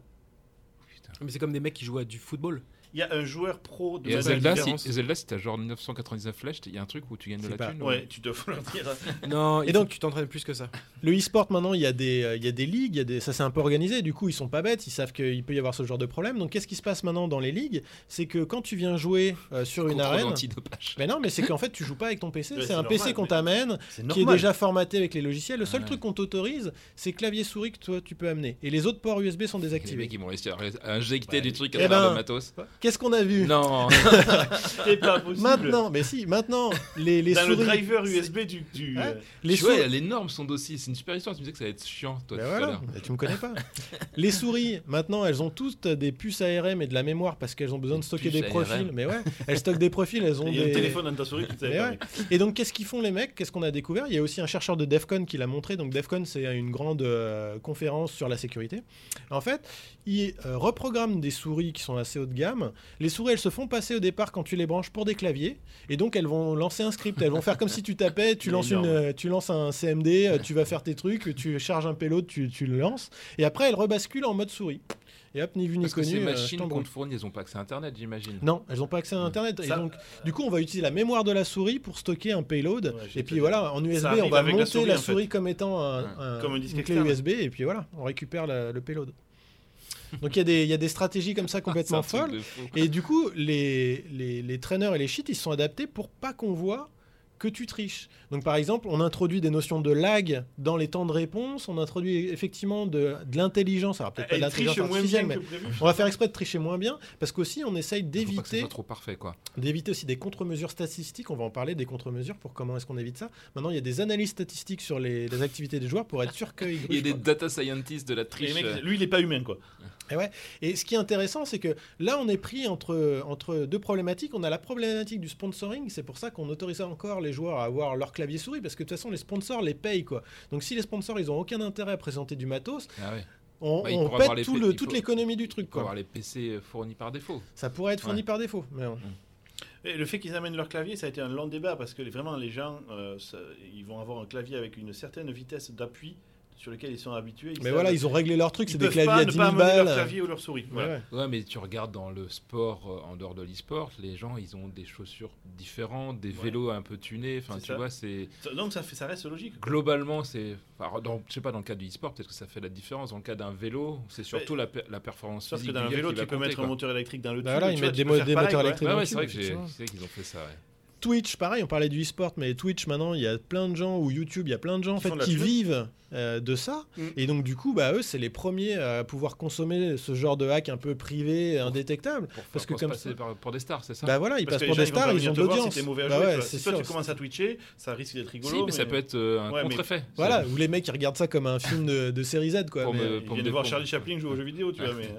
S3: Putain.
S4: Mais c'est comme des mecs qui jouent à du football.
S1: il y a un joueur pro de
S3: Et à
S1: la
S3: Zelda, si,
S1: différence.
S3: et Zelda, si t'as genre 999 flèches, il y a un truc où tu gagnes de
S2: C'est
S3: la
S2: pas-
S3: thune.
S1: Ouais, tu te faut leur
S2: [LAUGHS]
S1: dire.
S4: Non,
S2: Et
S4: [LAUGHS] et donc
S2: donc-
S4: tu t'entraînes plus que ça.
S2: Le e-sport maintenant, il y a des, euh, il y a des ligues, il y a des, ça s'est un peu organisé. Du coup, ils sont pas bêtes, ils savent qu'il peut y avoir ce genre de problème. Donc, qu'est-ce qui se passe maintenant dans les ligues C'est que quand tu viens jouer euh, sur une
S3: Contrôle
S2: arène,
S3: anti-dopage.
S2: mais non, mais c'est qu'en fait, tu joues pas avec ton PC.
S1: Ouais,
S2: c'est
S1: c'est
S2: un
S1: normal,
S2: PC qu'on
S1: mais-
S2: t'amène,
S1: C'est
S2: qui est
S1: normal.
S2: déjà formaté avec les logiciels. Le seul
S3: Ouais.
S2: truc qu'on t'autorise, c'est clavier-souris que toi tu peux amener. Et les autres ports USB sont
S3: Les
S2: désactivés.
S3: mecs, ils vont réussir à ré- à injecter
S1: Ouais.
S3: du truc
S2: Eh
S3: à travers
S2: ben.
S3: le matos.
S2: Qu'est-ce qu'on a vu
S3: Non,
S1: [LAUGHS] C'est pas possible.
S2: [LAUGHS] Maintenant, mais si, maintenant, les,
S3: [LAUGHS]
S2: les
S1: Dans
S2: souris, Hein
S1: le driver USB du. du
S2: Ouais.
S1: euh,
S2: les
S3: tu vois,
S2: sou-
S3: elle est énorme son dossier. C'est une super histoire. Tu me disais que ça va être chiant, toi,
S2: Ben
S3: tout à
S2: voilà,
S3: l'heure.
S2: ben tu me connais
S3: [LAUGHS]
S2: pas. les souris, maintenant, elles ont toutes des puces ARM et de la mémoire parce qu'elles ont besoin de
S3: Des
S2: stocker
S3: puces
S2: des
S3: ARM.
S2: profils. Mais ouais, elles stockent des profils,
S3: [LAUGHS]
S2: elles ont
S1: Il y a
S2: des.
S1: un téléphone dans ta souris, tu le savais
S2: Mais
S1: pas,
S2: ouais.
S1: mec.
S2: [LAUGHS] Et donc, qu'est-ce qu'ils font les mecs Qu'est-ce qu'on a découvert Il y a aussi un chercheur de DEFCON qui l'a montré. Donc, DEFCON, c'est une grande euh, conférence sur la sécurité. En fait, ils euh, reprogramment des souris qui sont assez haut de gamme. Les souris, elles se font passer au départ quand tu les branches pour des claviers. Et donc, elles vont lancer un script. Elles vont faire comme si tu tapais,
S1: Il
S2: tu
S1: est
S2: lances, une,
S1: énorme.
S2: euh, tu lances un CMD, euh, tu vas faire tes trucs, tu charges un payload, tu, tu le lances. Et après, elles rebasculent en mode souris. Et hop, ni vu ni
S3: Parce que
S2: connu.
S3: ces
S2: euh, je
S3: machines
S2: t'embrouille.
S3: qu'on te fournit, elles ont pas accès à Internet, j'imagine.
S2: Non, elles n'ont pas accès à Internet. Et
S1: Hmm. Ça-
S2: donc, du coup, on va utiliser la mémoire de la souris pour stocker un payload.
S1: Ouais, j'ai
S2: et puis
S1: pas
S2: voilà, en USB,
S1: arrive
S2: on va
S1: avec la
S2: monter
S1: souris, en fait.
S2: comme étant un,
S3: Ouais.
S2: un-
S1: Comme un disque
S2: une clé
S1: externe.
S2: USB. Et puis voilà, on récupère la-
S1: [LAUGHS]
S2: le payload. Donc il y, a des- il y a des stratégies comme
S1: Ah,
S2: ça complètement
S3: C'est un truc
S2: folles.
S3: de fou.
S2: Et du coup, les, les, les traîneurs et les cheats, ils se sont adaptés pour pas qu'on voit que tu triches. Donc par exemple, on introduit des notions de lag dans les temps de réponse, on introduit effectivement de, de l'intelligence, alors peut-être pas de
S1: Elle triche
S2: l'intelligence
S1: moins bien
S2: artificielle, mais
S1: que prévu.
S2: on va faire exprès de tricher moins bien, parce qu'aussi on essaye
S3: Faut pas que ce
S2: d'éviter
S3: soit trop parfait, quoi.
S2: d'éviter aussi des contre-mesures statistiques. On va en parler des contre-mesures pour comment est-ce qu'on évite ça. Maintenant, il y a des analyses statistiques sur les, les activités des joueurs pour être sûr qu'ils
S3: Il y a
S2: grugent,
S3: des
S2: quoi.
S3: data scientists de la
S1: Et les
S3: triche.
S1: mecs,
S3: euh,
S1: lui, il est pas humain, quoi.
S2: Et ce qui est intéressant, c'est que là, on est pris entre, entre deux problématiques. On a la problématique du sponsoring. C'est pour ça qu'on autorise encore les joueurs à avoir leur clavier souris parce que de toute façon, les sponsors les payent quoi. Donc si les sponsors, ils ont aucun intérêt à présenter du matos,
S3: Ah ouais.
S2: on,
S3: Bah, il
S2: on
S3: pourra avoir
S2: pète
S3: les
S2: tout
S3: pa-
S2: le-
S3: il
S2: toute
S3: faut-
S2: l'économie du truc
S3: Pour avoir
S2: quoi.
S3: les PC fournis par défaut.
S2: Ça pourrait être fourni
S3: Ouais.
S2: par défaut, mais on-
S1: Et le fait qu'ils amènent leur clavier, ça a été un long débat parce que les- vraiment les gens, euh, ça- ils vont avoir un clavier avec une certaine vitesse d'appui sur lequel ils sont habitués.
S2: mais voilà, ils ont réglé leur truc. C'est des claviers
S1: pas,
S2: à
S1: ne
S2: 10
S1: pas
S2: 000
S1: amener leur
S2: balles.
S1: clavier ou leur souris. Voilà.
S2: Ouais, ouais.
S3: Ouais, mais tu regardes dans le sport, euh, en dehors de l'e-sport, les gens, ils ont des chaussures différentes, des
S1: Ouais.
S3: vélos un peu tunés. Enfin,
S1: C'est
S3: tu
S1: ça.
S3: vois, c'est
S1: Ça- Donc ça, fait, ça reste logique.
S3: globalement, c'est. Enfin, dans- je sais pas, dans le cas du e-sport, peut-être que ça fait la différence. Dans le cas d'un vélo, c'est surtout la, pe- la performance
S1: Parce
S3: physique.
S1: que dans
S3: du
S1: un
S3: gars
S1: vélo,
S3: qui va
S1: tu peux
S3: compter,
S1: mettre
S3: quoi.
S1: un moteur électrique dans le
S2: Bah
S1: tube,
S2: voilà,
S1: tu
S2: ils
S1: vois,
S2: mettent
S1: tu
S2: des,
S1: peux
S2: mo-
S1: faire
S2: des
S1: pareil,
S2: moteurs
S1: quoi.
S2: électriques.
S3: Ouais,
S2: dans
S3: ouais,
S2: le
S3: c'est
S2: tube,
S3: vrai que j'ai-
S2: effectivement.
S3: c'est vrai qu'ils ont fait ça. ouais.
S2: Twitch, pareil, on parlait du e-sport, mais Twitch maintenant, il y a plein de gens, ou YouTube, il y a plein de gens en
S1: Qui
S2: fait,
S1: font de la
S2: qui
S1: thune.
S2: vivent euh, de ça.
S1: Mm.
S2: Et donc, du coup, bah, eux, c'est les premiers à pouvoir consommer ce genre de hack un peu privé, indétectable.
S3: Pour faire-
S2: Parce que
S3: pour se
S2: comme
S3: passer
S2: ça-
S3: par- pour des stars, c'est ça
S2: Bah voilà, ils
S1: Parce que les
S2: passent pour
S1: gens, ils
S2: des
S1: vont pas
S2: stars, ils
S1: venir
S2: ont de
S1: te voir si
S2: l'audience.
S1: t'es mauvais à
S2: Bah
S1: jouer,
S2: ouais,
S1: tu vois.
S2: c'est
S1: Si toi tu
S2: sûr.
S1: commences à twitcher, ça risque d'être rigolo.
S3: Si, mais ça peut être euh, un
S1: Ouais, mais-
S3: contre-effet.
S2: Voilà, ou les mecs, ils regardent ça comme un film de, de série Z, quoi.
S3: Pour
S2: mais-
S3: me-
S1: Ils
S3: pour
S1: viennent
S3: me
S1: voir
S3: défendre. [LAUGHS]
S1: Charlie Chaplin jouer aux jeux vidéo, tu vois.
S3: Ouais.
S1: Mais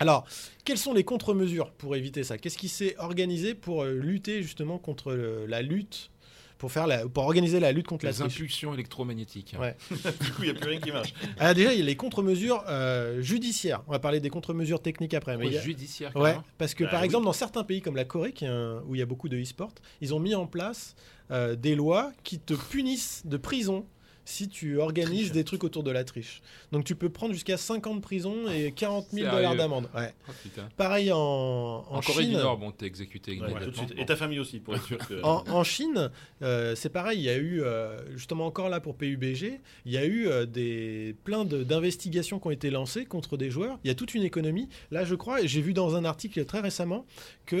S2: Alors, quelles sont les contre-mesures pour éviter ça Qu'est-ce qui s'est organisé pour euh, lutter justement contre euh, la lutte, pour, faire la, pour organiser la lutte contre la
S3: Les
S2: triche
S3: impulsions électromagnétiques.
S2: Ouais.
S1: Du coup, il n'y a plus rien qui marche.
S2: Ah, Déjà, il y a les contre-mesures euh, judiciaires. On va parler des contre-mesures techniques après. mais il y a-
S3: judiciaire.
S2: Ouais,
S3: carrément.
S2: parce que
S1: Bah
S2: par
S1: oui.
S2: exemple, dans certains pays comme la Corée, qui est un- où il y a beaucoup de e-sport, ils ont mis en place euh, des lois qui te punissent de prison si tu organises des trucs autour de la triche. Donc tu peux prendre jusqu'à 5 ans de prison et 40 000 dollars
S3: Sérieux
S2: d'amende. Ouais.
S3: Oh, putain.
S2: Pareil en,
S3: En,
S2: en
S3: Corée
S2: Chine.
S3: du Nord, bon, t'es exécuté
S1: Ouais, tout de
S3: immédiatement.
S1: suite. Et ta famille aussi, pour être sûr que.
S2: En, en Chine, euh, c'est pareil, il y a eu, euh, justement encore là pour PUBG, il y a eu euh, des, plein de- d'investigations qui ont été lancées contre des joueurs. Il y a toute une économie. Là, je crois, et j'ai vu dans un article très récemment qu'ils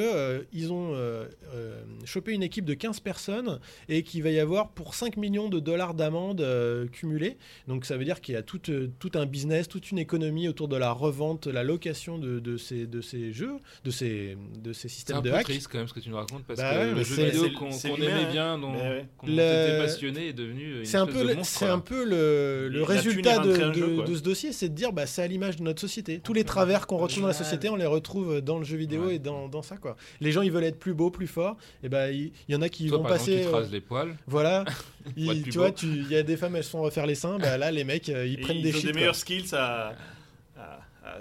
S2: ont euh, euh, chopé une équipe de 15 personnes et qu'il va y avoir pour 5 millions de dollars d'amende euh, cumulés. Donc ça veut dire qu'il y a tout, euh, tout un business, toute une économie autour de la revente, la location de, de ces, de ces jeux, de ces, de ces
S3: C'est
S2: systèmes
S3: un
S2: de
S3: peu
S2: hack.
S3: triste quand même ce que tu nous racontes parce
S2: Bah
S3: que
S2: ouais,
S3: le
S2: mais
S3: jeu
S2: c'est-
S3: vidéo
S1: c'est-
S3: qu'on
S1: c'est
S3: qu'on
S1: l'humain,
S3: aimait
S1: hein.
S3: bien, dont
S1: Mais ouais.
S3: qu'on
S2: Le-
S3: était passionné, est devenu une
S2: C'est un,
S3: espèce
S2: peu
S3: de
S2: le,
S3: monstre.
S2: c'est un
S3: là.
S2: peu le, le
S1: La
S2: résultat
S1: thune est rentrée
S2: de,
S1: dans le
S2: de-
S1: jeu, quoi.
S2: de ce dossier, c'est de dire bah, c'est à l'image de notre société. Tous les travers qu'on retrouve dans la société, on les retrouve dans le jeu vidéo
S3: Ouais.
S2: et dans, dans ça. quoi. Les gens, ils veulent être plus beaux, plus forts. Et ben il il y en a qui
S3: Toi,
S2: vont
S3: par
S2: passer.
S3: exemple, tu te
S2: euh,
S3: rases les poils. [LAUGHS]
S2: voilà. Ils-
S3: être plus
S2: tu
S3: beau.
S2: vois, tu- il y a des femmes, elles se font refaire les seins. Bah, là, les mecs, euh, ils
S1: Et
S2: prennent des
S1: ont
S2: shit.
S1: des
S2: quoi.
S1: meilleurs skills à. à- à- à-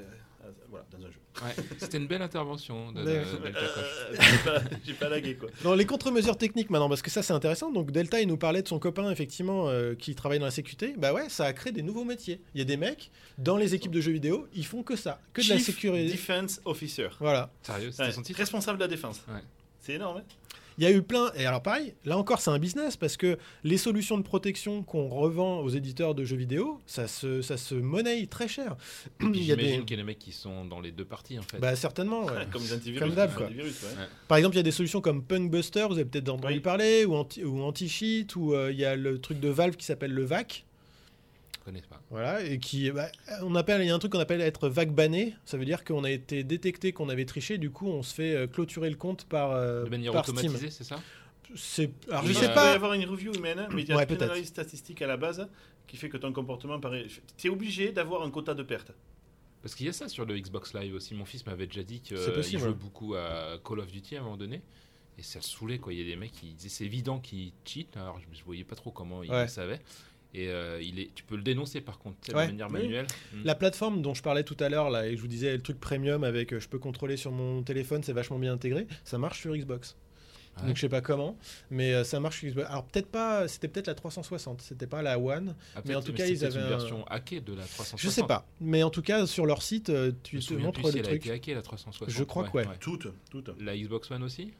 S1: Voilà, dans un jeu.
S3: Ouais. C'était une belle intervention de,
S2: Mais-
S3: de- de Delta Coche.
S1: Euh, [LAUGHS] j'ai pas- J'ai pas lagué quoi.
S2: Dans les contre-mesures techniques maintenant, parce que ça c'est intéressant. Donc Delta, il nous parlait de son copain effectivement euh, qui travaille dans la sécurité. Bah ouais, ça a créé des nouveaux métiers. Il y a des mecs dans les équipes de jeux vidéo, ils font que ça, que de la
S1: Chief
S2: sécurité.
S1: Defense Officer.
S2: Voilà.
S3: Sérieux, c'était
S1: Ouais,
S3: son titre
S1: Responsable de la défense.
S3: Ouais.
S1: C'est énorme. hein.
S2: Il y a eu plein, et alors pareil, là encore c'est un business parce que les solutions de protection qu'on revend aux éditeurs de jeux vidéo, ça se, ça se monnaie très cher.
S3: Et puis
S2: Il y a
S3: J'imagine
S2: des.
S3: qu'il y a des mecs qui sont dans les deux parties en fait.
S2: Bah certainement,
S3: [LAUGHS]
S2: ouais.
S1: [LAUGHS] Comme les antivirus.
S2: Comme d'hab,
S1: les
S2: quoi.
S1: antivirus, ouais.
S2: Par exemple, il y a des solutions comme Punkbuster, vous avez peut-être entendu
S1: Oui.
S2: parler, ou anti- ou Anti-Cheat, ou euh, il y a le truc de Valve qui s'appelle le VAC.
S3: Je connais pas.
S2: Voilà, et qui. bah, on appelle, il y a un truc qu'on appelle être VAC banné, ça veut dire qu'on a été détecté qu'on avait triché, du coup on se fait euh, clôturer le compte par, euh,
S3: De manière
S2: par Steam.
S3: automatisée, bah, c'est ça
S2: C'est- Alors
S1: Oui,
S2: je
S1: il
S2: sais
S1: peut y
S2: pas.
S1: avoir une review humaine, mais il y a
S2: Ouais,
S1: une
S2: peut-être.
S1: analyse statistique à la base qui fait que ton comportement paraît. Tu es obligé d'avoir un quota de perte.
S3: Parce qu'il y a ça sur le Xbox Live aussi. Mon fils m'avait déjà dit qu'il
S2: C'est possible,
S3: jouait
S2: ouais.
S3: beaucoup à Call of Duty à un moment donné. Et ça le saoulait, quoi. Il y a des mecs qui disaient c'est évident qu'ils cheat. Alors je, je voyais pas trop comment ils
S2: Ouais.
S3: le savaient. Et euh, il est, tu peux le dénoncer par contre, tu sais,
S2: Ouais.
S3: de manière
S1: Oui.
S3: manuelle. Mm.
S2: La plateforme dont je parlais tout à l'heure, là, et je vous disais le truc premium avec euh, je peux contrôler sur mon téléphone, c'est vachement bien intégré, ça marche sur Xbox.
S3: Ouais.
S2: Donc je sais pas comment, mais euh, ça marche sur Xbox. Alors peut-être pas, c'était peut-être la 360, c'était pas la One,
S3: Ah,
S2: mais en
S3: peut-être,
S2: tout cas, ils
S3: c'était
S2: avaient
S3: une
S2: un-
S3: version hackée de la 360.
S2: je sais pas. Mais en tout cas, sur leur site, euh,
S3: Je
S2: tu
S3: me
S2: te
S3: souviens plus
S2: montres
S3: si
S2: des
S3: elle a
S2: trucs.
S3: été hackée la 360.
S2: Je crois que ouais.
S1: Toutes, toutes.
S3: La Xbox One aussi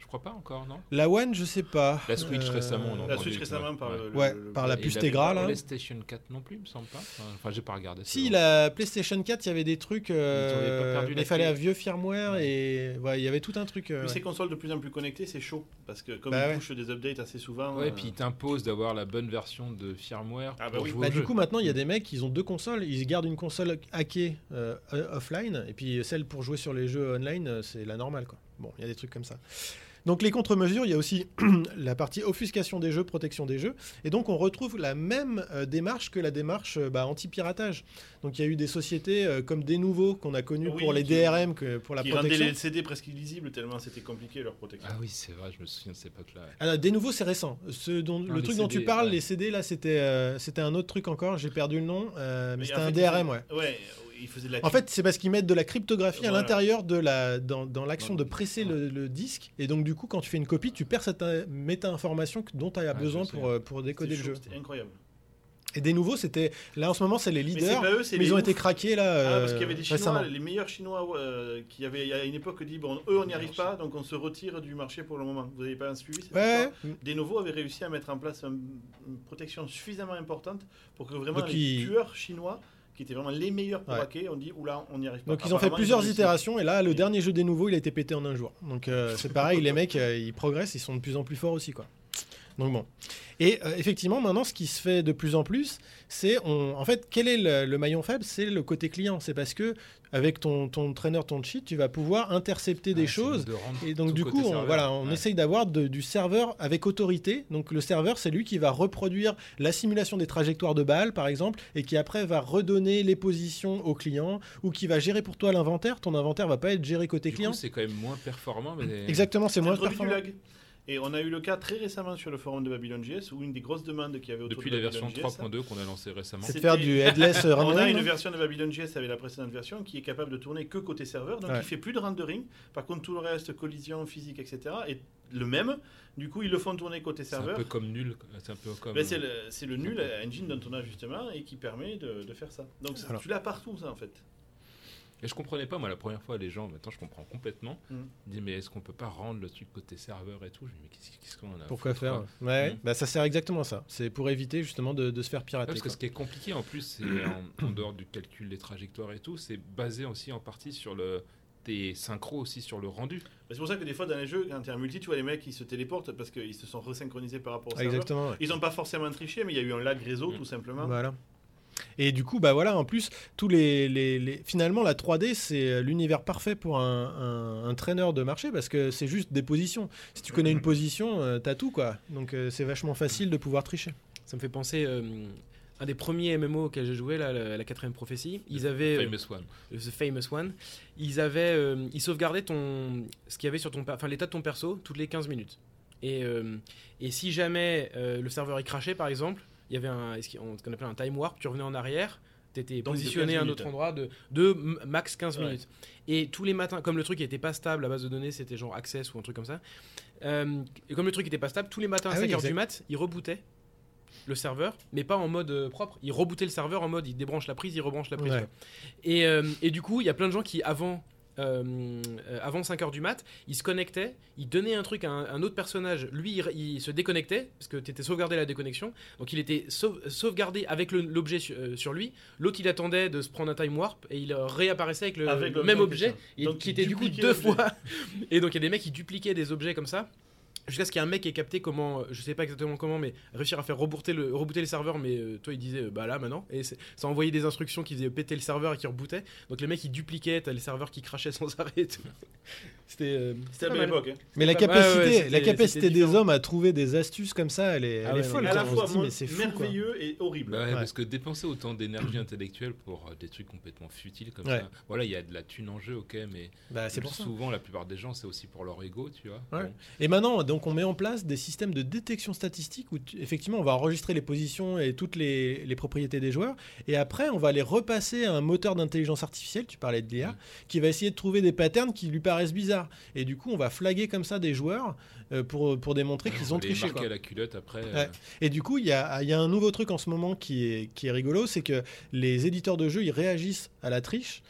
S3: Je crois pas encore, non
S2: La One, je sais pas. Euh,
S3: La Switch récemment, on en
S1: La
S3: entendu,
S1: Switch récemment
S3: ouais.
S1: par le-
S2: Ouais,
S1: le-
S2: par la
S3: Et
S2: puce
S3: il avait
S2: Tegra
S3: pas
S2: là.
S3: PlayStation 4 non plus, il me semble pas. Enfin, j'ai pas regardé.
S2: Si,
S3: c'est
S2: la PlayStation 4, il y avait des trucs.
S3: t'aurais pas
S2: euh,
S3: perdu la
S2: mais il fallait
S3: clé.
S2: un vieux firmware et. Ouais, il y avait tout un truc. euh,
S1: Mais
S2: ouais.
S1: ces consoles de plus en plus connectées, c'est chaud. Parce que comme
S2: Bah
S1: ils
S2: ouais.
S1: pushent des updates assez souvent.
S3: Ouais,
S1: euh,
S3: puis il t'impose d'avoir la bonne version de firmware
S1: Ah bah
S3: pour
S1: oui.
S3: jouer
S2: Bah,
S3: au
S2: du
S3: jeu.
S2: coup, maintenant,
S1: Mm.
S2: il y a des mecs, ils ont deux consoles. Ils gardent une console hackée euh, euh, offline, et puis celle pour jouer sur les jeux online, euh, c'est la normale. Quoi. Bon, il y a des trucs comme ça. Donc, les contre-mesures, il y a aussi [CLEARS THROAT] la partie offuscation des jeux, protection des jeux. Et donc, on retrouve la même euh, démarche que la démarche euh, bah, anti-piratage. Donc, il y a eu des sociétés euh, comme Des Nouveaux qu'on a connues
S1: Oui,
S2: pour les
S1: qui-
S2: DRM, que pour la
S1: qui rendaient
S2: protection.
S1: les CD presque illisibles tellement c'était compliqué leur protection.
S3: Ah oui, c'est vrai, je me souviens de cette époque-là. ouais.
S2: Alors, Ah, des nouveaux, c'est récent. Ce dont,
S1: Ah,
S2: le
S3: les
S2: truc dont tu
S3: CD,
S2: parles,
S3: ouais.
S2: les CD, là, c'était euh, c'était un autre truc encore. J'ai perdu le nom, euh, mais,
S1: Mais
S2: c'était
S1: en fait,
S2: un DRM,
S1: ils-
S2: ouais.
S1: Ouais, ils faisaient de la
S2: En fait, c'est parce qu'ils mettent de la cryptographie à
S1: Voilà.
S2: l'intérieur de la, dans, dans l'action
S3: Dans
S2: de
S3: le-
S2: presser le, le disque. Et donc, du coup, quand tu fais une copie, tu perds cette euh, méta-information que- dont tu as
S3: je
S2: besoin
S3: sais.
S2: pour, euh, pour
S1: c'était
S2: décoder le
S1: chaud,
S2: jeu.
S1: C'était incroyable.
S2: Et des nouveaux, c'était. Là, en ce moment, c'est les
S1: Mais c'est
S2: leaders.
S1: pas eux, c'est
S2: mais
S1: les
S2: ils ont
S1: ouf.
S2: été craqués, là.
S1: Ah, parce
S2: euh,
S1: qu'il y avait des Chinois,
S2: récemment.
S1: les meilleurs Chinois euh, qui avaient à une époque dit bon, eux on n'y arrive pas, donc on se retire du marché pour le moment. Vous n'avez pas un suivi cette
S2: Ouais.
S1: histoire Des nouveaux avaient réussi à mettre en place un- une protection suffisamment importante pour que vraiment
S2: Donc,
S1: les
S2: ils-
S1: tueurs chinois, qui étaient vraiment les meilleurs pour
S2: Ouais.
S1: hacker, on dit oula, on n'y arrive pas.
S2: Donc, ils ont fait
S1: Apparemment,
S2: plusieurs
S1: réussi.
S2: itérations. Et là, le dernier jeu
S1: [LAUGHS]
S2: des nouveaux, il a été pété en un jour. Donc, euh, c'est pareil, les mecs, euh, ils progressent, ils sont de plus en plus forts aussi, quoi. Donc bon. Et euh, effectivement, maintenant, ce qui se fait de plus en plus, c'est on... en fait, quel est le, le maillon faible C'est le côté client. C'est parce que avec ton, ton trainer, ton cheat, tu vas pouvoir intercepter des choses. Et donc du coup, on, voilà, on essaye d'avoir de- du serveur avec autorité. Donc le serveur, c'est lui qui va reproduire la simulation des trajectoires de balles, par exemple, et qui après va redonner les positions au client ou qui va gérer pour toi l'inventaire. Ton inventaire va pas être géré côté
S3: Du
S2: client.
S3: coup, c'est quand même moins performant. Mais...
S2: Exactement, c'est moins
S1: Introduit du
S2: performant.
S1: lag. Et on a eu le cas très récemment sur le forum de Babylon JS où une des grosses demandes qu'il y avait autour
S3: Depuis
S1: de
S3: la version
S1: Babylon JS,
S3: 3.2 qu'on a lancée récemment.
S2: C'est de
S1: C'était-
S2: faire
S1: [LAUGHS]
S2: du headless euh,
S1: On a
S2: rendering.
S1: une
S2: non
S1: version de Babylon JS avec la précédente version qui est capable de tourner que côté serveur, donc
S2: Ouais.
S1: il fait plus de rendering. Par contre, tout le reste, collision, physique, etc., est le même. Du coup, ils le font tourner côté
S3: C'est un
S1: serveur.
S3: peu comme nul. C'est un peu comme.
S1: Ben, c'est le, c'est le nul à engine dont on a justement et qui permet de, de faire ça. Donc ça-
S2: Alors.
S1: tu l'as partout, ça en fait.
S3: Et je comprenais pas, moi, la première fois, les gens, maintenant je comprends complètement.
S1: Mm.
S3: Ils disent, mais est-ce qu'on peut pas rendre le truc côté serveur et tout Je dis, mais qu'est-ce qu'est-ce qu'on en a à
S2: Pourquoi
S3: foutre,
S2: faire
S3: quoi
S2: Ouais,
S3: Mhm.
S2: bah ça sert exactement à ça. C'est pour éviter justement de, de se faire
S3: Ouais,
S2: pirater.
S3: Parce que
S2: quoi.
S3: ce qui est compliqué en plus,
S2: [COUGHS]
S3: c'est en, en dehors du calcul des trajectoires et tout, c'est basé aussi en partie sur le. Tes synchros aussi sur le rendu.
S1: Ben, C'est pour ça que des fois dans les jeux, quand t'es en multi, tu vois les mecs qui se téléportent parce qu'ils se sont resynchronisés par rapport au serveur.
S2: Exactement. ouais.
S1: Ils n'ont pas forcément triché, mais il y a eu un lag réseau
S3: Mm.
S1: tout simplement.
S2: Voilà. Et du coup, bah voilà, en plus, tous les, les- les- finalement, la 3D, c'est l'univers parfait pour un, un, un traîneur de marché parce que c'est juste des positions. Si tu
S4: Mm-hmm.
S2: connais une position, euh, t'as tout, quoi. Donc, euh, c'est vachement facile de pouvoir tricher.
S4: Ça me fait penser. euh, un des premiers MMO auquel j'ai joué, là, la, la quatrième prophétie, ils avaient. euh,
S3: Famous One.
S4: The Famous One, ils avaient, euh, ils sauvegardaient ton, ce qu'il y avait sur ton, per- enfin l'état de ton perso toutes les 15 minutes. Et, euh, et si jamais euh, le serveur est crashé par exemple, il y avait un, ce qu'on ce qu'on appelle un time warp, tu revenais en arrière, t'étais
S1: Donc, de
S4: positionné à
S1: 15
S4: un
S1: minutes.
S4: autre endroit de, de m- max 15
S1: Ouais.
S4: minutes. Et tous les matins, comme le truc n'était pas stable, la base de données c'était genre Access ou un truc comme ça, euh, et comme le truc n'était pas stable, tous les matins à
S2: Ah oui,
S4: 5h
S2: exact.
S4: du mat, ils rebootaient le serveur, mais pas en mode euh, propre. Ils rebootaient le serveur en mode, ils débranchent la prise, ils rebranchent la prise.
S2: Ouais.
S4: quoi. Et, euh, et du coup, il y a plein de gens qui, avant, euh, euh, avant 5h du mat, ils se connectaient, ils donnaient un truc à un, un autre personnage. Lui, il, il se déconnectait, parce que tu étais sauvegardé la déconnexion. Donc, il était sau- sauvegardé avec le- l'objet su- euh, sur lui. L'autre, il attendait de se prendre un time warp et il euh, réapparaissait avec le,
S1: Avec le
S4: même
S1: même
S4: objet,
S1: objet.
S4: et,
S1: Donc,
S4: qui
S1: il
S4: était du coup
S1: dupliquait
S4: deux
S1: l'objet.
S4: fois. Et donc, il y a des mecs qui dupliquaient des objets comme ça. Jusqu'à ce qu'il y ait un mec qui ait capté comment, euh, je sais pas exactement comment, mais réussir à faire rebooter le, rebooter le serveur, mais euh, toi il disait euh, bah là maintenant, et c'est- ça envoyait des instructions qui faisaient péter le serveur et qui rebootaient. Donc les mecs ils dupliquaient, t'as les serveurs qui crachaient sans [LAUGHS] arrêt et tout. C'était. euh,
S1: C'était à
S4: pas
S1: belle
S4: mal.
S1: époque. hein.
S2: Mais la
S4: pas mal.
S2: capacité,
S4: Ouais, ouais,
S2: la
S4: c'était-
S2: capacité
S4: c'était
S2: des
S4: différent.
S2: hommes à trouver des astuces comme ça, elle est, elle
S4: Ah
S2: est
S4: ouais,
S2: folle.
S4: ouais.
S1: à
S2: quoi.
S1: la
S2: On
S1: fois
S2: se dit,
S1: mon-
S2: mais c'est fou, quoi.
S1: merveilleux et horrible.
S3: Bah ouais,
S2: Ouais.
S3: Parce que dépenser autant d'énergie intellectuelle pour euh, des trucs complètement futiles comme
S2: Ouais.
S3: ça. Voilà, il y a de la thune en jeu, ok, mais
S1: Ah,
S2: Bah, c'est pour ça.
S3: souvent, la plupart des gens, c'est aussi pour leur ego, tu vois.
S2: Ouais. Et maintenant, donc, on met en place des systèmes de détection statistique où, tu- effectivement, on va enregistrer les positions et toutes les, les propriétés des joueurs. Et après, on va les repasser à un moteur d'intelligence artificielle, tu parlais de l'IA,
S3: Mm.
S2: qui va essayer de trouver des patterns qui lui paraissent bizarres. Et du coup, on va flaguer comme ça des joueurs euh, pour, pour démontrer qu'ils ont
S3: Ah, On hein, les
S2: triché.
S3: marque
S2: quoi.
S3: à la culotte après.
S2: Ouais.
S3: euh,
S2: Et du coup, il y a, il y a un nouveau truc en ce moment qui est, qui est rigolo, c'est que les éditeurs de jeux, ils réagissent à la triche.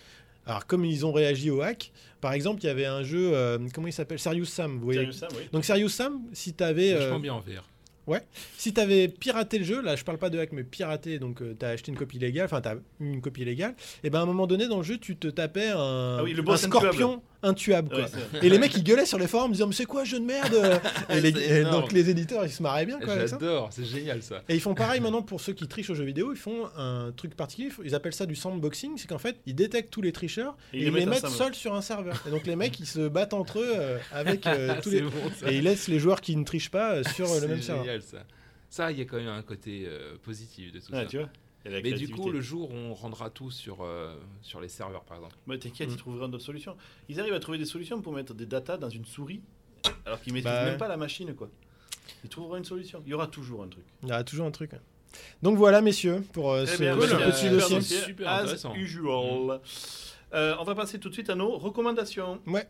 S2: Alors, comme ils ont réagi au hack, par exemple, il y avait un jeu, euh, comment il s'appelle Serious Sam, vous voyez
S1: Sérieux, Sam, oui.
S2: donc Serious Sam, si t'avais
S3: vachement
S2: euh,
S3: bien en VR.
S2: si t'avais piraté le jeu, là je parle pas de hack mais piraté, donc euh, t'as acheté une copie légale, enfin t'as eu une copie légale, et ben à un moment donné dans le jeu tu te tapais un,
S1: Ah oui, le
S2: un
S1: boss
S2: scorpion intuable,
S1: Ouais,
S2: quoi.
S1: c'est vrai.
S2: Et les mecs ils gueulaient sur les forums disant mais c'est quoi jeu de merde euh Et les-
S3: C'est
S2: et
S3: énorme.
S2: Donc les éditeurs ils se marraient bien quoi avec ça.
S3: Eh, J'adore, c'est génial ça.
S2: Et ils font pareil maintenant pour ceux qui trichent aux jeux vidéo, ils font un truc particulier, ils appellent ça du sandboxing, c'est qu'en fait ils détectent tous les tricheurs
S1: Et
S2: et,
S1: ils
S2: ils les
S1: mettent
S2: mettent
S1: ensemble.
S2: seuls sur un serveur. Et donc les mecs ils se battent entre eux euh, avec
S3: [LAUGHS]
S2: euh, [LAUGHS] tous
S3: Ah, C'est
S2: les...
S3: bon, ça.
S2: Et ils laissent les joueurs qui ne trichent pas euh, sur euh, le
S3: C'est
S2: même serveur.
S3: génial ça. Ça, il y a quand même un côté euh, positif de tout
S1: Ouais,
S3: ça.
S1: tu vois. Et la
S3: Mais du
S1: créativité.
S3: coup, le jour où on rendra tout sur, euh, sur les serveurs, par exemple.
S1: Bah, T'inquiète,
S2: Mm.
S1: ils trouveront d'autres solutions. Ils arrivent à trouver des solutions pour mettre des datas dans une souris, alors qu'ils maîtrisent
S2: Bah ouais.
S1: même pas la machine, quoi. Ils trouveront une solution. Il y aura toujours un truc.
S2: Il y a toujours un truc. Donc voilà, messieurs, pour euh, ce,
S1: Très bien,
S2: ce
S1: merci,
S2: petit
S1: euh,
S3: Eh super
S2: dossier.
S3: dossier. Super
S1: as
S3: intéressant.
S1: usual. Euh, on va passer tout de suite à nos recommandations.
S2: Ouais.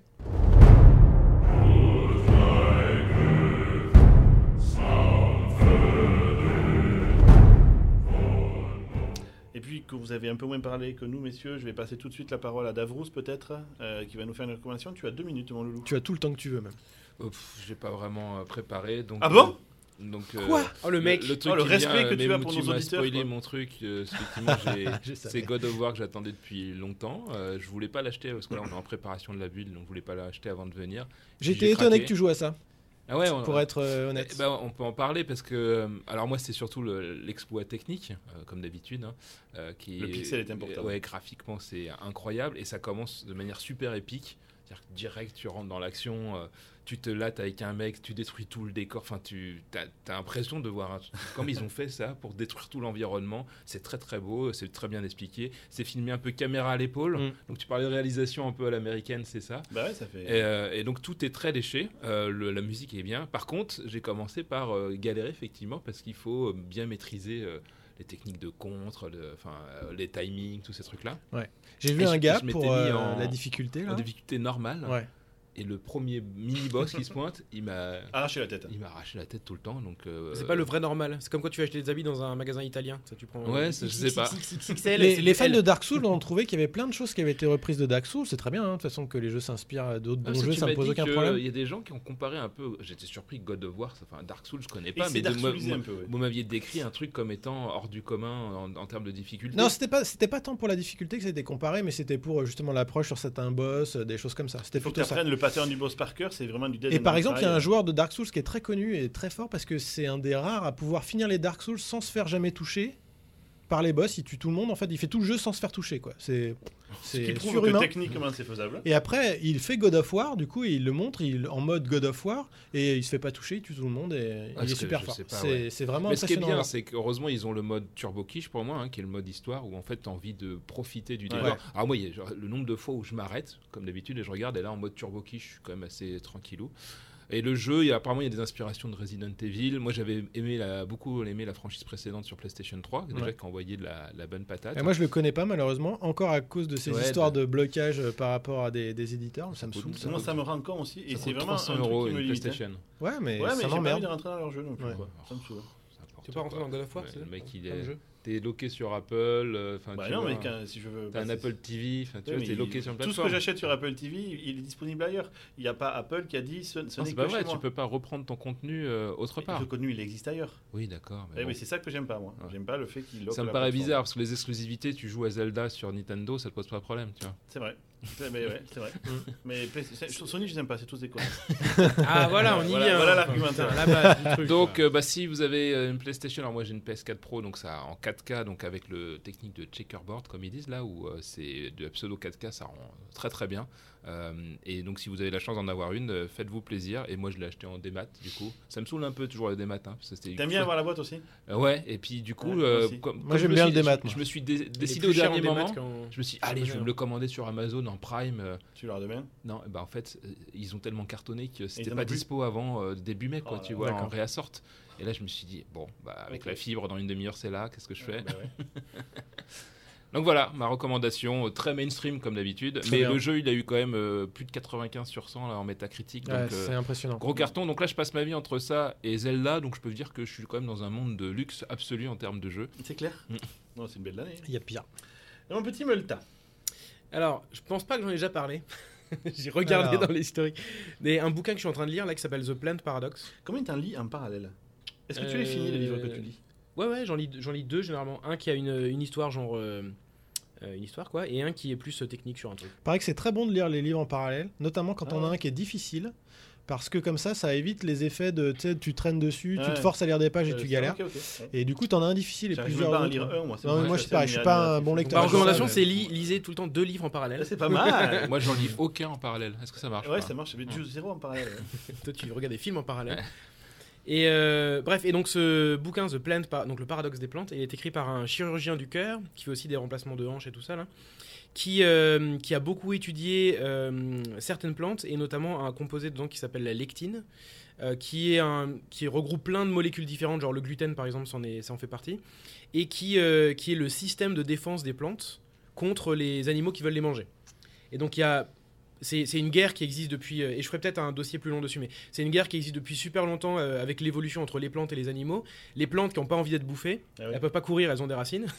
S1: Et puis, que vous avez un peu moins parlé que nous, messieurs, je vais passer tout de suite la parole à Davrous, peut-être, euh, qui va nous faire une recommandation. Tu as deux minutes, mon loulou.
S2: Tu as tout le temps que tu veux, même.
S3: Euh, pff, J'ai pas vraiment euh, préparé. Donc,
S1: Ah bon
S3: euh, donc, euh,
S4: Quoi Oh le mec
S3: le, truc
S1: Oh, le
S3: qui
S1: respect
S3: vient, euh,
S1: que tu
S3: même
S1: as
S3: où
S1: pour
S3: tu
S1: nos
S3: m'as
S1: auditeurs,
S3: spoilé
S1: quoi.
S3: mon truc,
S1: [LAUGHS]
S3: euh, effectivement, j'ai-
S2: Je savais.
S3: c'est God of War que j'attendais depuis longtemps. Euh, je voulais pas l'acheter parce que là, on est en préparation de la build, donc je voulais pas l'acheter avant de venir.
S2: J'étais
S3: j'ai
S2: étonné
S3: craqué.
S2: que tu joues à ça.
S3: Ah ouais, on-
S2: pour être euh, honnête.
S3: Eh ben, on peut en parler parce que, euh, alors moi, c'est surtout le- l'exploit technique, euh, comme d'habitude. hein, euh, qui
S1: Le pixel est important.
S3: Ouais, graphiquement, c'est incroyable et ça commence de manière super épique. C'est-à-dire que direct, tu rentres dans l'action, euh, tu te lattes avec un mec, tu détruis tout le décor. Enfin, tu as, l'impression de voir. un-
S1: [LAUGHS]
S3: Comme ils ont fait ça pour détruire tout l'environnement, c'est très très beau, c'est très bien expliqué. C'est filmé un peu caméra à l'épaule.
S2: Mm.
S3: Donc tu parlais de réalisation un peu à l'américaine, c'est ça.
S1: Bah ouais, ça fait.
S3: Et, euh, et donc tout est très léché, euh, le- la musique est bien. Par contre, j'ai commencé par euh, galérer effectivement parce qu'il faut euh, bien maîtriser euh, les techniques de contre, le- enfin euh, les timings, tous ces trucs-là.
S2: J'ai
S3: et
S2: vu
S3: je-
S2: un gars
S3: je m'étais
S2: pour
S3: mis
S2: euh,
S3: en-
S2: la difficulté
S3: En
S2: là.
S3: difficulté normale.
S2: Ouais.
S3: Et le premier mini-boss qui se pointe, il m'a
S1: Arracher la tête.
S3: il m'a arraché la tête tout le temps. Donc euh,
S4: C'est pas le vrai normal. C'est comme quand tu vas acheter des habits dans un magasin italien. Ça, tu prends. euh,
S3: Ouais, ça, je sais pas.
S4: XXXL,
S2: Les,
S4: c'est
S2: les fans
S4: L.
S2: de Dark Souls ont trouvé qu'il y avait plein de choses qui avaient été reprises de Dark Souls. C'est très bien, hein, de toute façon, que les jeux s'inspirent d'autres
S3: Ah,
S2: bons
S3: ça,
S2: jeux,
S3: tu
S2: ça me
S3: m'as
S2: pose
S3: dit
S2: aucun
S3: que,
S2: problème.
S3: euh, Il y a des gens qui ont comparé un peu. J'étais surpris que God of War, ça- enfin Dark Souls, je connais
S1: Et
S3: pas,
S1: c'est
S3: mais de-
S1: Dark
S3: moi-
S1: Soulisé
S3: moi-
S1: un peu, ouais.
S3: vous m'aviez décrit un truc comme étant hors du commun en, en termes de difficulté.
S2: Non, c'était pas, c'était pas tant pour la difficulté que c'était comparé, mais c'était pour euh, justement l'approche sur certains boss, euh, des choses comme ça. C'était
S1: Il faut que
S2: plutôt
S1: tu
S2: ça.
S1: apprennes le pattern du boss par cœur, c'est vraiment du dead
S2: Et
S1: and
S2: par
S1: retry.
S2: exemple, il y a un joueur de Dark Souls qui est très connu et très fort parce que c'est un des rares à pouvoir finir les Dark Souls sans se faire jamais toucher par les boss. Il tue tout le monde, en fait, il fait tout le jeu sans se faire toucher, quoi. C'est,
S1: Ce qui
S2: c'est
S1: prouve que
S2: surhumain.
S1: techniquement c'est faisable.
S2: Et après, il fait God of War, du coup, et il le montre il, en mode God of War, et il se fait pas toucher, il tue tout le monde, et
S3: Ah,
S2: il est
S3: ce que
S2: super
S3: je
S2: fort.
S3: sais pas,
S2: c'est, c'est vraiment
S3: Mais ce qui est
S2: impressionnant. hein.
S3: bien,
S2: là.
S3: c'est qu'heureusement, ils ont le mode turbo quiche pour moi, hein, qui est le mode histoire où en fait, tu as envie de profiter du
S1: Ouais.
S3: décor. Alors, moi, il y a, genre, le nombre de fois où je m'arrête, comme d'habitude, et je regarde, et là, en mode turbo quiche, je suis quand même assez tranquillou. Et le jeu, il y a, apparemment, il y a des inspirations de Resident Evil. Moi, j'avais aimé la, beaucoup aimé la franchise précédente sur PlayStation 3, déjà
S2: Ouais.
S3: qui envoyait de la, la bonne patate.
S2: Et moi, je le connais pas, malheureusement, encore à cause de ces
S3: Ouais, bah.
S2: histoires
S3: de-
S2: de blocage euh, par rapport à des, des éditeurs. Ça me
S3: coûte-
S2: saoule. ça.
S1: Moi ça me rend con aussi, et
S3: Ça
S1: c'est
S3: coûte
S1: vraiment un
S3: 300
S1: truc
S3: euros
S1: qui me
S3: une
S1: limite. hein.
S3: PlayStation.
S2: Ouais, mais
S1: Ouais, mais
S2: ça
S1: j'ai pas envie de
S2: m'emmerde.
S1: rentrer dans leur jeu non plus.
S2: Ouais.
S1: quoi. Ça me saoule.
S3: C'est n'importe
S4: Tu peux pas rentrer
S3: quoi.
S4: dans God of War
S3: Ouais,
S4: c'est
S3: Le
S4: ça
S3: mec, il
S4: Comme
S3: est.
S4: jeu.
S3: T'es loqué sur Apple. euh, enfin,
S1: Bah
S3: tu
S1: non,
S3: vois,
S1: mais quand- si je veux.
S3: T'as un
S1: passer-
S3: Apple TV. enfin, Tu
S1: Ouais,
S3: vois,
S1: mais
S3: t'es
S1: il-
S3: loqué sur une
S1: Tout ce
S3: plateforme.
S1: que j'achète sur Apple TV, il est disponible ailleurs. Il n'y a pas Apple qui a dit ce, ce
S3: Non,
S1: n'est
S3: c'est
S1: que
S3: pas
S1: chez
S3: vrai,
S1: moi.
S3: tu peux pas reprendre ton contenu euh, autre
S1: Mais
S3: part.
S1: Le contenu, il existe ailleurs.
S3: Oui, d'accord.
S1: Eh,
S3: mais bon.
S1: Mais c'est ça que j'aime pas, moi.
S3: Ouais.
S1: J'aime pas le fait qu'il. loque
S3: Ça me
S1: la
S3: paraît
S1: plateforme.
S3: bizarre parce que les exclusivités, tu joues à Zelda sur Nintendo, ça te pose pas de problème, tu vois.
S1: C'est vrai. C'est- Mais ouais,
S3: [LAUGHS]
S1: c'est vrai. mais Play- c'est- Sony, je les aime pas, c'est tous des cons.
S4: Ah voilà, on y
S1: Voilà-
S4: vient.
S1: voilà
S4: enfin,
S1: l'argumentaire.
S4: putain, La base du truc.
S3: Donc, euh, bah, si vous avez euh, une PlayStation, alors moi j'ai une PS4 Pro, donc ça en 4K, donc avec le technique de checkerboard, comme ils disent là, où euh, c'est de pseudo 4K, ça rend très très bien. Euh, et donc, si vous avez la chance d'en avoir une, euh, faites-vous plaisir. Et moi, je l'ai acheté en démat, du coup. Ça me saoule un peu toujours le démat, hein, parce que c'était.
S1: T'aimes bien avoir la boîte aussi
S3: Euh, Ouais, et puis du coup,
S1: Ouais, moi
S3: euh,
S1: aussi.
S3: comme-
S2: Moi,
S3: comme je
S2: j'aime
S3: me
S2: bien
S3: suis-
S2: le démat,
S3: Je
S2: moi.
S3: me suis dé-
S4: Il est
S3: décidé
S4: plus
S3: au
S4: cher en
S3: dernier
S4: démat
S3: moment.
S4: qu'en-
S3: Je me suis dit, allez, je vais me le commander sur Amazon en Prime. euh,
S1: Tu l'auras demain
S3: Non, bah en fait, euh, ils ont tellement cartonné que
S1: Ils
S3: c'était
S1: en ont
S3: pas
S1: plus.
S3: dispo avant euh, début mai, quoi,
S1: Oh
S3: tu
S1: là
S3: vois,
S2: là.
S3: en réassorte. Et là, je me suis dit, bon, bah, avec
S1: Ok.
S3: la fibre, dans une demi-heure, c'est là, qu'est-ce que je fais
S1: Bah ouais.
S3: Donc voilà, ma recommandation, euh, très mainstream comme d'habitude.
S2: Très
S3: Mais
S2: bien.
S3: le jeu, il a eu quand même euh, plus de 95 sur 100 là, en métacritique.
S2: Ouais,
S3: Donc, euh,
S2: c'est impressionnant.
S3: Gros carton, donc là je passe ma vie entre ça et Zelda, donc je peux dire que je suis quand même dans un monde de luxe absolu en termes de
S1: [LAUGHS]
S3: jeu.
S1: C'est
S3: [LAUGHS]
S1: clair
S3: Mm.
S1: Non, c'est une belle année.
S2: Il y a pire.
S1: Et mon petit Multa.
S4: Alors, je pense pas que j'en ai déjà parlé. [LAUGHS] J'ai regardé
S2: Alors.
S4: dans l'historique. Mais un bouquin que je suis en train de lire là qui s'appelle The Plant Paradox.
S1: Combien t'en lis en parallèle Est-ce que tu les finis, les livres que tu lis
S4: Ouais, ouais, j'en lis, j'en lis deux généralement. Un qui a une, une histoire, genre. euh, euh, une histoire quoi, et un qui est plus euh, technique sur un truc.
S2: Paraît que c'est très bon de lire les livres en parallèle, notamment quand
S1: Ah
S2: on a
S1: ouais.
S2: un qui est difficile, parce que comme ça, ça évite les effets de tu sais, tu traînes dessus, tu
S1: Ouais.
S2: te forces à lire des pages et
S1: Euh,
S2: tu
S1: c'est-
S2: galères.
S1: ok, ok. Ouais.
S2: Et du coup, t'en as un difficile et
S1: J'arrive même
S2: plusieurs.
S1: pas à en
S2: autres.
S1: lire un, moi. c'est
S2: Non,
S1: bon,
S2: mais moi,
S1: je
S2: je suis pareil, je suis pas un bon lecteur.
S4: Ma
S2: Ouais,
S4: recommandation,
S2: je
S4: [LAUGHS]
S2: sais,
S4: c'est li- lisez tout le temps deux livres en parallèle.
S1: C'est pas mal.
S3: Moi j'en lis aucun en parallèle, est-ce que [LAUGHS] ça marche
S1: Ouais,
S3: pas
S1: ça marche. J'avais juste zéro en parallèle. Ah ouais.
S4: Toi, tu regardes des films en parallèle. Et euh, bref, et donc ce bouquin, The Plant, Par- donc le paradoxe des plantes, il est écrit par un chirurgien du cœur qui fait aussi des remplacements de hanches et tout ça là, qui euh, qui a beaucoup étudié euh, certaines plantes et notamment un composé dedans qui s'appelle la lectine, euh, qui est un qui regroupe plein de molécules différentes, genre le gluten par exemple, ça en, est, ça en fait partie, et qui euh, qui est le système de défense des plantes contre les animaux qui veulent les manger. Et donc il y a c'est c'est une guerre qui existe depuis, euh, et je ferai peut-être un dossier plus long dessus, mais c'est une guerre qui existe depuis super longtemps euh, avec l'évolution entre les plantes et les animaux. Les plantes qui n'ont pas envie d'être bouffées,
S1: Ah ouais.
S4: elles peuvent pas courir, elles ont des racines. [LAUGHS]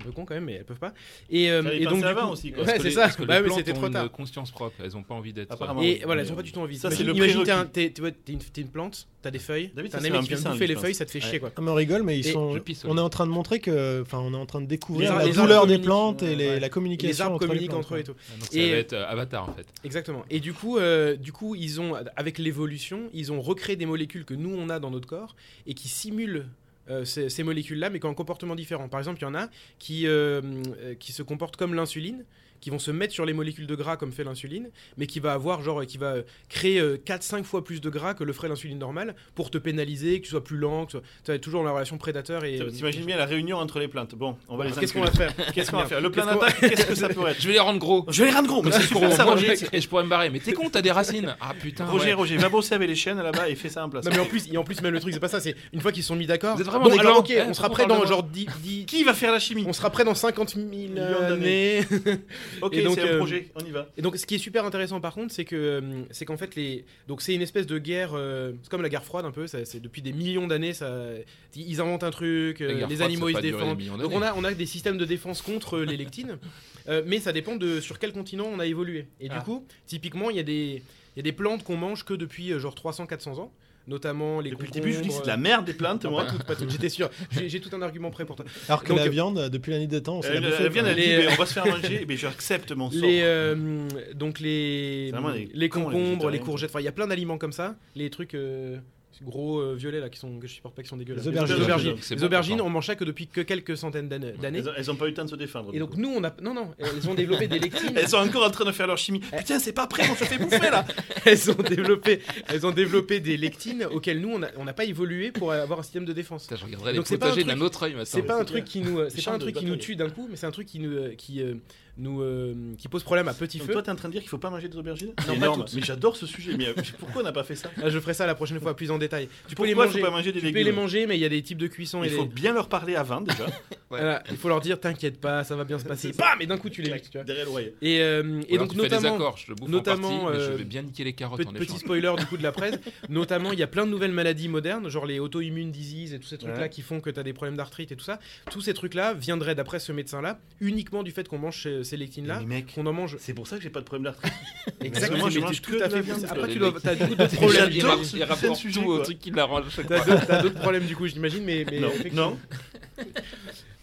S4: Un peu con quand même, mais elles peuvent pas. Et, euh,
S1: Fallait
S4: et donc
S1: penser
S4: du
S1: avant
S4: coup-
S1: aussi, quoi.
S4: Ouais,
S3: Parce que
S4: c'est
S3: les-
S4: ça.
S3: Parce que
S4: Bah
S3: les
S4: oui,
S3: plantes
S4: c'était
S3: ont
S4: trop
S3: une
S4: tard.
S3: conscience propre, elles ont pas envie d'être.
S1: Apparemment.
S4: Et
S1: Mais,
S4: voilà, elles
S1: euh,
S4: ont pas du tout envie.
S1: ça, c'est
S4: Imagine-
S1: le
S4: imagine,
S1: prérequis.
S4: t'es un- t'es- tu vois, t'es une, t'es une plante, t'as des feuilles,
S1: David, ça,
S4: t'as un
S1: c'est
S4: ami
S1: un
S4: qui vient
S1: pissin,
S4: de bouffer
S1: je
S4: les
S1: pense.
S4: feuilles, ça te fait chier quoi.
S2: Comme on rigole, mais ils
S4: Et
S2: sont.
S3: je pisse,
S2: on
S3: oui.
S2: est en train de montrer que, enfin, on est en train de découvrir
S1: Les
S2: la
S1: arbres-
S2: douleur
S1: les
S2: des
S1: arbres
S2: plantes et les-
S1: communiquent, ouais.
S2: la communication
S4: Les arbres
S2: entre
S4: communiquent
S2: plantes,
S4: entre eux et
S2: ouais.
S4: tout.
S3: Donc ça
S4: Et-
S3: va être euh, Avatar en fait.
S4: Exactement. Et du coup, euh, du coup, ils ont, avec l'évolution, ils ont recréé des molécules que nous on a dans notre corps et qui simulent. euh, ces, ces molécules-là, mais qui ont un comportement différent. Par exemple, il y en a qui, euh, euh, qui se comportent comme l'insuline, qui vont se mettre sur les molécules de gras comme fait l'insuline, mais qui va avoir genre euh, qui va euh, créer 4-5 fois plus de gras que le ferait l'insuline normale pour te pénaliser, que tu sois plus lent, que tu sois tu as toujours la relation prédateur et.
S1: Ça- T'imagines bien la réunion entre les plaintes. Bon, on va les
S4: euh, Qu'est-ce qu'on
S1: inclure.
S4: va faire
S1: Qu'est-ce [LAUGHS] qu'on va faire Le
S4: Qu'est-ce
S1: plan
S4: qu'on va-
S1: d'attaque, qu'est-ce que ça peut être
S3: [LAUGHS] Je vais les rendre gros.
S1: Je vais les rendre gros,
S3: Comme
S1: mais
S3: ça,
S1: si [LAUGHS]
S3: je
S1: tu
S3: pourrais
S1: fais ça,
S3: au moins,
S1: Roger.
S3: je- et je pourrais me barrer. Mais t'es con, t'as des racines. Ah putain.
S1: Roger,
S3: ouais.
S1: Roger, va bosser avec les chaînes là-bas et fais ça en place.
S4: Non mais en plus, et en plus même le truc c'est pas ça, c'est une fois qu'ils se sont mis d'accord.
S3: Vous êtes vraiment
S4: bon,
S3: des
S4: alors
S3: glands.
S4: ok,
S3: Eh,
S4: on sera
S3: on
S4: prêt
S3: parle
S4: dans
S3: de
S4: genre 10, 10
S1: Qui va faire la chimie
S4: on sera prêt dans 50 000
S1: Millions d'années.
S4: années.
S1: [LAUGHS] Ok,
S4: et donc,
S1: c'est
S4: euh,
S1: un projet, on y va.
S4: Et donc ce qui est super intéressant par contre, c'est que euh, c'est qu'en fait les donc c'est une espèce de guerre, euh, c'est comme la guerre froide un peu, ça- c'est depuis des millions d'années, ça ils inventent un truc, euh,
S3: La guerre
S4: les
S3: froide,
S4: animaux
S3: ça a
S4: ils
S3: pas
S4: se
S3: duré des
S4: défendent.
S3: millions
S4: Donc on a on a des systèmes de défense contre les lectines, euh, mais ça dépend de sur quel continent on a évolué. Et
S1: Ah.
S4: du coup, typiquement il y a des il y a des plantes qu'on mange que depuis euh, genre 300-400 ans, notamment les
S1: Depuis le début, je dis que c'est de
S4: concombres, Ah, bah,
S1: la merde des plantes,
S4: Non,
S1: moi.
S4: pas toutes, pas toutes,
S1: [LAUGHS]
S4: j'étais sûr. J'ai j'ai tout un argument prêt pour toi.
S2: Alors que
S4: Donc,
S2: la
S4: euh,
S2: viande, depuis la nuit des temps, on s'est
S1: Elle,
S2: la hein.
S1: elle
S2: bouffée,
S1: vient,
S2: quoi.
S1: euh, elle dit,
S4: Les-
S1: mais on va se faire manger, mais j'accepte mon sort.
S4: Les, euh, donc les,
S1: C'est vraiment des
S4: les
S1: cons, les
S4: concombres, les
S1: végétariens.
S4: courgettes, enfin il y a plein d'aliments comme ça, les trucs euh, gros euh, violets là qui sont, que je supporte pas, qui sont dégueulasses.
S2: Les aubergines.
S4: Les
S1: aubergines.
S4: aubergines,
S3: C'est
S4: Les
S3: bon,
S4: aubergines,
S3: d'accord.
S4: on mange ça que depuis que quelques centaines d'années. d'années.
S1: Elles, ont- elles ont pas eu le temps de se défendre.
S4: Et
S1: du
S4: donc
S1: coup.
S4: nous on a... Non, non, elles ont développé des lectines.
S1: [LAUGHS] elles sont encore en train de faire leur chimie. Putain, c'est pas prêt, on se fait bouffer [LAUGHS] là.
S4: elles, ont développé, elles ont développé des lectines auxquelles nous on a- on n'a pas évolué pour avoir un système de défense.
S3: Putain, je regarderai les
S4: Donc, c'est pas un
S3: potagers
S4: truc-
S3: d'un autre œil.
S4: C'est
S3: maintenant.
S4: pas un
S1: c'est
S4: truc qui nous, euh, c'est
S1: Les
S4: pas un
S1: champs de
S4: truc qui nous
S1: bataille.
S4: tue d'un coup, mais c'est un truc qui nous, qui, euh, nous, euh, qui pose problème à petit
S1: Donc,
S4: feu.
S1: toi, t'es en train de dire qu'il faut pas manger des aubergines C'est
S4: pas
S1: énorme.
S4: toutes.
S1: Mais j'adore ce sujet. Mais euh, pourquoi on n'a pas fait ça
S4: [LAUGHS] Ah, je ferai ça la prochaine fois plus en détail. Tu peux
S1: Pourquoi
S4: les
S1: faut
S4: manger.
S1: pas manger des
S4: Tu peux les
S1: légumes
S4: manger, mais il y a des types de cuisson. Et
S1: Il faut
S4: des-
S1: bien leur parler avant [LAUGHS] déjà.
S4: Voilà, il faut leur dire t'inquiète pas, ça va bien
S1: [LAUGHS]
S4: se passer. Bam Et d'un coup tu les niques, tu vois.
S1: Derrière l'oreille.
S4: Et, euh,
S3: Ou
S4: et
S3: alors
S4: donc
S3: tu fais des
S4: notamment,
S3: accords, je le bouffe
S4: notamment,
S3: en partie, mais je
S4: euh,
S3: vais bien niquer les carottes
S4: pe-
S3: en
S4: petit
S3: échange.
S4: spoiler du coup de la presse, notamment il y a plein de nouvelles maladies modernes, genre les auto-immune disease et tous ces trucs-là
S1: Ouais.
S4: qui font que t'as des problèmes d'arthrite et tout ça. Tous ces trucs-là viendraient d'après ce médecin-là uniquement du fait qu'on mange ces- ces lectines-là,
S1: Mais mec,
S4: qu'on
S1: [LAUGHS]
S4: en mange
S1: c'est pour ça que j'ai pas de problème d'arthrite.
S4: exactement.
S1: moi, je
S4: mais
S1: mange
S4: t'es
S1: que
S4: tout à
S1: de la
S4: fait.
S1: viande,
S4: Après
S1: les
S4: tu dois,
S1: mecs. [LAUGHS]
S4: t'as d'autres
S1: J'adore
S4: problèmes.
S3: Il ra-
S1: ce
S3: il rapporte
S1: sujet,
S3: tout
S1: quoi.
S3: au truc qui l'arrange à chaque
S4: T'as
S3: fois.
S4: d'autres- t'as d'autres problèmes du coup, j'imagine, mais, mais
S1: Non,
S4: effectivement.
S1: non.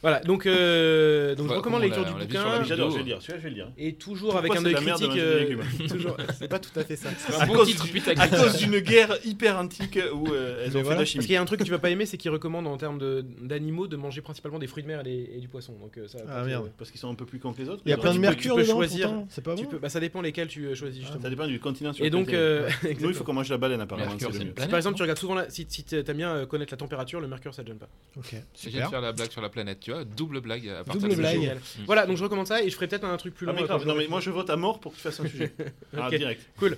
S4: Voilà, donc, euh, donc
S3: Ouais,
S4: je
S3: on
S4: recommande la lecture
S3: Bah, l'a- on l'a
S4: du
S3: vu sur la
S4: bouquin.
S1: Mais
S3: vidéo.
S1: J'adore, je vais le dire. Celui-là, je vais le dire.
S4: Et toujours avec
S1: Pourquoi c'est
S4: un
S1: de
S4: œil
S1: la merde hein, de
S4: critique.
S1: manger des
S4: euh, [LAUGHS]
S1: légumes
S4: toujours- c'est pas tout à fait ça.
S3: Un
S1: cause
S3: beau titre
S1: du-
S3: putaclic.
S1: À cause d'une guerre hyper antique où euh, elles ont fait de
S2: Mais voilà.
S1: la
S4: Parce
S1: chimie.
S4: qu'il y a un truc que tu vas pas aimer, c'est qu'ils recommandent en termes de- d'animaux de manger principalement des fruits de mer et, des- et du poisson. Donc euh, ça. va
S2: Ah,
S4: pas te-
S2: merde.
S1: Parce qu'ils sont un peu plus cons que les autres.
S2: Il y a
S1: mais
S2: plein
S1: tu
S2: de
S1: peux-
S2: mercure
S4: peux
S2: dedans,
S4: choisir.
S2: pourtant, C'est pas
S4: Tu
S2: bon.
S4: peux, bah, ça dépend lesquels tu euh, choisis justement.
S1: Ça dépend du continent sur
S4: et
S1: lequel
S4: donc,
S1: t'es.
S4: [LAUGHS] euh,
S1: Nous,
S4: exactement.
S1: il faut qu'on mange la baleine apparemment.
S3: Mercure,
S1: c'est
S3: c'est
S1: le
S3: une
S1: mieux.
S4: Si
S3: planète.
S4: par exemple, tu regardes souvent la, si, si t'aimes bien euh, connaître la température, le mercure ça te gêne pas.
S3: Mm.
S2: Ok,
S3: J'ai de
S2: super.
S3: faire la blague sur la planète, tu vois, double blague à partir
S2: Double
S3: de ce
S2: blague.
S3: jour. Mm.
S4: Voilà, donc je recommande ça et je ferai peut-être un truc plus
S1: Ah,
S4: long.
S1: mais
S4: euh,
S1: grave,
S4: quand
S1: non,
S4: je-
S1: mais moi je vote à mort pour que tu fasses un
S4: [LAUGHS]
S1: sujet. Ah,
S4: Ok.
S1: direct.
S4: Cool.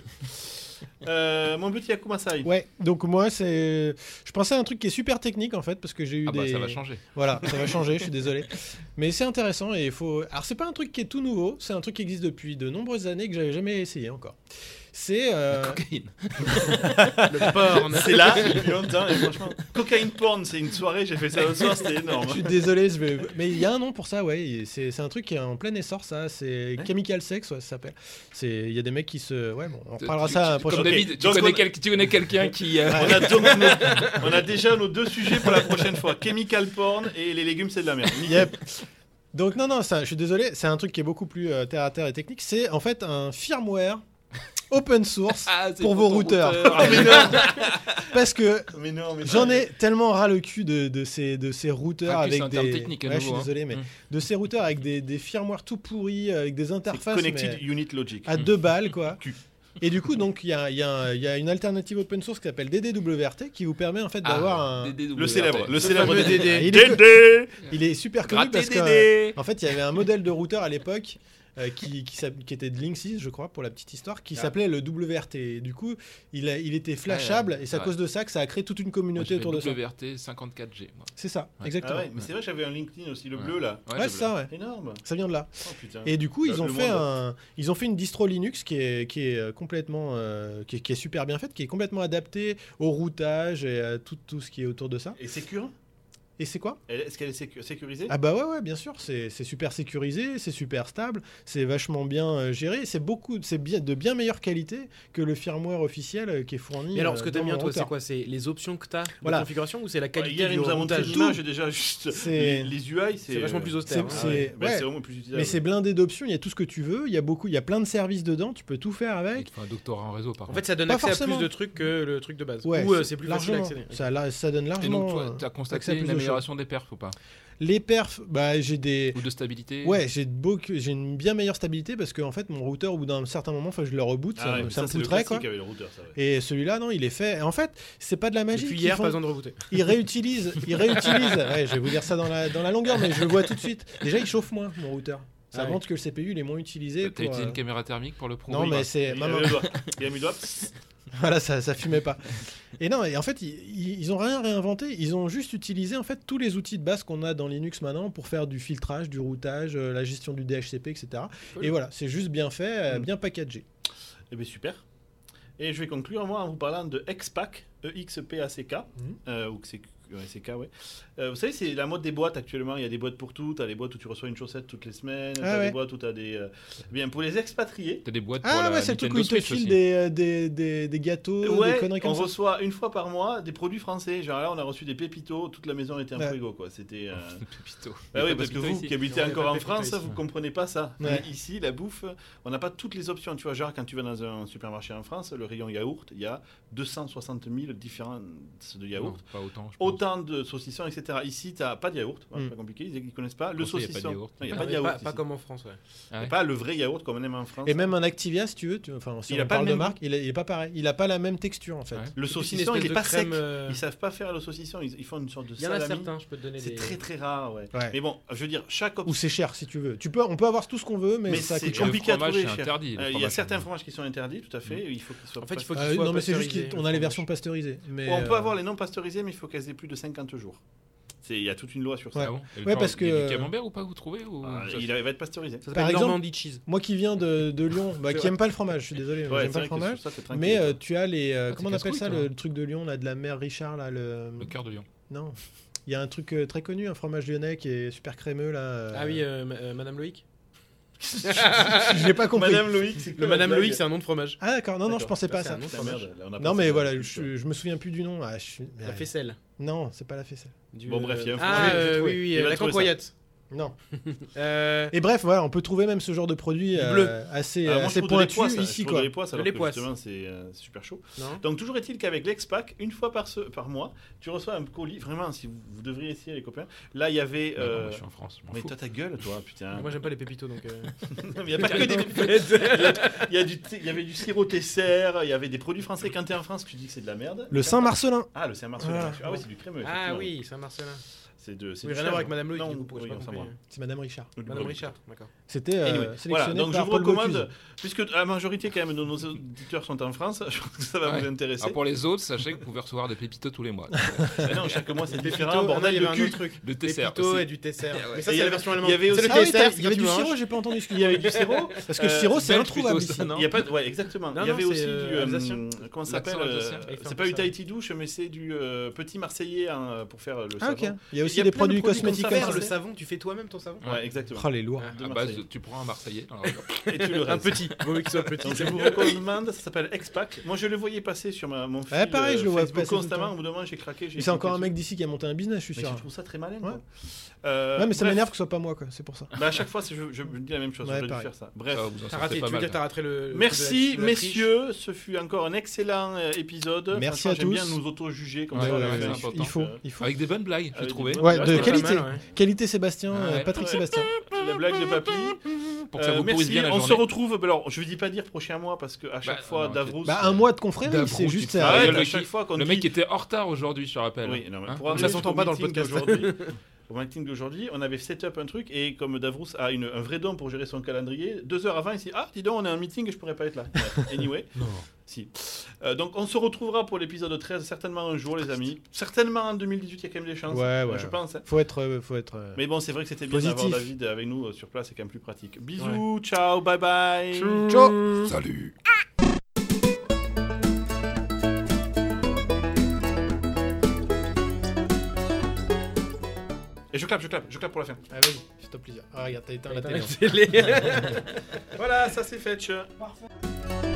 S1: Euh, mon petit Akuma Sai.
S2: Ouais, donc moi c'est, je pensais à un truc qui est super technique en fait parce que j'ai eu
S3: Ah bah
S2: des.
S3: ça va changer.
S2: Voilà, ça va changer, je suis désolé. Mais c'est intéressant et il faut. Alors, c'est pas un truc qui est tout nouveau, c'est un truc qui existe depuis de nombreuses années que j'avais jamais essayé encore. C'est. euh,
S3: Cocaïne.
S4: le
S2: [LAUGHS]
S4: porn.
S1: C'est là, depuis [LAUGHS] longtemps, et franchement. Cocaine porn, c'est une soirée, j'ai fait ça l'autre soir, c'était énorme. hein.
S2: Je suis désolé, je vais- mais il y a un nom pour ça, ouais. et C'est c'est un truc qui est en plein essor, ça. C'est
S1: Hein
S2: Chemical Sex, ouais, ça s'appelle. C'est- Il y a des mecs qui se. Ouais, bon, on
S3: Tu-
S2: reparlera
S3: tu-
S2: ça à la
S3: tu-
S2: prochaine
S3: Comme
S1: Ok,
S3: David, tu
S1: donc
S3: connais
S1: on-
S3: quel- tu connais quelqu'un qui. euh,
S1: On a, donc nos- on a déjà nos deux sujets pour la prochaine fois chemical porn et les légumes, c'est de la merde. Nickel.
S2: Yep. Donc non, non, ça, je suis désolé, c'est un truc qui est beaucoup plus euh, terre à terre et technique. C'est en fait un firmware open
S3: [LAUGHS]
S2: source
S3: Ah, c'est
S2: pour vos
S3: ton
S2: routeurs.
S3: routeur.
S1: Oh, mais non,
S2: parce que
S1: mais non, mais
S2: j'en ai tellement ras le cul de, de ces, de ces routeurs
S3: Ah,
S2: avec
S3: plus, c'est un
S2: des.
S3: terme technique à
S2: Ouais, je suis
S3: nouveau, hein.
S2: désolé, mais
S3: Mm.
S2: de ces routeurs avec des, des firmwares tout pourris, avec des interfaces
S1: Connected
S2: mais Ah,
S1: Unit Logic.
S2: à
S3: Mm.
S2: deux balles quoi.
S1: Cul.
S2: Et du coup, donc il y a, il y a un- il y a une alternative open source qui s'apple DDWRT qui vous permet en fait
S3: Ah,
S2: d'avoir un.
S3: DDWRT.
S1: Le célèbre, le
S3: Ce
S1: célèbre
S3: fameux
S1: DD.
S2: Il est,
S1: Dédé
S2: il est super connu
S3: Gratter
S2: parce que.
S3: DD.
S2: En fait, il y avait un modèle de routeur à l'époque euh, qui, qui, s'app- qui était de Linksys, je crois, pour la petite histoire, qui
S1: Ah.
S2: s'appelait le WRT. Et du coup, il, a- il était flashable,
S3: Ah, ouais,
S2: et c'est à
S3: ouais.
S2: cause de ça que ça a créé toute une
S3: Moi, j'ai
S2: communauté
S3: fait
S2: autour de ça.
S3: WRT 54G. moi.
S2: C'est ça,
S3: Ouais.
S2: exactement.
S1: Ah ouais, mais c'est vrai, j'avais un LinkedIn aussi, le bleu là.
S2: ouais,
S3: double.
S2: c'est ça, ouais.
S1: Énorme.
S2: Ça vient de là.
S1: Oh putain.
S2: Et du coup, ils
S1: Le
S2: ont fait
S1: monde.
S2: un, ils ont fait une distro Linux qui est, qui est euh, complètement, euh, qui, est, qui est super bien faite, qui est complètement adaptée au routage et à tout, tout ce qui est autour de ça.
S1: Et c'est cure
S2: Et c'est quoi
S1: Elle- Est-ce qu'elle est sécu- sécurisée
S2: Ah bah ouais, ouais, bien sûr, c'est c'est super sécurisé, c'est super stable, c'est vachement bien euh, géré, c'est beaucoup, c'est bien de bien meilleure qualité que le firmware officiel euh, qui est fourni.
S4: Mais alors,
S2: euh,
S4: ce que t'aimes
S2: dans
S4: bien,
S2: mon
S4: toi, c'est
S2: routeur.
S4: quoi C'est les options que t'as de
S2: Voilà.
S4: configuration ou c'est la
S1: Ouais,
S4: qualité
S1: Hier,
S4: du
S1: il nous a monté
S4: montage
S1: une image et déjà juste.
S2: C'est-
S1: Les, les UI, c'est.
S4: C'est vachement plus austère.
S1: Ah
S4: hein.
S2: C'est-
S1: ouais. Bah,
S2: ouais.
S1: c'est vraiment plus utilisable.
S2: Mais c'est blindé d'options, il y a tout ce que tu veux, il y a beaucoup, il y a plein de services dedans, tu peux tout faire
S3: Il
S2: avec.
S3: te faut un doctorat en réseau, par
S4: En
S3: contre.
S4: fait, ça donne
S2: Pas
S4: accès à
S2: forcément.
S4: plus de trucs que le truc de base.
S2: Ouais,
S4: ou euh, c'est plus facile à
S2: largement.
S4: accéder.
S2: Ça, la- ça donne
S3: Et
S2: largement.
S3: donc, toi,
S2: euh,
S3: tu as
S2: accès à
S3: constaté
S2: plus
S3: une
S2: de
S3: amélioration des perfs ou pas
S2: les perfs, bah j'ai des,
S3: Ou de stabilité
S2: ouais, j'ai de beau- j'ai une bien meilleure stabilité parce qu'en fait mon routeur, au bout d'un certain moment, faut que je le reboot,
S1: Ah
S2: ça,
S1: ouais,
S2: me-
S1: mais
S2: ça me
S1: c'est le
S2: foutrait
S1: classique
S2: quoi.
S1: avec le routeur, ça, ouais.
S2: Et celui-là, non, il est fait. En fait, c'est pas de la magie.
S4: Depuis
S2: qu'ils
S4: hier,
S2: font.
S4: pas besoin de rebooter.
S2: Il réutilise, il réutilise. Ouais, je vais vous dire ça dans la, dans la longueur, mais je le vois tout de suite. Déjà, il chauffe moins mon routeur. Ça
S4: Ah ouais.
S2: montre que le CPU il est moins utilisé.
S3: Bah, T'as
S2: Pour,
S3: utilisé
S2: euh,
S3: une caméra thermique pour le prouver
S2: Non, mais
S1: Il
S2: c'est.
S1: a
S2: ma main-
S1: mis le doigt. Il a mis le
S2: [LAUGHS]
S1: doigt.
S2: Voilà, ça, ça fumait pas. Et non, et en fait, ils- ils, ils ont rien réinventé. Ils ont juste utilisé en fait tous les outils de base qu'on a dans Linux maintenant pour faire du filtrage, du routage, euh, la gestion du DHCP, etc.
S4: Cool.
S2: Et voilà, c'est juste bien fait, euh,
S1: Mm.
S2: bien packagé.
S1: Eh bien, super. Et je vais conclure, moi, en vous parlant de XPAC, E E-X-P-A-C-K,
S2: Mhm.
S1: euh, ou que c'est- ouais, c'est K, ouais. Euh, vous savez, c'est la mode des boîtes actuellement. Il y a des boîtes pour tout. T'as les boîtes où tu reçois une chaussette toutes les semaines.
S2: Ah
S1: t'as
S2: ouais.
S1: des boîtes où t'as des. euh, eh bien, pour les expatriés.
S3: T'as des boîtes pour
S2: Ah
S3: la
S2: ouais, c'est le truc où
S3: Nintendo
S2: ils te
S3: Switch aussi.
S2: filent des, euh, des, des- des gâteaux, Oh, des
S1: ouais,
S2: conneries
S1: on
S2: comme ça.
S1: reçoit une fois par mois des produits français. Genre là, on a reçu des pépitos, toute la maison était un
S2: Ouais.
S1: frigo, quoi. C'était. euh, Ah oui,
S3: Pépito. Il y a pas
S1: parce que
S3: Pépito
S1: vous
S3: ici.
S1: qui habitez
S4: Non, il y a
S1: encore
S4: pas
S1: en
S4: de
S1: France,
S4: Pépito
S1: vous
S4: ici.
S1: comprenez pas ça.
S2: Ouais.
S1: Mais ici, la bouffe, on n'a pas toutes les options. Tu vois, genre quand tu vas dans un supermarché en France, le rayon yaourt, il y a 260 000 différences de yaourt.
S3: Non, Pas autant. je pense.
S1: Autant de saucissons, etc. Ici, tu n'as pas de yaourt, Voilà,
S4: Hmm.
S1: c'est
S2: Mm.
S1: pas compliqué, ils ne connaissent pas. Le
S3: Français, il y a pas de
S1: saucisson, Non,
S3: yaourt.
S1: il n'y a
S4: Ah,
S1: pas de
S4: mais
S1: yaourt.
S4: pas,
S1: ici.
S4: pas comme en France, ouais.
S1: Il y a
S3: Ouais.
S1: pas le vrai yaourt comme on aime en France.
S2: Et même un Activia, si tu veux, tu, enfin, si
S1: Il a
S2: on
S1: pas
S2: parle
S1: le
S2: de
S1: même
S2: marque, il n'est pas pareil. Il a pas la même texture en fait.
S3: Ouais.
S1: Le
S4: Et puis, une
S1: saucisson, il
S4: espèce
S1: n'est
S4: de
S1: pas
S4: crème,
S1: sec.
S4: euh,
S1: Ils savent pas faire le saucisson, ils, ils font une sorte de
S4: Il y en a
S1: salami.
S4: certains, je peux te donner
S1: C'est
S4: des.
S1: très très rare, ouais.
S2: Ouais.
S1: Mais bon, je veux dire, chaque option.
S2: Ou c'est cher si tu veux. Tu peux, on peut avoir tout ce qu'on veut, mais,
S1: Mais
S2: ça
S1: c'est
S2: coûte
S3: Et
S2: cher.
S1: compliqué. à
S3: le fromage,
S1: trouver,
S3: c'est
S1: cher.
S3: interdit. le
S1: Euh, Il y a
S3: fromage.
S1: certains fromages qui sont interdits, tout à fait. Il faut qu'ils soient
S4: En fait, il
S1: pas-
S4: faut qu'il
S2: Euh,
S4: soit.
S2: non, mais c'est
S4: pasteurisé,
S2: juste
S4: le
S2: qu'on a les
S4: fromage.
S2: versions pasteurisées. Mais
S1: on peut
S2: euh,
S1: avoir les non pasteurisés, mais il faut qu'elles aient plus de 50 jours. C'est- Il y a toute une loi sur ça.
S3: Ah bon Et
S2: Ouais,
S3: genre,
S2: parce
S3: Il y a
S2: que-
S3: du camembert ou pas, vous trouvez ou...
S1: Ah,
S3: ça-
S1: il va être pasteurisé.
S4: Ça
S2: Par
S4: s'appelle
S2: exemple-
S4: Normandie Cheese.
S2: Moi qui viens de, de Lyon, bah,
S4: C'est
S2: qui
S4: vrai.
S2: aime pas le fromage, je suis désolé,
S1: Ouais, c'est
S2: j'aime pas le
S1: vrai que
S2: fromage.
S1: sur ça, t'es tranquille,
S2: Mais
S1: toi.
S2: euh, tu as les. euh,
S3: Ah,
S2: comment on
S3: c'est
S2: appelle ça,
S3: casse-couille, toi.
S2: le truc de Lyon, là, de la mère Richard, là, le.
S3: Le cœur de Lyon.
S2: Non. Il y a un truc euh, très connu, un fromage lyonnais qui est super crémeux, là. euh,
S4: Ah
S2: [LAUGHS]
S4: oui, euh, ma- euh, Madame Loïc.
S2: Je l'ai pas compris.
S1: Madame Loïc, c'est
S4: Le
S1: quoi
S4: Madame
S1: la blague
S4: Loïc, c'est un nom de fromage.
S2: Ah d'accord, non, non, je
S1: D'accord.
S2: pensais pas à
S4: c'est
S2: ça.
S4: un autre
S1: Ah, merde, là, on a
S2: Non,
S1: pas
S2: mais
S1: fait
S2: voilà,
S1: la- hein,
S2: je, je me souviens plus du nom. Ah, je suis-
S4: La faisselle.
S2: Non, c'est pas la fessée.
S4: du-
S1: Bon, bref, il y a un
S4: Ah,
S1: fromage,
S4: euh,
S1: j'ai
S4: oui,
S1: trouvé.
S4: oui,
S1: Il
S4: euh,
S1: va
S4: la
S1: trouver ça.
S4: cancoyette.
S2: Non.
S4: Euh,
S2: Et bref, voilà, on peut trouver même ce genre de produit euh,
S4: bleu.
S2: assez,
S1: Ah, moi, je
S2: assez
S1: trouve de les
S2: pointu
S1: poisses, je
S2: ici,
S1: trouve
S2: quoi.
S1: de les poisses, alors
S4: Les
S1: que
S4: poisses.
S1: justement, c'est euh, c'est super chaud.
S4: Non.
S1: Donc, toujours est-il qu'avec l'ex-pack, une fois par, ce, par mois, tu reçois un colis. Vraiment, si vous, vous devriez essayer, les copains. Là, il y avait.
S3: Bah non,
S1: euh,
S3: moi, Je suis en France. je m'en
S1: mais
S3: fous.
S1: toi, ta gueule, toi, putain. [LAUGHS]
S4: Moi, j'aime pas les pépitos, donc. euh,
S1: Il n'y a pas que des Il y, a du thé- il y avait du sirop Tesser, il y avait des produits français. Quand t'es en France, tu dis que c'est de la merde.
S2: Le
S1: Quand- [LAUGHS]
S2: Saint-Marcelin.
S1: Ah, le Saint-Marcelin.
S2: Voilà.
S1: Ah, oui, c'est du crémeux.
S4: Ah
S1: effectivement.
S4: oui, Saint-Marcelin.
S1: C'est de. c'est
S4: Oui,
S1: du
S4: rien à voir avec
S1: chèvre.
S4: Madame Loïc,
S1: Non,
S4: du coup, pour
S1: oui,
S4: j'ai pas
S1: on s'en
S4: compris.
S1: branle.
S2: C'est Madame Richard.
S4: Madame Richard, d'accord.
S2: C'était euh,
S1: Anyway,
S2: sélectionné
S1: voilà, donc je
S2: par
S1: vous
S2: Paul
S1: recommande,
S2: Bocuse.
S1: puisque la majorité quand même de nos auditeurs sont en France, je pense que ça va
S3: Ouais.
S1: vous intéresser.
S3: Ah, pour les autres, sachez que vous pouvez recevoir des pépitos tous les mois.
S1: Mais non, chaque mois c'est
S4: Pépitos,
S1: différent,
S4: ah, non, il
S1: bordel
S4: y
S1: de
S4: avait un
S1: cul.
S4: autre truc.
S3: Le Tesser.
S4: Pépitos
S3: c'est-
S4: et du Tesser. Mais
S1: Ah, Et
S4: ça,
S1: il y
S4: c'est la
S1: avait- il
S4: version
S1: y
S4: allemande.
S1: avait
S4: C'est le
S1: aussi-
S2: Ah oui,
S4: Tesser,
S2: t'as-
S4: c'est
S2: il y avait
S4: quand
S2: du
S4: tu manges.
S2: sirop, j'ai pas entendu ce qu'il
S1: Il
S2: y
S1: y
S2: avait.
S1: avait du sirop.
S2: Parce que le
S1: euh,
S2: sirop, Oh, c'est
S3: belge
S2: introuvable
S3: plutôt,
S2: ici.
S3: ça, non
S1: Il y a pas de... Ouais, exactement.
S4: Non,
S1: il y
S4: non,
S1: avait
S4: c'est,
S1: aussi
S4: euh,
S1: du... euh,
S4: alsacien.
S1: comment ça
S3: L'accent
S1: s'appelle euh,
S3: alsacien.
S4: Il fait un
S1: C'est pas
S4: peu
S1: du
S4: ça.
S1: Tahiti douche, mais c'est du euh, petit marseillais hein, pour faire euh, le
S2: Ah ok.
S1: savon.
S2: Il y
S1: Il y
S2: a aussi
S1: a
S2: des
S1: plein de
S2: produits
S1: produits
S2: cosmétiques
S1: comme ça.
S4: Faire
S2: comme
S4: le
S1: français.
S4: savon, tu fais toi-même ton savon
S1: Ouais, exactement.
S2: Oh les lourds.
S1: De
S3: À base,
S1: Marseille.
S3: tu prends un Marseillais.
S1: [LAUGHS]
S3: dans la région.
S1: Et tu le
S4: Un
S1: restes.
S4: petit, vaut mieux qu'il soit petit.
S1: Donc, je vous recommande, ça s'appelle X-Pack. Moi, je le voyais passer sur ma, mon fil
S2: Ouais, pareil,
S1: euh,
S2: je le vois
S1: Facebook
S2: passer tout le
S1: constamment.
S2: temps.
S1: Au bout d'un moment, j'ai craqué. j'ai
S2: Mais C'est encore un
S1: cliqué
S2: mec d'ici qui a monté un business, je suis
S1: dessus.
S2: sûr.
S1: Mais je trouve ça très malin.
S2: Ouais.
S1: Quoi. Euh,
S2: Ouais, mais ça
S1: bref.
S2: m'énerve que ce soit pas moi, quoi. C'est pour ça.
S1: Bah, à chaque fois, c'est- je, je me dis la même chose.
S2: Ouais,
S1: J'aurais dû
S2: pareil.
S1: faire ça. Bref. Euh,
S3: Ah, vous en
S4: T'as
S3: sortez
S4: raté,
S3: pas
S4: tu
S3: mal,
S4: veux dire que
S3: là.
S4: t'as raté le. le
S1: hein. Merci,
S4: truc de la- de la triche.
S1: messieurs. Ce fut encore un excellent euh, épisode.
S2: Merci
S1: Franchement,
S2: à
S1: j'aime bien
S2: tous.
S1: nous auto-juger comme
S3: Ouais,
S1: ça.
S3: ouais,
S1: on
S3: ouais,
S1: fait.
S3: c'est important.
S2: il faut,
S1: Euh,
S2: il faut.
S3: Avec des bonnes blagues,
S1: Avec
S3: j'ai
S1: des
S3: trouvé.
S1: bonnes
S2: Ouais,
S1: blagues,
S2: de
S1: c'est pas
S2: qualité.
S1: mal.
S2: Qualité Sébastien,
S3: Ouais.
S2: euh, Patrick
S1: Ouais.
S2: Sébastien.
S1: La blague de papy.
S3: Pour que ça
S1: Euh,
S3: vous pourrisse
S1: merci.
S3: bien la
S1: on se
S3: journée.
S1: retrouve. bah, Alors, je ne dis pas dire prochain mois parce qu'à chaque
S3: Bah,
S1: fois,
S3: non,
S1: Davrous.
S2: Bah un mois de confrérie,
S3: Dabrou,
S2: c'est
S3: tu
S2: juste.
S3: te
S2: ça
S3: fais-
S1: Arrête,
S3: Ouais, le
S1: à
S3: mec
S1: chaque fois qu'on
S3: Le
S1: dit-
S3: mec était en retard aujourd'hui, je te rappelle.
S1: Oui, non, mais
S3: Hein
S1: pour en
S4: Ça
S1: venir
S4: s'entend
S1: au
S4: pas dans le
S1: meeting
S4: podcast.
S1: d'aujourd'hui,
S3: [LAUGHS]
S1: au meeting d'aujourd'hui, on avait set-up un truc et comme Davrous a une, un vrai don pour gérer son calendrier, deux heures avant, il s'est dit Ah, dis donc, on a un meeting et je pourrais pas être là. Ouais, anyway.
S3: Non.
S1: Si. Euh, donc, on se retrouvera pour l'épisode 13, certainement un jour, les amis. Certainement en 2018, il y a quand même des chances.
S2: Ouais, ouais.
S1: Je pense. hein.
S2: Faut être, euh, faut être. euh,
S1: Mais bon, c'est vrai que c'était bien d'avoir
S2: Positif.
S1: David avec nous euh, sur place, c'est quand même plus pratique. Bisous, ciao, bye bye.
S2: Ciao.
S3: Salut. je clappe, je clappe, je clappe pour la fin.
S2: Ah, vas-y, fais-toi hein. plaisir. Ah, regarde, t'as éteint la télé.
S4: Télé.
S1: Voilà, ça c'est fait. tchè.
S5: Parfait.